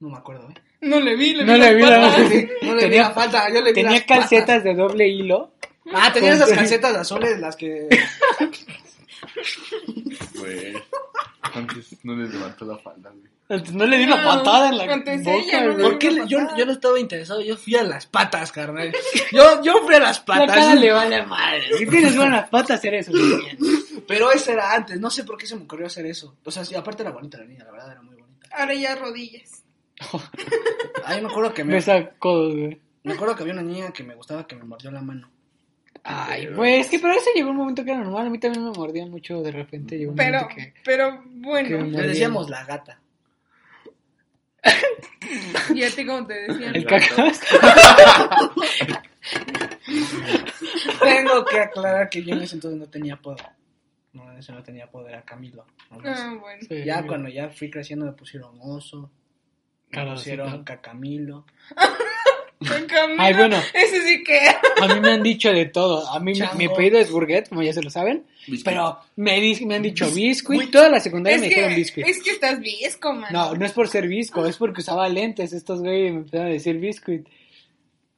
[SPEAKER 4] No me acuerdo, ¿eh?
[SPEAKER 2] No le vi, le
[SPEAKER 1] no
[SPEAKER 2] vi
[SPEAKER 1] le
[SPEAKER 2] las
[SPEAKER 1] vi
[SPEAKER 4] *laughs*
[SPEAKER 1] la
[SPEAKER 2] patas.
[SPEAKER 4] Sí, no le tenía,
[SPEAKER 1] Tenía-
[SPEAKER 4] falta, yo le vi las
[SPEAKER 1] tenía
[SPEAKER 4] patas.
[SPEAKER 1] calcetas de doble hilo.
[SPEAKER 4] Ah, tenía esas
[SPEAKER 1] Con-
[SPEAKER 4] calcetas azules, las que.
[SPEAKER 3] Güey. Antes *laughs* no le levantó la falda, güey.
[SPEAKER 1] Antes no le di una
[SPEAKER 2] No,
[SPEAKER 1] patada en la
[SPEAKER 2] antes
[SPEAKER 1] boca,
[SPEAKER 2] ella, no le
[SPEAKER 1] güey.
[SPEAKER 4] ¿Por qué le- yo, yo no estaba interesado? Yo fui a las patas, carnal. Yo, yo fui a las
[SPEAKER 1] La
[SPEAKER 4] patas.
[SPEAKER 1] cara le vale madre. Si tienes buenas patas, eres un niño.
[SPEAKER 4] Pero eso era antes. No sé por qué se me ocurrió hacer eso. O sea, sí, aparte era bonita la niña, la verdad era muy bonita.
[SPEAKER 2] Ahora ya rodillas.
[SPEAKER 4] Ahí me acuerdo que me,
[SPEAKER 1] Besa codos, güey.
[SPEAKER 4] me acuerdo que había una niña que me gustaba que me mordió la mano.
[SPEAKER 1] Ay, güey, es que pero eso llegó un momento que era normal. A mí también me mordían mucho de repente. Llegó un
[SPEAKER 2] Pero,
[SPEAKER 1] momento que...
[SPEAKER 2] pero
[SPEAKER 1] que-
[SPEAKER 2] bueno,
[SPEAKER 4] Le decíamos la gata.
[SPEAKER 2] y a ti como te decían.
[SPEAKER 1] El *laughs* cacas.
[SPEAKER 4] Tengo que aclarar que yo en ese entonces no tenía apodo. No, en ese no tenía apodo, era Camilo. nomás.
[SPEAKER 2] Ah, bueno.
[SPEAKER 1] Sí,
[SPEAKER 4] Ya
[SPEAKER 1] güey.
[SPEAKER 4] cuando ya fui creciendo me pusieron oso, me
[SPEAKER 1] Carosito. *laughs*
[SPEAKER 4] pusieron cacamilo.
[SPEAKER 2] En camino.
[SPEAKER 1] Ay, bueno.
[SPEAKER 2] Ese sí que.
[SPEAKER 1] A mí me han dicho de todo. A mí mi- mi
[SPEAKER 4] Chango.
[SPEAKER 1] pedido es burguet, como ya se lo saben.
[SPEAKER 3] Biscuit.
[SPEAKER 1] Pero me, di- me han dicho biscuit. Toda la secundaria
[SPEAKER 2] Pues, Es
[SPEAKER 1] me
[SPEAKER 2] que,
[SPEAKER 1] dijeron biscuit.
[SPEAKER 2] es que estás visco, man.
[SPEAKER 1] No, no es por ser visco, es porque usaba lentes. Estos güeyes me empezaron a decir biscuit.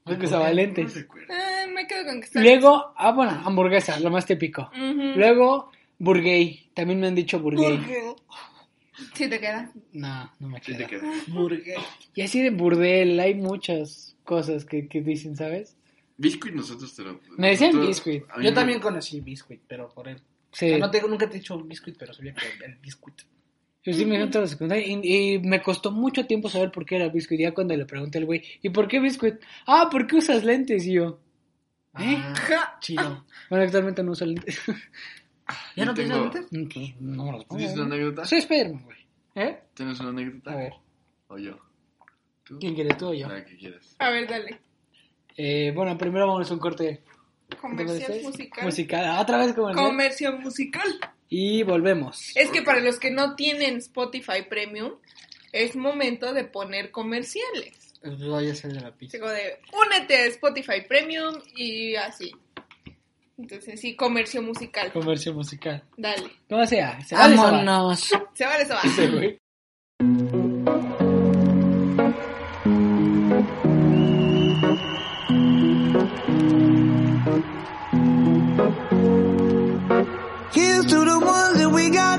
[SPEAKER 1] Porque usaba lentes.
[SPEAKER 2] Ah, me quedo con que estás.
[SPEAKER 1] Luego, ah, bueno, hamburguesa, lo más típico.
[SPEAKER 2] Ujú.
[SPEAKER 1] Luego, burguey. También me han dicho burguey.
[SPEAKER 2] Sí, te queda.
[SPEAKER 1] No, no me
[SPEAKER 3] Sí
[SPEAKER 1] queda.
[SPEAKER 3] te queda.
[SPEAKER 1] Y así de burdel, hay muchas cosas que, que dicen, ¿sabes?
[SPEAKER 3] Biscuit nosotros te lo...
[SPEAKER 1] Me decían
[SPEAKER 3] nosotros-
[SPEAKER 1] biscuit.
[SPEAKER 3] a mí
[SPEAKER 4] Yo
[SPEAKER 3] me-
[SPEAKER 4] también conocí Biscuit, pero por él. O
[SPEAKER 1] Sí.
[SPEAKER 4] sea, Ah, no tengo, nunca te he dicho Biscuit, pero sabía que era el Biscuit.
[SPEAKER 1] Yo sí me fui a toda la secundaria y, y me costó mucho tiempo saber por qué era Biscuit. Ya cuando le pregunté al güey, ¿y por qué Biscuit? Ah, ¿por qué usas lentes? Y yo, ¿eh?
[SPEAKER 4] Ah, chido.
[SPEAKER 1] *laughs* Bueno, actualmente no uso lentes.
[SPEAKER 4] *laughs*
[SPEAKER 3] Yo
[SPEAKER 4] ¿Ya no te
[SPEAKER 3] tengo-
[SPEAKER 4] lentes?
[SPEAKER 1] Pues, no me los pongo.
[SPEAKER 3] ¿Tienes una
[SPEAKER 1] ¿no?
[SPEAKER 3] anécdota?
[SPEAKER 1] Soy Spiderman, güey. ¿Eh?
[SPEAKER 3] ¿Tienes una anécdota?
[SPEAKER 1] A ver,
[SPEAKER 3] ¿O yo? ¿Tú?
[SPEAKER 1] ¿quién quieres tú o yo?
[SPEAKER 3] La que quieras.
[SPEAKER 2] A ver, dale.
[SPEAKER 1] Eh, bueno, primero vamos a un corte. ¿qué te
[SPEAKER 2] Comercial
[SPEAKER 1] parece?
[SPEAKER 2] musical.
[SPEAKER 1] Musical, ah, otra vez como el-
[SPEAKER 2] Comercio musical.
[SPEAKER 1] Y volvemos.
[SPEAKER 2] Es que para los que no tienen Spotify Premium, es momento de poner comerciales.
[SPEAKER 4] Vaya a ser de la pizza.
[SPEAKER 2] Digo de, únete a Spotify Premium y así. Entonces, sí, comercio musical.
[SPEAKER 1] Comercio musical.
[SPEAKER 2] Dale.
[SPEAKER 1] ¿Cómo sea? Se vale, se va.
[SPEAKER 4] ¡Vámonos!
[SPEAKER 2] Se vale, se va.
[SPEAKER 1] Sí, güey.
[SPEAKER 5] Here's to the ones that we got.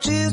[SPEAKER 5] Cheers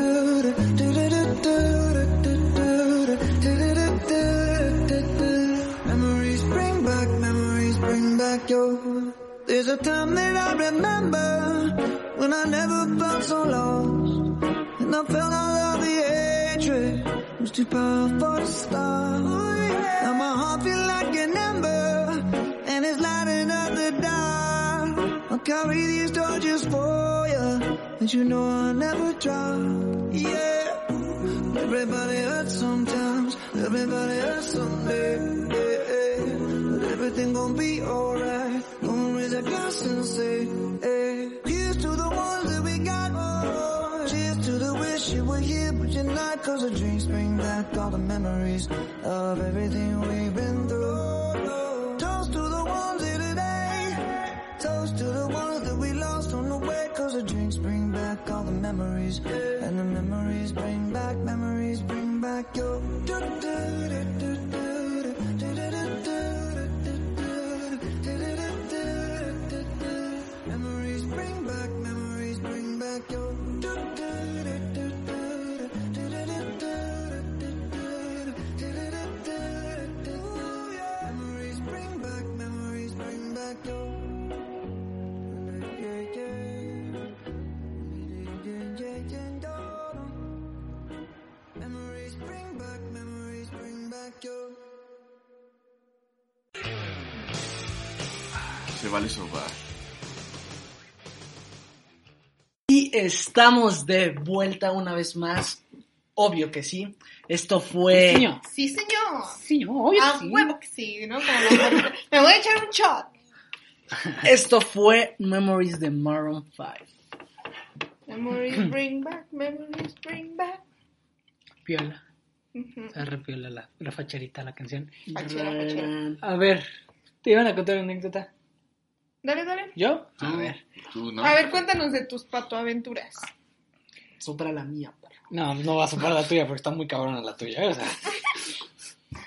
[SPEAKER 5] Memories bring back, memories bring back your. There's a time that I remember when I never felt so lost. And I felt all of the hatred was too powerful to stop. Now my heart feel like an ember, and it's lighting up the dark. I'll carry these torches for you, and you know I'll never drop. Yeah. Everybody hurts sometimes. Everybody hurts someday. Yeah, yeah. But everything gon' be alright. Gonna raise a glass and say, hey. Here's to the ones that we got. Oh, cheers to the wish you were here, but you're not. Cause the drinks bring back all the memories of everything we've been through. Toast to the ones here today. Toast to the ones that we lost on the way. Cause the drinks bring back all the memories. And the memories bring back, memories bring back your. Memories bring back, memories bring back your. Memories bring back, memories bring back your. Memories bring back, memories bring back your
[SPEAKER 3] Se vale sobar.
[SPEAKER 4] Y estamos de vuelta una vez más. Obvio que sí. Esto fue.
[SPEAKER 1] Señor.
[SPEAKER 2] Sí, señor.
[SPEAKER 1] Sí, obvio,
[SPEAKER 2] a
[SPEAKER 1] sí.
[SPEAKER 2] huevo que sí, ¿no? Como la *laughs* gorrita. Me voy a echar un shot.
[SPEAKER 4] Esto fue Memories de Maroon 5.
[SPEAKER 1] *clears throat*
[SPEAKER 2] Memories bring back, memories bring back.
[SPEAKER 1] Piola.
[SPEAKER 2] Ujú.
[SPEAKER 7] Está re piola la, la facharita la canción.
[SPEAKER 1] Ah,
[SPEAKER 2] Fachera, fachera.
[SPEAKER 1] A ver, te iban a contar una anécdota.
[SPEAKER 2] Dale, dale.
[SPEAKER 1] ¿Yo?
[SPEAKER 3] Tú,
[SPEAKER 4] A ver.
[SPEAKER 3] tú, ¿no?
[SPEAKER 2] A ver, cuéntanos de tus patoaventuras.
[SPEAKER 4] Supera la mía, perro.
[SPEAKER 7] No, no vas a parar la tuya porque está muy cabrona la
[SPEAKER 1] ¿eh?
[SPEAKER 7] tuya. O sea,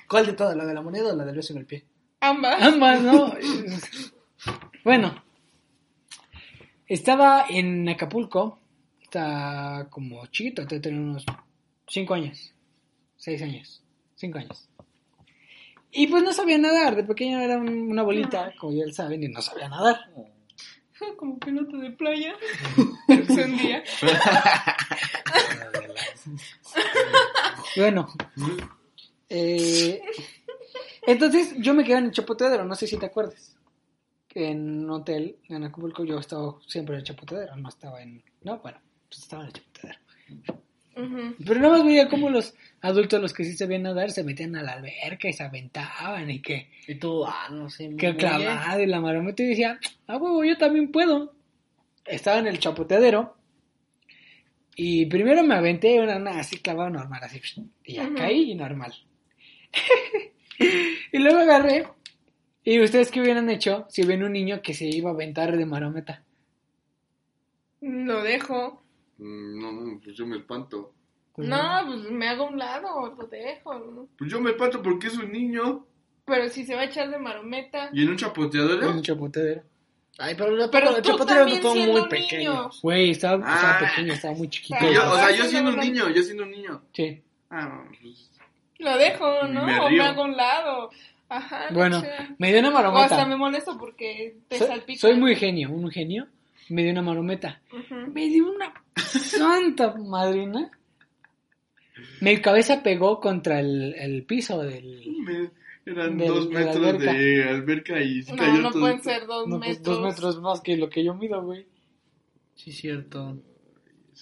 [SPEAKER 4] ¿Cuál de todas? ¿La de la moneda o la del beso en el pie?
[SPEAKER 1] *laughs*
[SPEAKER 2] Ambas.
[SPEAKER 7] ambas, ¿no?
[SPEAKER 1] Bueno, estaba en Acapulco, está como chiquito, debe tener unos 5 años, 6 años, 5 años. Y pues no sabía nadar, de pequeño era un- una bolita, como ya saben, y no sabía nadar.
[SPEAKER 2] Como piloto de *laughs* playa. un día.
[SPEAKER 1] Bueno, eh, entonces yo me quedé en el Chapotedero, no sé si te acuerdas. En un hotel en Acapulco yo estaba siempre en el Chapotedero, no estaba en... No, bueno, pues estaba en el Chapotedero.
[SPEAKER 2] Ujú.
[SPEAKER 1] Pero nada más veía cómo los adultos, los que sí sabían nadar, se metían a la alberca y se aventaban y que,
[SPEAKER 4] Y tú, ah, no sé. me
[SPEAKER 1] que
[SPEAKER 4] muelle.
[SPEAKER 1] clavada y la marometa. Y decía, ah, huevo, yo también puedo. Estaba en el chapoteadero y primero me aventé una, una así clavada normal, así, y ya
[SPEAKER 2] Ujú.
[SPEAKER 1] caí y normal. *laughs* y luego agarré. ¿Y ustedes qué hubieran hecho si ven un niño que se iba a aventar de marometa?
[SPEAKER 2] Lo dejo.
[SPEAKER 3] Mm, No, no, pues yo me espanto.
[SPEAKER 2] No, pues me hago a un lado, lo dejo. ¿no?
[SPEAKER 3] Pues yo me espanto porque es un niño.
[SPEAKER 2] Pero si se va a echar de marometa.
[SPEAKER 3] ¿Y en un
[SPEAKER 1] En el
[SPEAKER 3] chapoteador?
[SPEAKER 1] chapoteadero.
[SPEAKER 4] Ay, pero, la-
[SPEAKER 2] Pero
[SPEAKER 4] el
[SPEAKER 2] tú
[SPEAKER 4] chapotero
[SPEAKER 2] también
[SPEAKER 4] todo
[SPEAKER 2] siendo
[SPEAKER 4] muy
[SPEAKER 2] un
[SPEAKER 4] pequeño.
[SPEAKER 2] niño.
[SPEAKER 1] Güey, estaba, estaba
[SPEAKER 3] Ah.
[SPEAKER 1] pequeño, estaba muy chiquito.
[SPEAKER 3] Yo, o sea, yo
[SPEAKER 2] Ah,
[SPEAKER 3] siendo un
[SPEAKER 2] no,
[SPEAKER 3] niño, yo siendo un niño.
[SPEAKER 1] Sí.
[SPEAKER 3] Ah, pues,
[SPEAKER 2] Lo dejo, ¿no?
[SPEAKER 3] Me
[SPEAKER 2] o
[SPEAKER 3] río.
[SPEAKER 2] me hago a un lado. Ajá. no
[SPEAKER 1] Bueno,
[SPEAKER 2] sé.
[SPEAKER 1] me dio una
[SPEAKER 2] O hasta
[SPEAKER 1] marometa.
[SPEAKER 2] me molesto porque te
[SPEAKER 1] soy,
[SPEAKER 2] salpica.
[SPEAKER 1] soy muy genio, un genio. Me dio una marometa.
[SPEAKER 2] Ujú.
[SPEAKER 1] Me dio una santa madrina. Mi cabeza pegó contra el, el piso del...
[SPEAKER 3] me- eran
[SPEAKER 1] Del-
[SPEAKER 3] dos
[SPEAKER 1] de la
[SPEAKER 3] metros
[SPEAKER 1] alberca.
[SPEAKER 3] de alberca y se
[SPEAKER 2] No,
[SPEAKER 3] cayó
[SPEAKER 2] no
[SPEAKER 3] todo
[SPEAKER 2] pueden
[SPEAKER 3] esto.
[SPEAKER 2] ser dos
[SPEAKER 1] no, pues,
[SPEAKER 2] metros.
[SPEAKER 1] dos metros más que lo que yo mido, güey.
[SPEAKER 4] Sí, cierto.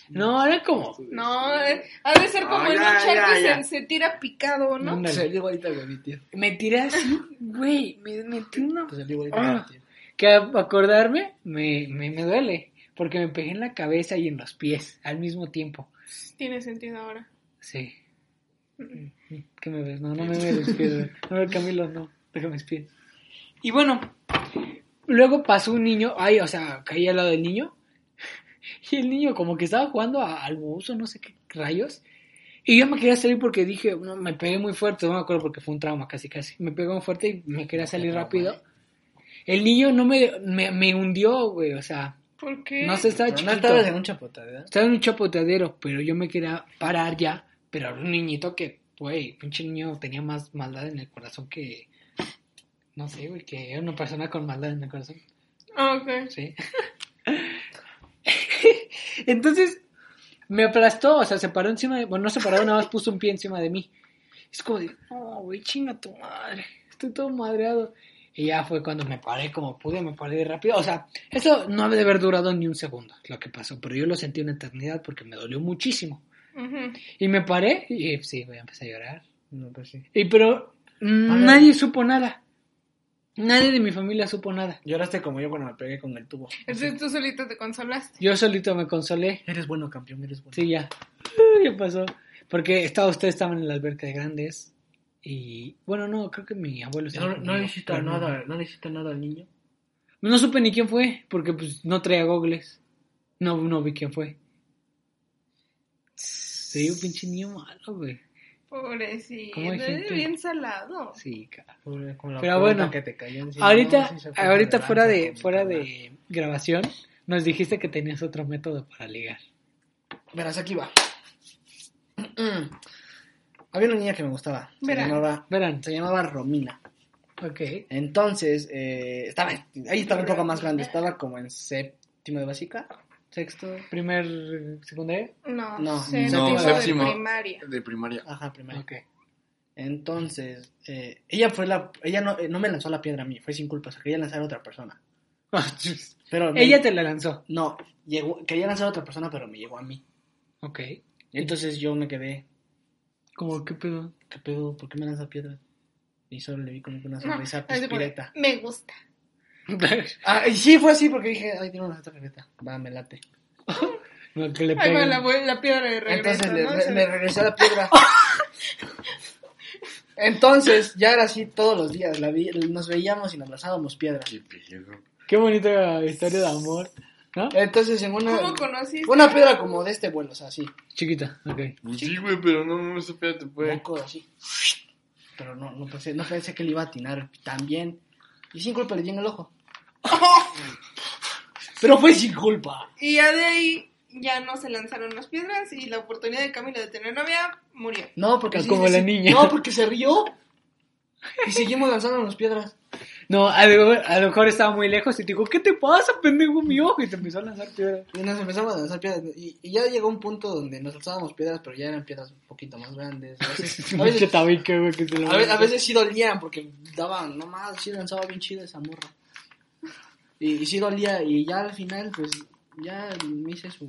[SPEAKER 1] No, era como...
[SPEAKER 2] No, eh, ha de ser como
[SPEAKER 3] Ah,
[SPEAKER 2] el
[SPEAKER 3] ya,
[SPEAKER 2] luchar
[SPEAKER 3] ya,
[SPEAKER 2] que
[SPEAKER 3] ya.
[SPEAKER 2] se, se tira picado, ¿no?
[SPEAKER 1] Ándale.
[SPEAKER 4] Salió igualita que mi tío.
[SPEAKER 1] Me tiré así, güey. Me metí una...
[SPEAKER 4] Pues salió igualita
[SPEAKER 1] Ah.
[SPEAKER 4] que mi tío.
[SPEAKER 1] Que a- acordarme me, me, me duele. Porque me pegué en la cabeza y en los pies al mismo tiempo.
[SPEAKER 2] Tiene sentido ahora.
[SPEAKER 1] Sí. ¿Qué me ves? No, no me ves los pies, güey. No, no, Camilo, no. Déjame mis pies. Y bueno, luego pasó un niño. Ay, o sea, caí al lado del niño. *laughs* Y el niño como que estaba jugando a- al buzo, no sé qué rayos. Y yo me quería salir porque dije, no, me pegué muy fuerte. No me acuerdo porque fue un trauma casi, casi. Me pegó muy fuerte y me quería salir rápido. El niño no me, me, me hundió, güey. O sea,
[SPEAKER 2] ¿Por qué?
[SPEAKER 1] no sé, estaba
[SPEAKER 4] Pero No
[SPEAKER 1] chiquito.
[SPEAKER 4] estabas en un chapotadero.
[SPEAKER 1] Estaba en un chapoteadero, pero yo me quería parar ya. Pero era un niñito que, güey, pinche niño tenía más maldad en el corazón que. No sé, güey, que era una persona con maldad en el corazón.
[SPEAKER 2] Ah, ok.
[SPEAKER 1] Sí. Entonces, me aplastó, o sea, se paró encima de. Bueno, no se paró, nada más puso un pie encima de mí. Es como de, no, güey, chinga tu madre. Estoy todo madreado. Y ya fue cuando me paré como pude, me paré rápido. O sea, eso no debe haber durado ni un segundo, lo que pasó. Pero yo lo sentí una eternidad porque me dolió muchísimo.
[SPEAKER 2] Ujú.
[SPEAKER 1] Y me paré y sí, güey, empecé a llorar.
[SPEAKER 4] No, pero sí.
[SPEAKER 1] Y pero
[SPEAKER 4] A
[SPEAKER 1] mm,
[SPEAKER 4] ver.
[SPEAKER 1] nadie supo nada. Nadie de mi familia supo nada.
[SPEAKER 4] Lloraste como yo cuando me pegué con el tubo.
[SPEAKER 2] Entonces tú solito te consolaste.
[SPEAKER 1] Yo solito me consolé.
[SPEAKER 4] Eres bueno, campeón, eres bueno.
[SPEAKER 1] Sí, ya. *laughs* Uh, Ya pasó. Porque estaba, ustedes estaban en la alberca de grandes. Y bueno, no, creo que mi abuelo estaba.
[SPEAKER 4] No, no
[SPEAKER 1] conmigo,
[SPEAKER 4] le hiciste
[SPEAKER 1] pero no.
[SPEAKER 4] nada, no le hiciste nada al niño.
[SPEAKER 1] No supe ni quién fue, porque pues no traía gogles. No, no vi quién fue. Sí, un pinche niño malo, güey.
[SPEAKER 2] Pobrecito.
[SPEAKER 1] ¿Cómo hay gente?
[SPEAKER 2] Bien salado.
[SPEAKER 1] Sí, cara.
[SPEAKER 4] Pobre, con la
[SPEAKER 1] Pero
[SPEAKER 4] puerta
[SPEAKER 1] bueno,
[SPEAKER 4] que te cayó encima.
[SPEAKER 1] ahorita,
[SPEAKER 4] No, sí se fue
[SPEAKER 1] ahorita
[SPEAKER 4] adelante
[SPEAKER 1] fuera de,
[SPEAKER 4] con mi
[SPEAKER 1] fuera
[SPEAKER 4] carnal.
[SPEAKER 1] de grabación, nos dijiste que tenías otro método para ligar.
[SPEAKER 4] Verás, aquí va. *clears throat* Había una niña que me gustaba. Se
[SPEAKER 2] Verán.
[SPEAKER 4] llamaba,
[SPEAKER 1] Verán,
[SPEAKER 4] se llamaba Romina.
[SPEAKER 1] ok.
[SPEAKER 4] Entonces, eh, estaba, ahí estaba un poco más grande. Estaba como en séptimo de básica, sexto.
[SPEAKER 1] Primer, eh, secundaria.
[SPEAKER 2] No,
[SPEAKER 4] No,
[SPEAKER 2] séptimo
[SPEAKER 4] no,
[SPEAKER 2] de
[SPEAKER 3] séptimo.
[SPEAKER 2] primaria.
[SPEAKER 3] De primaria.
[SPEAKER 4] Ajá, primero.
[SPEAKER 1] Ok.
[SPEAKER 4] Entonces, eh, ella fue la. Ella no, eh, no me lanzó la piedra a mí, fue sin culpa. Se quería lanzar a otra *laughs* persona. Ah, Pero me-
[SPEAKER 1] Ella te la lanzó.
[SPEAKER 4] No, llegó, quería lanzar a otra persona, pero me llegó a mí.
[SPEAKER 1] Ok.
[SPEAKER 4] Entonces yo me quedé,
[SPEAKER 1] Como, ¿qué pedo?
[SPEAKER 7] *laughs*
[SPEAKER 4] ¿qué pedo? ¿Por qué me lanza piedras? Y solo le vi como que una
[SPEAKER 2] No,
[SPEAKER 4] sonrisa
[SPEAKER 2] así como,
[SPEAKER 4] pispireta.
[SPEAKER 2] Me gusta.
[SPEAKER 4] Ah, y sí, fue así porque dije, ay, tiene una sonrisa pireta. Va, me late.
[SPEAKER 1] No, que le
[SPEAKER 2] Ahí va
[SPEAKER 1] peguen.
[SPEAKER 2] la, la piedra de regreso.
[SPEAKER 4] Entonces le,
[SPEAKER 2] ¿no?
[SPEAKER 4] re-
[SPEAKER 2] Se- *laughs*
[SPEAKER 4] me regresé a la piedra. Entonces, ya era así todos los días. la vi- nos veíamos y nos lanzábamos piedras.
[SPEAKER 3] Qué pedo.
[SPEAKER 7] Qué bonita historia de amor, ¿no?
[SPEAKER 4] Entonces, en una.
[SPEAKER 2] ¿Cómo conociste?
[SPEAKER 4] Una piedra como de este vuelo, o sea, así.
[SPEAKER 7] Chiquita, ok.
[SPEAKER 3] Pues sí, güey, pero no, no, espérate,
[SPEAKER 4] Un
[SPEAKER 3] pues.
[SPEAKER 4] poco así. Pero no, no pensé, no pensé que le iba a atinar tan bien. Y sin culpa le di en el ojo. Pero fue sin culpa.
[SPEAKER 2] Y ya de ahí ya no se lanzaron las piedras y la oportunidad de Camila de tener novia murió.
[SPEAKER 4] No, porque
[SPEAKER 7] Es
[SPEAKER 4] sí-
[SPEAKER 7] como
[SPEAKER 4] sí-
[SPEAKER 7] la
[SPEAKER 4] sí-
[SPEAKER 7] niña.
[SPEAKER 4] No, porque se rió. Y seguimos lanzándonos piedras.
[SPEAKER 7] No, a lo, a lo mejor estaba muy lejos y te dijo, ¿qué te pasa, pendejo mi ojo? Y te empezó a lanzar piedra.
[SPEAKER 4] Y nos empezamos a lanzar piedras. Y, y ya llegó un punto donde nos lanzábamos piedras, pero ya eran piedras un poquito más grandes. A veces, a
[SPEAKER 7] Pinche
[SPEAKER 4] veces, a
[SPEAKER 7] tabique, güey, que se lo
[SPEAKER 4] ve- a veces sí dolían, porque daban, nomás, sí lanzaba bien chido esa morra. Y, y sí dolía, y ya al final, pues, ya me hice su...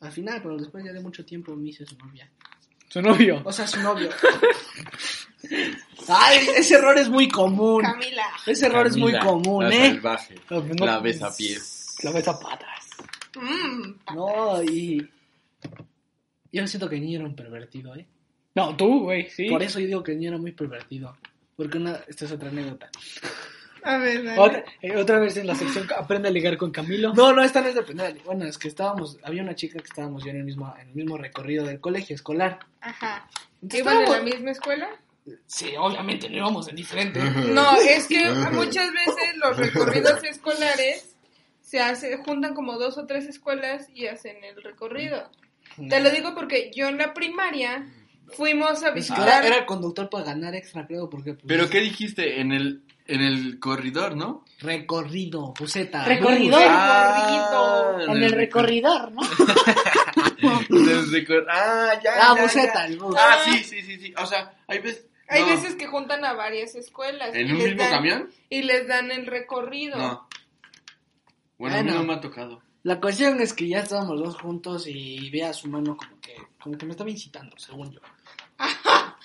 [SPEAKER 4] Al final, pero después ya de mucho tiempo me hice su novia.
[SPEAKER 7] Su novio.
[SPEAKER 4] O sea, su novio. Ay, ese error es muy común.
[SPEAKER 2] Camila.
[SPEAKER 4] Ese error es muy
[SPEAKER 3] Camila,
[SPEAKER 4] común,
[SPEAKER 3] la
[SPEAKER 4] ¿eh?
[SPEAKER 3] salvaje,
[SPEAKER 7] No- pues,
[SPEAKER 3] la besa pies.
[SPEAKER 7] La besa patas.
[SPEAKER 2] Mm,
[SPEAKER 4] No, y. Yo siento que ni era un pervertido, ¿eh?
[SPEAKER 7] No, tú, güey, sí.
[SPEAKER 4] Por eso yo digo que ni era muy pervertido. Porque una. Esta es otra anécdota.
[SPEAKER 2] a ver, dale.
[SPEAKER 7] Otra, eh, otra vez en la sección aprende a ligar con Camilo.
[SPEAKER 4] No, no, esta no es de penal. Bueno, es que estábamos. Había una chica que estábamos yo en el mismo, en el mismo recorrido del colegio escolar.
[SPEAKER 2] Ajá.
[SPEAKER 4] Entonces,
[SPEAKER 2] ¿Iban en la
[SPEAKER 4] estábamos-
[SPEAKER 2] misma escuela?
[SPEAKER 4] Sí, obviamente no íbamos en diferente.
[SPEAKER 2] No, es que muchas veces los recorridos escolares se hace, juntan como dos o tres escuelas y hacen el recorrido. Te lo digo porque yo en la primaria fuimos a
[SPEAKER 4] Ni siquiera
[SPEAKER 2] visitar.
[SPEAKER 4] era el conductor para ganar extra, creo, porque. pues,
[SPEAKER 3] Pero ¿qué dijiste? En el, en el corredor, ¿no?
[SPEAKER 4] Recorrido, puseta.
[SPEAKER 7] Recorrido.
[SPEAKER 3] Ah, en el
[SPEAKER 7] recorridor, ¿no?
[SPEAKER 3] *laughs* En el recor- Ah, ya.
[SPEAKER 4] La
[SPEAKER 3] ya,
[SPEAKER 4] buseta,
[SPEAKER 3] ya.
[SPEAKER 4] el bus.
[SPEAKER 3] Ah, sí, sí, sí, sí. O sea, hay veces.
[SPEAKER 2] Hay
[SPEAKER 3] no.
[SPEAKER 2] veces que juntan a varias escuelas.
[SPEAKER 3] ¿En
[SPEAKER 2] y
[SPEAKER 3] un
[SPEAKER 2] les
[SPEAKER 3] mismo
[SPEAKER 2] dan-
[SPEAKER 3] camión?
[SPEAKER 2] Y les dan el recorrido.
[SPEAKER 3] No. Bueno, a mí
[SPEAKER 4] Bueno.
[SPEAKER 3] no me ha tocado.
[SPEAKER 4] La cuestión es que ya estábamos los dos juntos y ve a su mano como que, como que me estaba incitando, según *laughs* yo.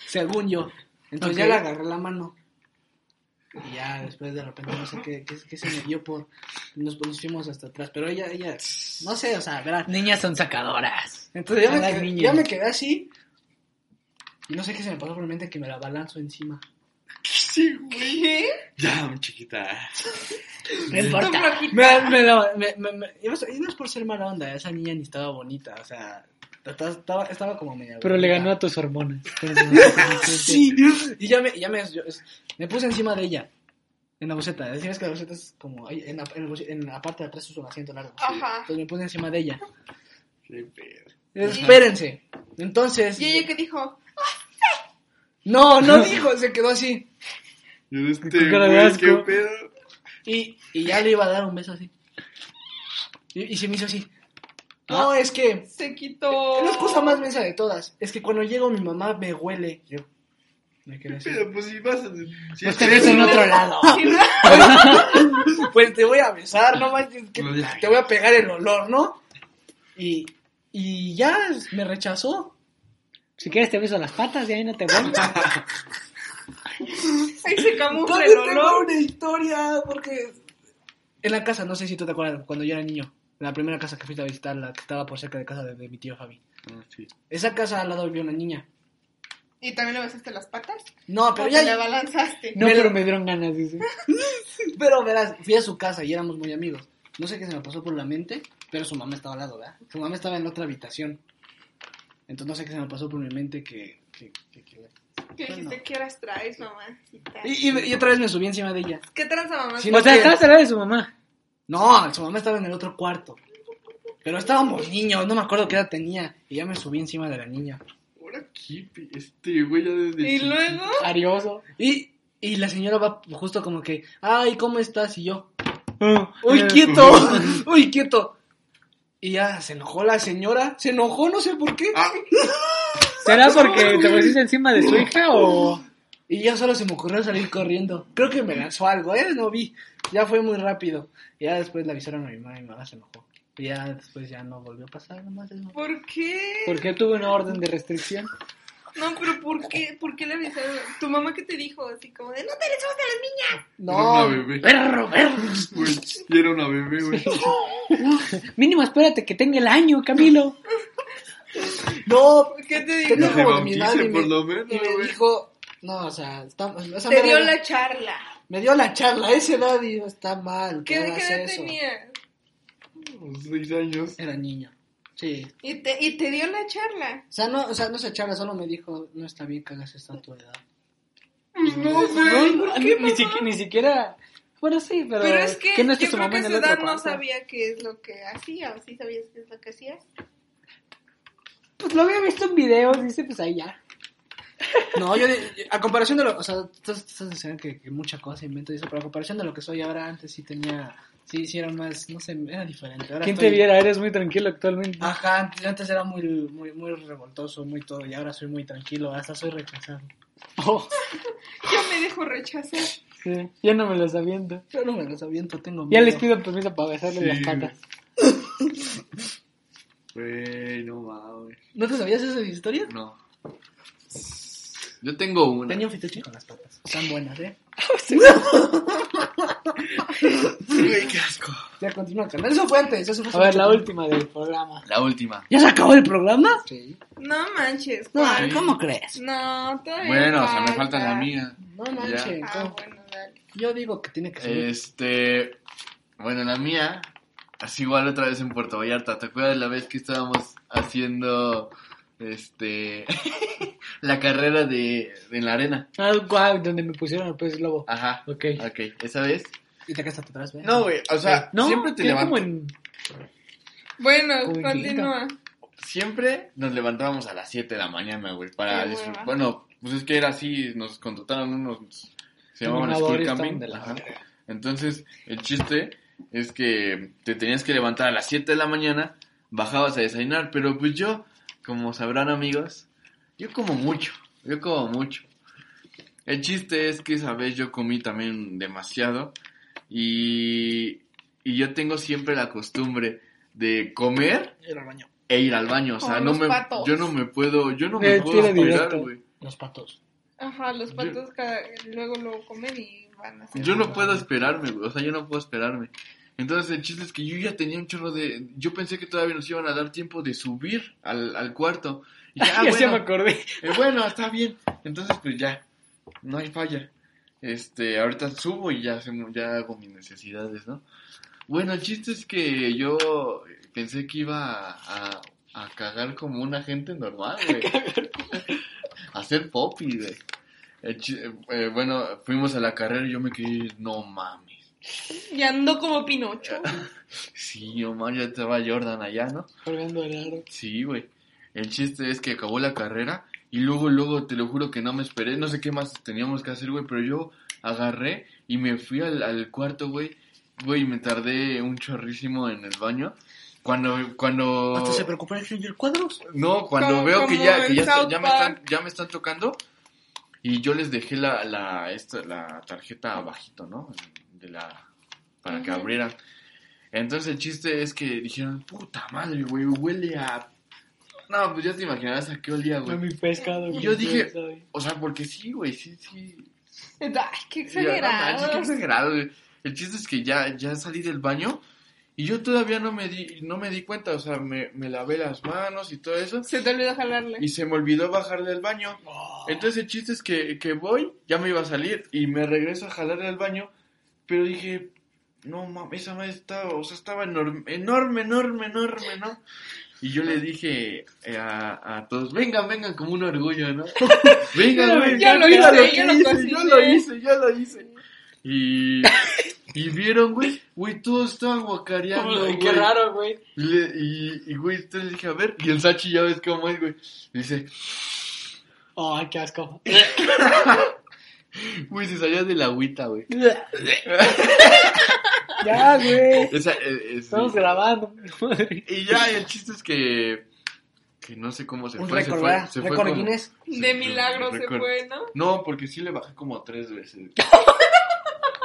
[SPEAKER 4] según yo. Entonces
[SPEAKER 7] Ok.
[SPEAKER 4] ya le agarré la mano. Y ya después de repente no sé qué, qué, qué se me dio por. Nos pusimos hasta atrás. Pero ella, ella, no sé, o sea, verás.
[SPEAKER 7] Niñas son sacadoras.
[SPEAKER 4] Entonces ya
[SPEAKER 7] A
[SPEAKER 4] me,
[SPEAKER 7] las
[SPEAKER 4] quedé,
[SPEAKER 7] niñas.
[SPEAKER 4] ya me quedé así. Y no sé qué se me pasó por mi mente que me la balanzo encima.
[SPEAKER 2] ¿Qué?
[SPEAKER 3] Ya, chiquita.
[SPEAKER 7] No
[SPEAKER 2] Tú
[SPEAKER 7] importa.
[SPEAKER 2] flojita.
[SPEAKER 4] Me, me la- me- me- me- y no es- y no es por ser mala onda, esa niña ni estaba bonita, o sea, estaba, estaba- estaba como media
[SPEAKER 7] Pero le
[SPEAKER 4] bonita.
[SPEAKER 7] ganó a Ah, tus hormonas.
[SPEAKER 4] Sí, y ya me, ya me, yo- es- me puse encima de ella. En la boceta, decías que la boceta es como. ay, En la, en el boce- en la parte de atrás es un asiento largo.
[SPEAKER 2] Ajá.
[SPEAKER 4] Entonces me puse encima de ella.
[SPEAKER 3] Qué pedo.
[SPEAKER 4] Espérense. Entonces.
[SPEAKER 2] ¿Y ella qué dijo?
[SPEAKER 4] No, no dijo, se quedó así.
[SPEAKER 3] Yo este,
[SPEAKER 7] Con cara de
[SPEAKER 3] güey,
[SPEAKER 7] asco.
[SPEAKER 3] qué pedo.
[SPEAKER 4] Y, y ya le iba a dar un beso así. Y, y se me hizo así. No,
[SPEAKER 2] Ah.
[SPEAKER 4] es que.
[SPEAKER 2] Se quitó.
[SPEAKER 4] La
[SPEAKER 2] *laughs*
[SPEAKER 4] cosa más mensa de todas es que cuando llego mi mamá me huele. Yo me quedé así.
[SPEAKER 3] Pero pues si vas a. Si
[SPEAKER 7] Pues te ves en otro *laughs* lado.
[SPEAKER 2] Sí, ¿no?
[SPEAKER 4] Pues te voy a besar, no manches, que
[SPEAKER 3] No digas.
[SPEAKER 4] te voy a pegar el olor, ¿no? Y, y ya me rechazó.
[SPEAKER 7] *laughs* Si quieres te beso las patas y ahí no te vuelvas.
[SPEAKER 2] Ahí se camufla
[SPEAKER 4] También
[SPEAKER 2] el
[SPEAKER 4] tengo
[SPEAKER 2] olor.
[SPEAKER 4] una historia, porque en la casa, no sé si tú te acuerdas, cuando yo era niño, la primera casa que fuiste a visitar, la que estaba por cerca de casa de, de mi tío Fabi.
[SPEAKER 3] Ah,
[SPEAKER 4] Esa casa al lado vivía una niña.
[SPEAKER 2] ¿Y también le besaste las patas?
[SPEAKER 4] No,
[SPEAKER 2] Pero
[SPEAKER 4] pero
[SPEAKER 2] ya le
[SPEAKER 4] ya,
[SPEAKER 2] abalanzaste.
[SPEAKER 7] No,
[SPEAKER 4] Me lo-
[SPEAKER 7] pero me dieron ganas, dice.
[SPEAKER 4] pero verás, fui a su casa y éramos muy amigos. No sé qué se me pasó por la mente, pero su mamá estaba al lado, ¿verdad? Su mamá estaba en otra habitación. Entonces no sé qué se me pasó por mi mente que- que- que- que
[SPEAKER 2] ¿Qué dijiste?
[SPEAKER 4] Bueno.
[SPEAKER 2] ¿Qué horas traes, mamacita?
[SPEAKER 4] Y, y- y otra vez me subí encima de ella.
[SPEAKER 2] ¿Qué tranza, mamá?
[SPEAKER 4] Sí,
[SPEAKER 7] O sea,
[SPEAKER 4] que-
[SPEAKER 7] estabas al lado de su mamá.
[SPEAKER 4] No, su mamá estaba en el otro cuarto. Pero estábamos niños, no me acuerdo qué edad tenía. Y ya me subí encima de la niña.
[SPEAKER 3] Ahora qué pe- Este güey ya desde.
[SPEAKER 2] Y luego,
[SPEAKER 7] Arioso.
[SPEAKER 4] Y, y la señora va justo como que, ay, ¿cómo estás? Y yo,
[SPEAKER 7] Uy,
[SPEAKER 4] Ah, eh, uy, quieto, *laughs* uy, quieto. Y ya se enojó la señora, se enojó, no sé por qué.
[SPEAKER 3] Ah,
[SPEAKER 7] ¿Será porque te pusiste encima de su hija o...?
[SPEAKER 4] Y ya solo se me ocurrió salir corriendo. Creo que me lanzó algo, ¿eh? No vi. Ya fue muy rápido. Ya después le avisaron a mi mamá y mi mamá se enojó. Y ya después ya no volvió a pasar nomás eso.
[SPEAKER 2] ¿por qué?
[SPEAKER 7] Porque tuve una orden de restricción.
[SPEAKER 2] No, pero ¿por qué? ¿Por qué le avisaron? ¿Tu mamá qué te dijo? Así como de, no te le subas a las niñas.
[SPEAKER 3] Era
[SPEAKER 4] No,
[SPEAKER 3] una
[SPEAKER 4] *laughs*
[SPEAKER 3] bebé.
[SPEAKER 7] ¡Perro, perro!
[SPEAKER 3] Güey, y era una bebé, güey.
[SPEAKER 7] Mínimo, espérate que tenga el año, Camilo.
[SPEAKER 4] no,
[SPEAKER 2] ¿Qué te
[SPEAKER 4] Tenía
[SPEAKER 3] Que se
[SPEAKER 2] dijo?
[SPEAKER 4] como
[SPEAKER 3] bautice,
[SPEAKER 4] mi edad y me,
[SPEAKER 3] por lo menos,
[SPEAKER 4] y me
[SPEAKER 3] güey.
[SPEAKER 4] dijo, No, o sea, está, esa
[SPEAKER 2] Te dio
[SPEAKER 4] madre-
[SPEAKER 2] la charla.
[SPEAKER 4] me dio la charla, ese edad y está mal.
[SPEAKER 2] ¿Qué,
[SPEAKER 4] que
[SPEAKER 2] qué
[SPEAKER 4] hagas
[SPEAKER 2] edad
[SPEAKER 4] eso.
[SPEAKER 2] tenías?
[SPEAKER 3] Seis años.
[SPEAKER 4] Era niño. Sí.
[SPEAKER 2] Y te, y te dio la charla.
[SPEAKER 4] O sea, no, o sea, no se charla, solo me dijo, no está bien que hagas esto a tu edad. Pues,
[SPEAKER 2] No, güey. ¿por qué,
[SPEAKER 7] ni, siqui- ni siquiera. Bueno, sí, pero.
[SPEAKER 2] Pero, es que
[SPEAKER 7] ¿qué no es que
[SPEAKER 2] yo
[SPEAKER 7] su
[SPEAKER 2] creo
[SPEAKER 7] mamá en
[SPEAKER 2] que a esa
[SPEAKER 7] el otro
[SPEAKER 2] edad no
[SPEAKER 7] cuarto?
[SPEAKER 2] sabía qué es lo que hacía, o sí sabías qué es lo que hacías.
[SPEAKER 7] Pues lo había visto en videos, dice, pues ahí ya.
[SPEAKER 4] No, yo, de- a comparación de lo, o sea, estás, estás diciendo que, que mucha cosa invento y eso, pero a comparación de lo que soy ahora, antes sí tenía, sí, sí era más, no sé, era diferente. Ahora
[SPEAKER 7] ¿Quién
[SPEAKER 4] estoy-
[SPEAKER 7] te viera? Eres muy tranquilo actualmente.
[SPEAKER 4] Ajá, antes, yo antes era muy, muy, muy revoltoso, muy todo, y ahora soy muy tranquilo, hasta soy rechazado.
[SPEAKER 7] Oh,
[SPEAKER 2] Yo me dejo rechazar.
[SPEAKER 7] sí. Ya no me los aviento.
[SPEAKER 4] Yo no me los aviento, tengo miedo.
[SPEAKER 7] Ya les pido permiso para besarles
[SPEAKER 3] Sí,
[SPEAKER 7] las patas.
[SPEAKER 3] Güey, no mames.
[SPEAKER 4] ¿No te sabías esa historia?
[SPEAKER 3] No. Yo tengo una.
[SPEAKER 4] Tenía un fetiche con las patas, están buenas, ¿eh?
[SPEAKER 3] Güey, qué asco.
[SPEAKER 4] Ya continúa, canal. Eso fue antes, eso fue hace
[SPEAKER 7] A ver,
[SPEAKER 4] mucho
[SPEAKER 7] la
[SPEAKER 4] tiempo.
[SPEAKER 7] última del programa.
[SPEAKER 3] La última.
[SPEAKER 4] ¿Ya se acabó el programa?
[SPEAKER 7] Sí.
[SPEAKER 2] No manches.
[SPEAKER 4] No,
[SPEAKER 2] ¿cuál?
[SPEAKER 4] ¿cómo crees?
[SPEAKER 2] No, todavía
[SPEAKER 3] Bueno, o sea, me falta la mía.
[SPEAKER 4] No manches,
[SPEAKER 2] Ah,
[SPEAKER 4] ¿cómo?
[SPEAKER 2] bueno, dale.
[SPEAKER 4] yo digo que tiene que ser.
[SPEAKER 3] Este. Bueno, la mía. Así igual otra vez en Puerto Vallarta. ¿Te acuerdas de la vez que estábamos haciendo. Este. *laughs* la carrera de. En la arena.
[SPEAKER 7] Ah, guau, donde me pusieron el pez globo.
[SPEAKER 3] Ajá.
[SPEAKER 7] Ok.
[SPEAKER 3] Ok, esa vez.
[SPEAKER 4] Y te quedaste atrás, ¿ves?
[SPEAKER 3] Ah. No, güey, o sea,
[SPEAKER 7] No,
[SPEAKER 3] siempre te
[SPEAKER 7] quedé como
[SPEAKER 3] levantas.
[SPEAKER 7] en.
[SPEAKER 2] Bueno,
[SPEAKER 7] Uy,
[SPEAKER 2] continúa.
[SPEAKER 3] Siempre nos levantábamos a las 7 de la mañana, güey, para
[SPEAKER 2] Qué hueva.
[SPEAKER 3] disfrutar. Bueno, pues es que era así, nos contrataron unos. Se llamaban
[SPEAKER 7] Animadores,
[SPEAKER 3] School Camping.
[SPEAKER 7] estaban de la
[SPEAKER 3] ajá. Entonces, el chiste es que te tenías que levantar a las 7 de la mañana, bajabas a desayunar, pero pues yo, como sabrán amigos, yo como mucho, yo como mucho. El chiste es que esa vez yo comí también demasiado y, y yo tengo siempre la costumbre de comer
[SPEAKER 4] Ir al baño.
[SPEAKER 3] e ir al baño, o sea,
[SPEAKER 2] Como
[SPEAKER 3] no
[SPEAKER 2] los
[SPEAKER 3] me,
[SPEAKER 2] patos.
[SPEAKER 3] yo no me puedo, yo no
[SPEAKER 7] Eh,
[SPEAKER 3] me puedo
[SPEAKER 7] tira
[SPEAKER 3] cuidar,
[SPEAKER 7] directo.
[SPEAKER 3] güey.
[SPEAKER 4] Los patos.
[SPEAKER 2] Ajá, los patos cada- luego lo comen y van a hacer.
[SPEAKER 3] Yo no puedo esperarme, güey. O sea, yo no puedo esperarme. Entonces, el chiste es que yo ya tenía un chorro de. Yo pensé que todavía nos iban a dar tiempo de subir al, al cuarto.
[SPEAKER 7] *laughs*
[SPEAKER 3] Y ya,
[SPEAKER 7] Ya,
[SPEAKER 3] ah,
[SPEAKER 7] se me
[SPEAKER 3] bueno,
[SPEAKER 7] acordé.
[SPEAKER 3] eh, bueno, está bien. Entonces, pues ya. No hay falla. Este, ahorita subo y ya, hacemos- ya hago mis necesidades, ¿no? Bueno, el chiste es que yo pensé que iba a, a- a cagar como una gente normal, güey. a hacer popi, güey. El chi- eh, bueno, fuimos a la carrera y yo me quedé, no mames.
[SPEAKER 2] Y ando como
[SPEAKER 3] *laughs*
[SPEAKER 2] Pinocho.
[SPEAKER 3] Sí, Omar, ya estaba Jordan allá, ¿no?
[SPEAKER 7] Colgando el aro.
[SPEAKER 3] Sí, güey. El chiste es que acabó la carrera y luego, luego, te lo juro que no me esperé. No sé qué más teníamos que hacer, güey, pero yo agarré y me fui al, al cuarto, güey. Güey, me tardé un chorrísimo en el baño. Cuando, cuando...
[SPEAKER 4] Hasta se preocupó el Stranger Cuadros.
[SPEAKER 3] No, cuando
[SPEAKER 2] Como-
[SPEAKER 3] veo que
[SPEAKER 2] como
[SPEAKER 3] ya, que
[SPEAKER 2] en
[SPEAKER 3] ya, está-
[SPEAKER 2] South
[SPEAKER 3] ya me
[SPEAKER 2] Park.
[SPEAKER 3] están, ya me están tocando y yo les dejé la, la, esta, la tarjeta abajito, ¿no? De la, para que
[SPEAKER 2] Ujú.
[SPEAKER 3] abrieran. Entonces el chiste es que dijeron, puta madre, güey, huele a... No, pues ya te imaginarás a qué olía,
[SPEAKER 7] Fue
[SPEAKER 3] güey.
[SPEAKER 7] mi pescado.
[SPEAKER 3] Yo dije-
[SPEAKER 7] güey.
[SPEAKER 3] O sea, porque sí, güey, sí, sí.
[SPEAKER 2] Ay, qué
[SPEAKER 3] Sí, no manches, qué
[SPEAKER 2] exagerado.
[SPEAKER 3] exagerado, güey. El chiste es que ya, ya salí del baño y yo todavía no me di, no me di cuenta, o sea, me, me lavé las manos y todo eso.
[SPEAKER 2] Se te olvidó jalarle.
[SPEAKER 3] Y se me olvidó bajar del baño. Entonces el chiste es que, que voy, ya me iba a salir y me regreso a jalar del baño. Pero dije, no mames, esa madre estaba, o sea, estaba enorme, enorme, enorme, enorme, ¿no? Y yo le dije eh, a, a todos, vengan, vengan, como un
[SPEAKER 2] *laughs*
[SPEAKER 3] orgullo, ¿no? Vengan, vengan,
[SPEAKER 2] Ya lo
[SPEAKER 3] mira
[SPEAKER 2] hice,
[SPEAKER 3] que
[SPEAKER 2] ya lo
[SPEAKER 3] hice, yo lo
[SPEAKER 2] cociné".
[SPEAKER 3] hice, yo lo hice. Y, y vieron, güey, güey, todos estaban guacareando,
[SPEAKER 7] Como-
[SPEAKER 3] güey.
[SPEAKER 7] Qué raro, güey.
[SPEAKER 3] Le- y, y, güey, entonces le dije, a ver, y el Sachi ya ves cómo es, güey. Dice,
[SPEAKER 7] Ay, qué asco.
[SPEAKER 3] güey, se salía de la agüita, güey.
[SPEAKER 7] ya, güey.
[SPEAKER 3] Esa, eh, eh, sí.
[SPEAKER 7] Estamos grabando. madre.
[SPEAKER 3] Y ya, el chiste es que, que no sé cómo se
[SPEAKER 4] Un
[SPEAKER 3] fue.
[SPEAKER 4] récord,
[SPEAKER 3] se fue,
[SPEAKER 4] ¿verdad?
[SPEAKER 3] se fue
[SPEAKER 4] Récord
[SPEAKER 3] como-
[SPEAKER 4] Guinness.
[SPEAKER 3] se
[SPEAKER 2] De
[SPEAKER 3] fue-
[SPEAKER 2] milagro se
[SPEAKER 3] récord.
[SPEAKER 2] fue, ¿no?
[SPEAKER 3] *laughs* No, porque sí le bajé como tres veces.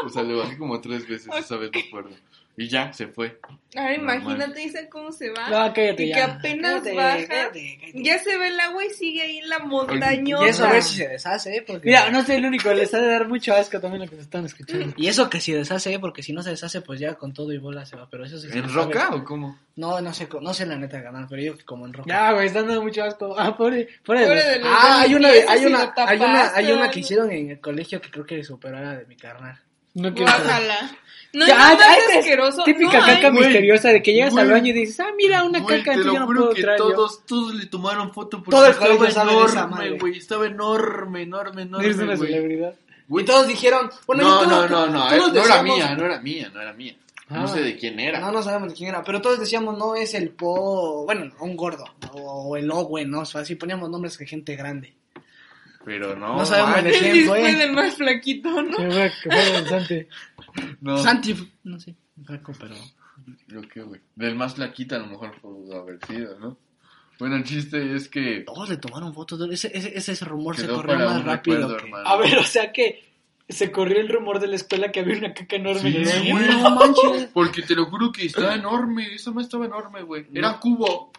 [SPEAKER 3] O sea, le bajé como tres veces, esa vez me acuerdo. Y ya, se fue.
[SPEAKER 2] Ahora
[SPEAKER 3] No
[SPEAKER 2] Ah, imagínate,
[SPEAKER 3] manches.
[SPEAKER 2] Isa, cómo se va.
[SPEAKER 7] No, cállate
[SPEAKER 2] Ah, y que
[SPEAKER 7] ya.
[SPEAKER 2] apenas
[SPEAKER 4] Cállate,
[SPEAKER 2] baja.
[SPEAKER 4] cállate, cállate.
[SPEAKER 2] Ya se ve el agua y sigue ahí la montañosa.
[SPEAKER 4] Y eso a ver si se deshace, ¿eh? Porque...
[SPEAKER 7] Mira, no soy el único, les ha de dar mucho asco también lo que se están escuchando.
[SPEAKER 4] Y eso que si deshace, ¿eh? porque si no se deshace, pues ya con todo y bola se va. Pero eso sí. se
[SPEAKER 3] ¿En
[SPEAKER 4] sabe.
[SPEAKER 3] roca o cómo?
[SPEAKER 4] No, no sé, co- no sé la neta ganar, pero yo que como en roca.
[SPEAKER 7] Ya, güey, están dando mucho asco. Ah, pobre, pobre,
[SPEAKER 2] Pobre
[SPEAKER 7] de
[SPEAKER 2] de los
[SPEAKER 4] Ah, hay una,
[SPEAKER 2] pies,
[SPEAKER 4] hay
[SPEAKER 2] si
[SPEAKER 4] una,
[SPEAKER 2] lo
[SPEAKER 4] hay una, hay una
[SPEAKER 2] tapaste,
[SPEAKER 4] que hicieron en el colegio que creo que superó a la de mi carnal.
[SPEAKER 7] No quiero saber.
[SPEAKER 2] Guácala. No,
[SPEAKER 7] Ya,
[SPEAKER 2] no,
[SPEAKER 7] ay,
[SPEAKER 2] es
[SPEAKER 7] es
[SPEAKER 2] asqueroso.
[SPEAKER 7] Típica
[SPEAKER 2] no, *laughs* eh.
[SPEAKER 7] caca
[SPEAKER 2] ay,
[SPEAKER 3] güey.
[SPEAKER 7] misteriosa de que llegas al
[SPEAKER 3] Güey.
[SPEAKER 7] baño y dices, ah, mira, una
[SPEAKER 3] Güey,
[SPEAKER 7] caca,
[SPEAKER 3] te
[SPEAKER 7] entonces
[SPEAKER 3] lo
[SPEAKER 7] yo no
[SPEAKER 3] juro
[SPEAKER 7] puedo
[SPEAKER 3] que
[SPEAKER 7] traer. yo.
[SPEAKER 3] todos, todos le tomaron foto porque
[SPEAKER 4] Todo el
[SPEAKER 3] estaba
[SPEAKER 4] colegio sabe de esa
[SPEAKER 3] enorme,
[SPEAKER 4] madre.
[SPEAKER 3] güey. Estaba enorme, enorme, enorme,
[SPEAKER 7] Eres una
[SPEAKER 3] güey.
[SPEAKER 7] celebridad.
[SPEAKER 3] Güey,
[SPEAKER 4] dijeron,
[SPEAKER 3] no, no, no, no, eh, no era
[SPEAKER 4] decíamos-
[SPEAKER 3] mía, no era mía, no era mía. No
[SPEAKER 4] Ah.
[SPEAKER 3] sé de quién era.
[SPEAKER 4] No, no sabemos de quién era, pero todos decíamos, no es el Po, bueno, un gordo, o, o el Owen, ¿no? O sea, así poníamos nombres de gente grande.
[SPEAKER 3] Pero no.
[SPEAKER 4] No sabemos
[SPEAKER 3] man,
[SPEAKER 2] Elvis
[SPEAKER 4] de-
[SPEAKER 3] *laughs*
[SPEAKER 4] ejemplo,
[SPEAKER 2] fue
[SPEAKER 4] eh.
[SPEAKER 2] del más flaquito, ¿no?
[SPEAKER 7] Qué fue, qué fue danzante.
[SPEAKER 3] no.
[SPEAKER 4] Santi, no sé, Paco, pero...
[SPEAKER 3] Yo qué, güey. Del más flaquita a lo mejor pudo haber sido, ¿no? Bueno, el chiste es que
[SPEAKER 4] Todos le tomaron fotos, de- ese, ese, ese rumor se
[SPEAKER 3] quedó
[SPEAKER 4] corrió
[SPEAKER 3] para
[SPEAKER 4] más
[SPEAKER 3] un
[SPEAKER 4] rápido
[SPEAKER 3] recuerdo,
[SPEAKER 4] que...
[SPEAKER 3] hermano.
[SPEAKER 7] A ver, o sea que se corrió el rumor de la escuela que había una caca enorme en
[SPEAKER 3] Sí,
[SPEAKER 7] el baño.
[SPEAKER 3] güey,
[SPEAKER 4] No manches.
[SPEAKER 3] *laughs* Porque te lo juro que estaba enorme, esa más estaba enorme, güey. Era cubo.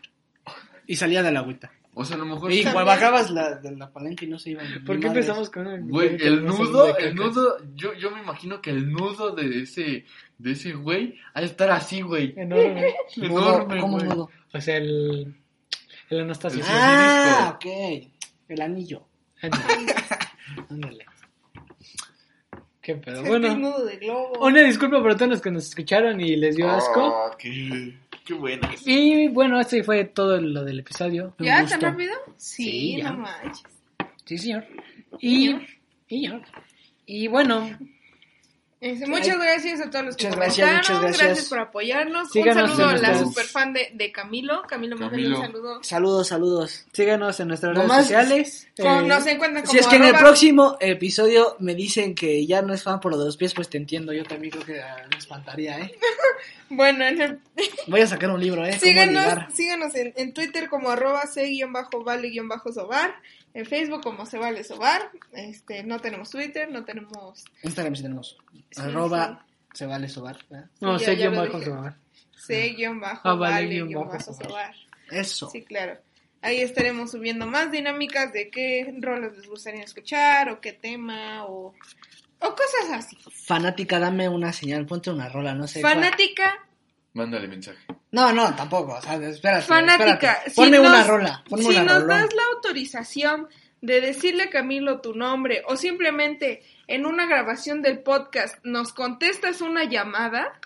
[SPEAKER 4] Y salía de la agüita.
[SPEAKER 3] O sea, a lo mejor...
[SPEAKER 4] Y bajabas la, de la palanca y no se iba. ni
[SPEAKER 7] ¿Por qué
[SPEAKER 4] madres.
[SPEAKER 7] empezamos con una
[SPEAKER 3] Güey,
[SPEAKER 7] caca
[SPEAKER 3] el
[SPEAKER 7] que no salió de
[SPEAKER 3] nudo,
[SPEAKER 7] caca?
[SPEAKER 3] el nudo, yo, yo me imagino que el nudo de ese, de ese güey, ha de estar así, güey.
[SPEAKER 7] Enorme.
[SPEAKER 4] Nudo,
[SPEAKER 3] Enorme,
[SPEAKER 4] ¿Cómo
[SPEAKER 3] güey.
[SPEAKER 4] nudo?
[SPEAKER 7] O sea, el. El Anastasio.
[SPEAKER 3] El
[SPEAKER 4] Ah, ok. El anillo.
[SPEAKER 7] Ándale. Ándale. Qué pedo.
[SPEAKER 2] Es
[SPEAKER 7] Bueno,
[SPEAKER 2] nudo de globo.
[SPEAKER 7] una disculpa para todos los que nos escucharon y les dio asco.
[SPEAKER 3] Ah, qué, qué buena.
[SPEAKER 7] Y bueno, esto fue todo lo del episodio.
[SPEAKER 4] Un
[SPEAKER 2] ¿Ya?
[SPEAKER 4] gusto.
[SPEAKER 2] ¿Tan rápido? Sí,
[SPEAKER 7] Sí, ya.
[SPEAKER 2] no manches.
[SPEAKER 7] Sí, señor. Y. y ya. Y bueno,
[SPEAKER 2] Este, Muchas gracias a todos los que
[SPEAKER 4] Muchas
[SPEAKER 2] comentaron,
[SPEAKER 4] gracias, muchas gracias.
[SPEAKER 2] por apoyarnos.
[SPEAKER 7] Síganos
[SPEAKER 2] un saludo a
[SPEAKER 7] en
[SPEAKER 2] la
[SPEAKER 7] nuestras-
[SPEAKER 2] superfan de, de Camilo. Camilo, mándale
[SPEAKER 3] Camilo.
[SPEAKER 2] un saludo.
[SPEAKER 4] Saludos, saludos.
[SPEAKER 7] síganos en nuestras
[SPEAKER 4] Nomás-
[SPEAKER 7] redes sociales.
[SPEAKER 2] Con-
[SPEAKER 7] Eh,
[SPEAKER 2] nos encuentran como
[SPEAKER 4] Si es que en el
[SPEAKER 2] arroba-
[SPEAKER 4] próximo episodio me dicen que ya no es fan por lo de los pies, pues te entiendo. Yo también creo que ah, me espantaría, ¿eh?
[SPEAKER 2] Bueno, en el-
[SPEAKER 4] Voy a sacar un libro, ¿eh? ¿Cómo ligar?
[SPEAKER 2] síganos, síganos en, en Twitter como arroba c-vale-sobar. En Facebook como se vale sobar. Este, no tenemos Twitter, no tenemos...
[SPEAKER 4] Instagram si tenemos.
[SPEAKER 2] Sí,
[SPEAKER 4] Arroba se vale sobar. ¿eh?
[SPEAKER 7] No,
[SPEAKER 2] Sí,
[SPEAKER 7] sé
[SPEAKER 2] ya-
[SPEAKER 7] quién
[SPEAKER 2] ya
[SPEAKER 7] va
[SPEAKER 2] lo
[SPEAKER 7] con
[SPEAKER 2] dije.
[SPEAKER 7] su mamá. Ah, vale, guión bajo,
[SPEAKER 2] C-vale-sobar.
[SPEAKER 4] Eso.
[SPEAKER 2] Sí, claro. Ahí estaremos subiendo más dinámicas de qué rolas les gustaría escuchar o qué tema o, o cosas así.
[SPEAKER 4] Fanática, dame una señal. Ponte una rola, no sé. cuál.
[SPEAKER 2] Fanática,
[SPEAKER 3] Mándale mensaje.
[SPEAKER 4] No, no, tampoco. O sea, espérate.
[SPEAKER 2] fanática.
[SPEAKER 4] espérate.
[SPEAKER 2] Si
[SPEAKER 4] Ponme
[SPEAKER 2] nos-
[SPEAKER 4] una rola. Ponme
[SPEAKER 2] si
[SPEAKER 4] una
[SPEAKER 2] nos
[SPEAKER 4] rola.
[SPEAKER 2] das la autorización de decirle a Camilo tu nombre o simplemente en una grabación del podcast nos contestas una llamada,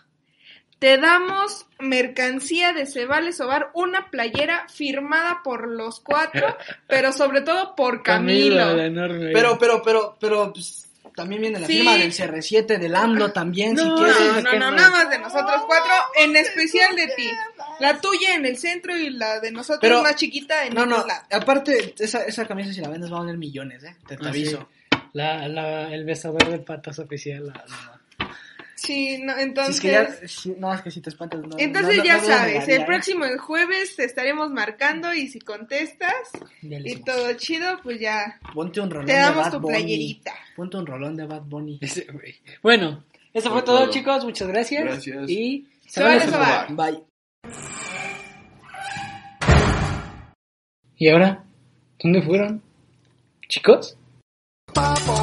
[SPEAKER 2] te damos mercancía de Se Vale Sobar, una playera firmada por los cuatro, pero sobre todo por Camilo.
[SPEAKER 7] Camilo, la enorme.
[SPEAKER 4] Pero, pero, pero, pero, pues, también viene la
[SPEAKER 2] Sí.
[SPEAKER 4] firma del CR7, del AMLO también, si
[SPEAKER 7] No,
[SPEAKER 4] quieres.
[SPEAKER 2] No, no,
[SPEAKER 7] que
[SPEAKER 2] no,
[SPEAKER 7] no.
[SPEAKER 2] nada más de nosotros cuatro, en especial de ti. La tuya en el centro y la de nosotros
[SPEAKER 4] Pero-
[SPEAKER 2] más chiquita en
[SPEAKER 4] No,
[SPEAKER 2] otro
[SPEAKER 4] no,
[SPEAKER 2] lado.
[SPEAKER 4] aparte, esa, esa camisa si la vendes va a valer millones, ¿eh? Te, te
[SPEAKER 7] Ah,
[SPEAKER 4] aviso.
[SPEAKER 7] La, la, el besador de patas oficial. La, la-
[SPEAKER 2] Sí, no,
[SPEAKER 4] Si
[SPEAKER 2] entonces...
[SPEAKER 4] es que ya, si- no, es que si te espantas, no,
[SPEAKER 2] Entonces
[SPEAKER 4] no, no,
[SPEAKER 2] ya
[SPEAKER 4] no lo
[SPEAKER 2] sabes,
[SPEAKER 4] negaría,
[SPEAKER 2] el
[SPEAKER 4] ¿eh?
[SPEAKER 2] próximo jueves te estaremos marcando y si contestas
[SPEAKER 4] Ya le
[SPEAKER 2] y
[SPEAKER 4] hicimos.
[SPEAKER 2] todo chido, pues ya
[SPEAKER 4] Ponte un rolón
[SPEAKER 2] te
[SPEAKER 4] de
[SPEAKER 2] damos
[SPEAKER 4] Bad
[SPEAKER 2] tu
[SPEAKER 4] Bunny.
[SPEAKER 2] playerita.
[SPEAKER 4] Ponte un rolón de Bad Bunny.
[SPEAKER 7] ese güey. Bueno, eh, eso fue
[SPEAKER 3] Fue
[SPEAKER 7] todo,
[SPEAKER 3] todo.
[SPEAKER 7] chicos. Muchas gracias.
[SPEAKER 3] Gracias.
[SPEAKER 7] Y.
[SPEAKER 2] Se vale
[SPEAKER 7] Saludos.
[SPEAKER 2] sobar.
[SPEAKER 4] Bye.
[SPEAKER 7] ¿Y ahora? ¿Dónde fueron? ¿Chicos?
[SPEAKER 5] Papa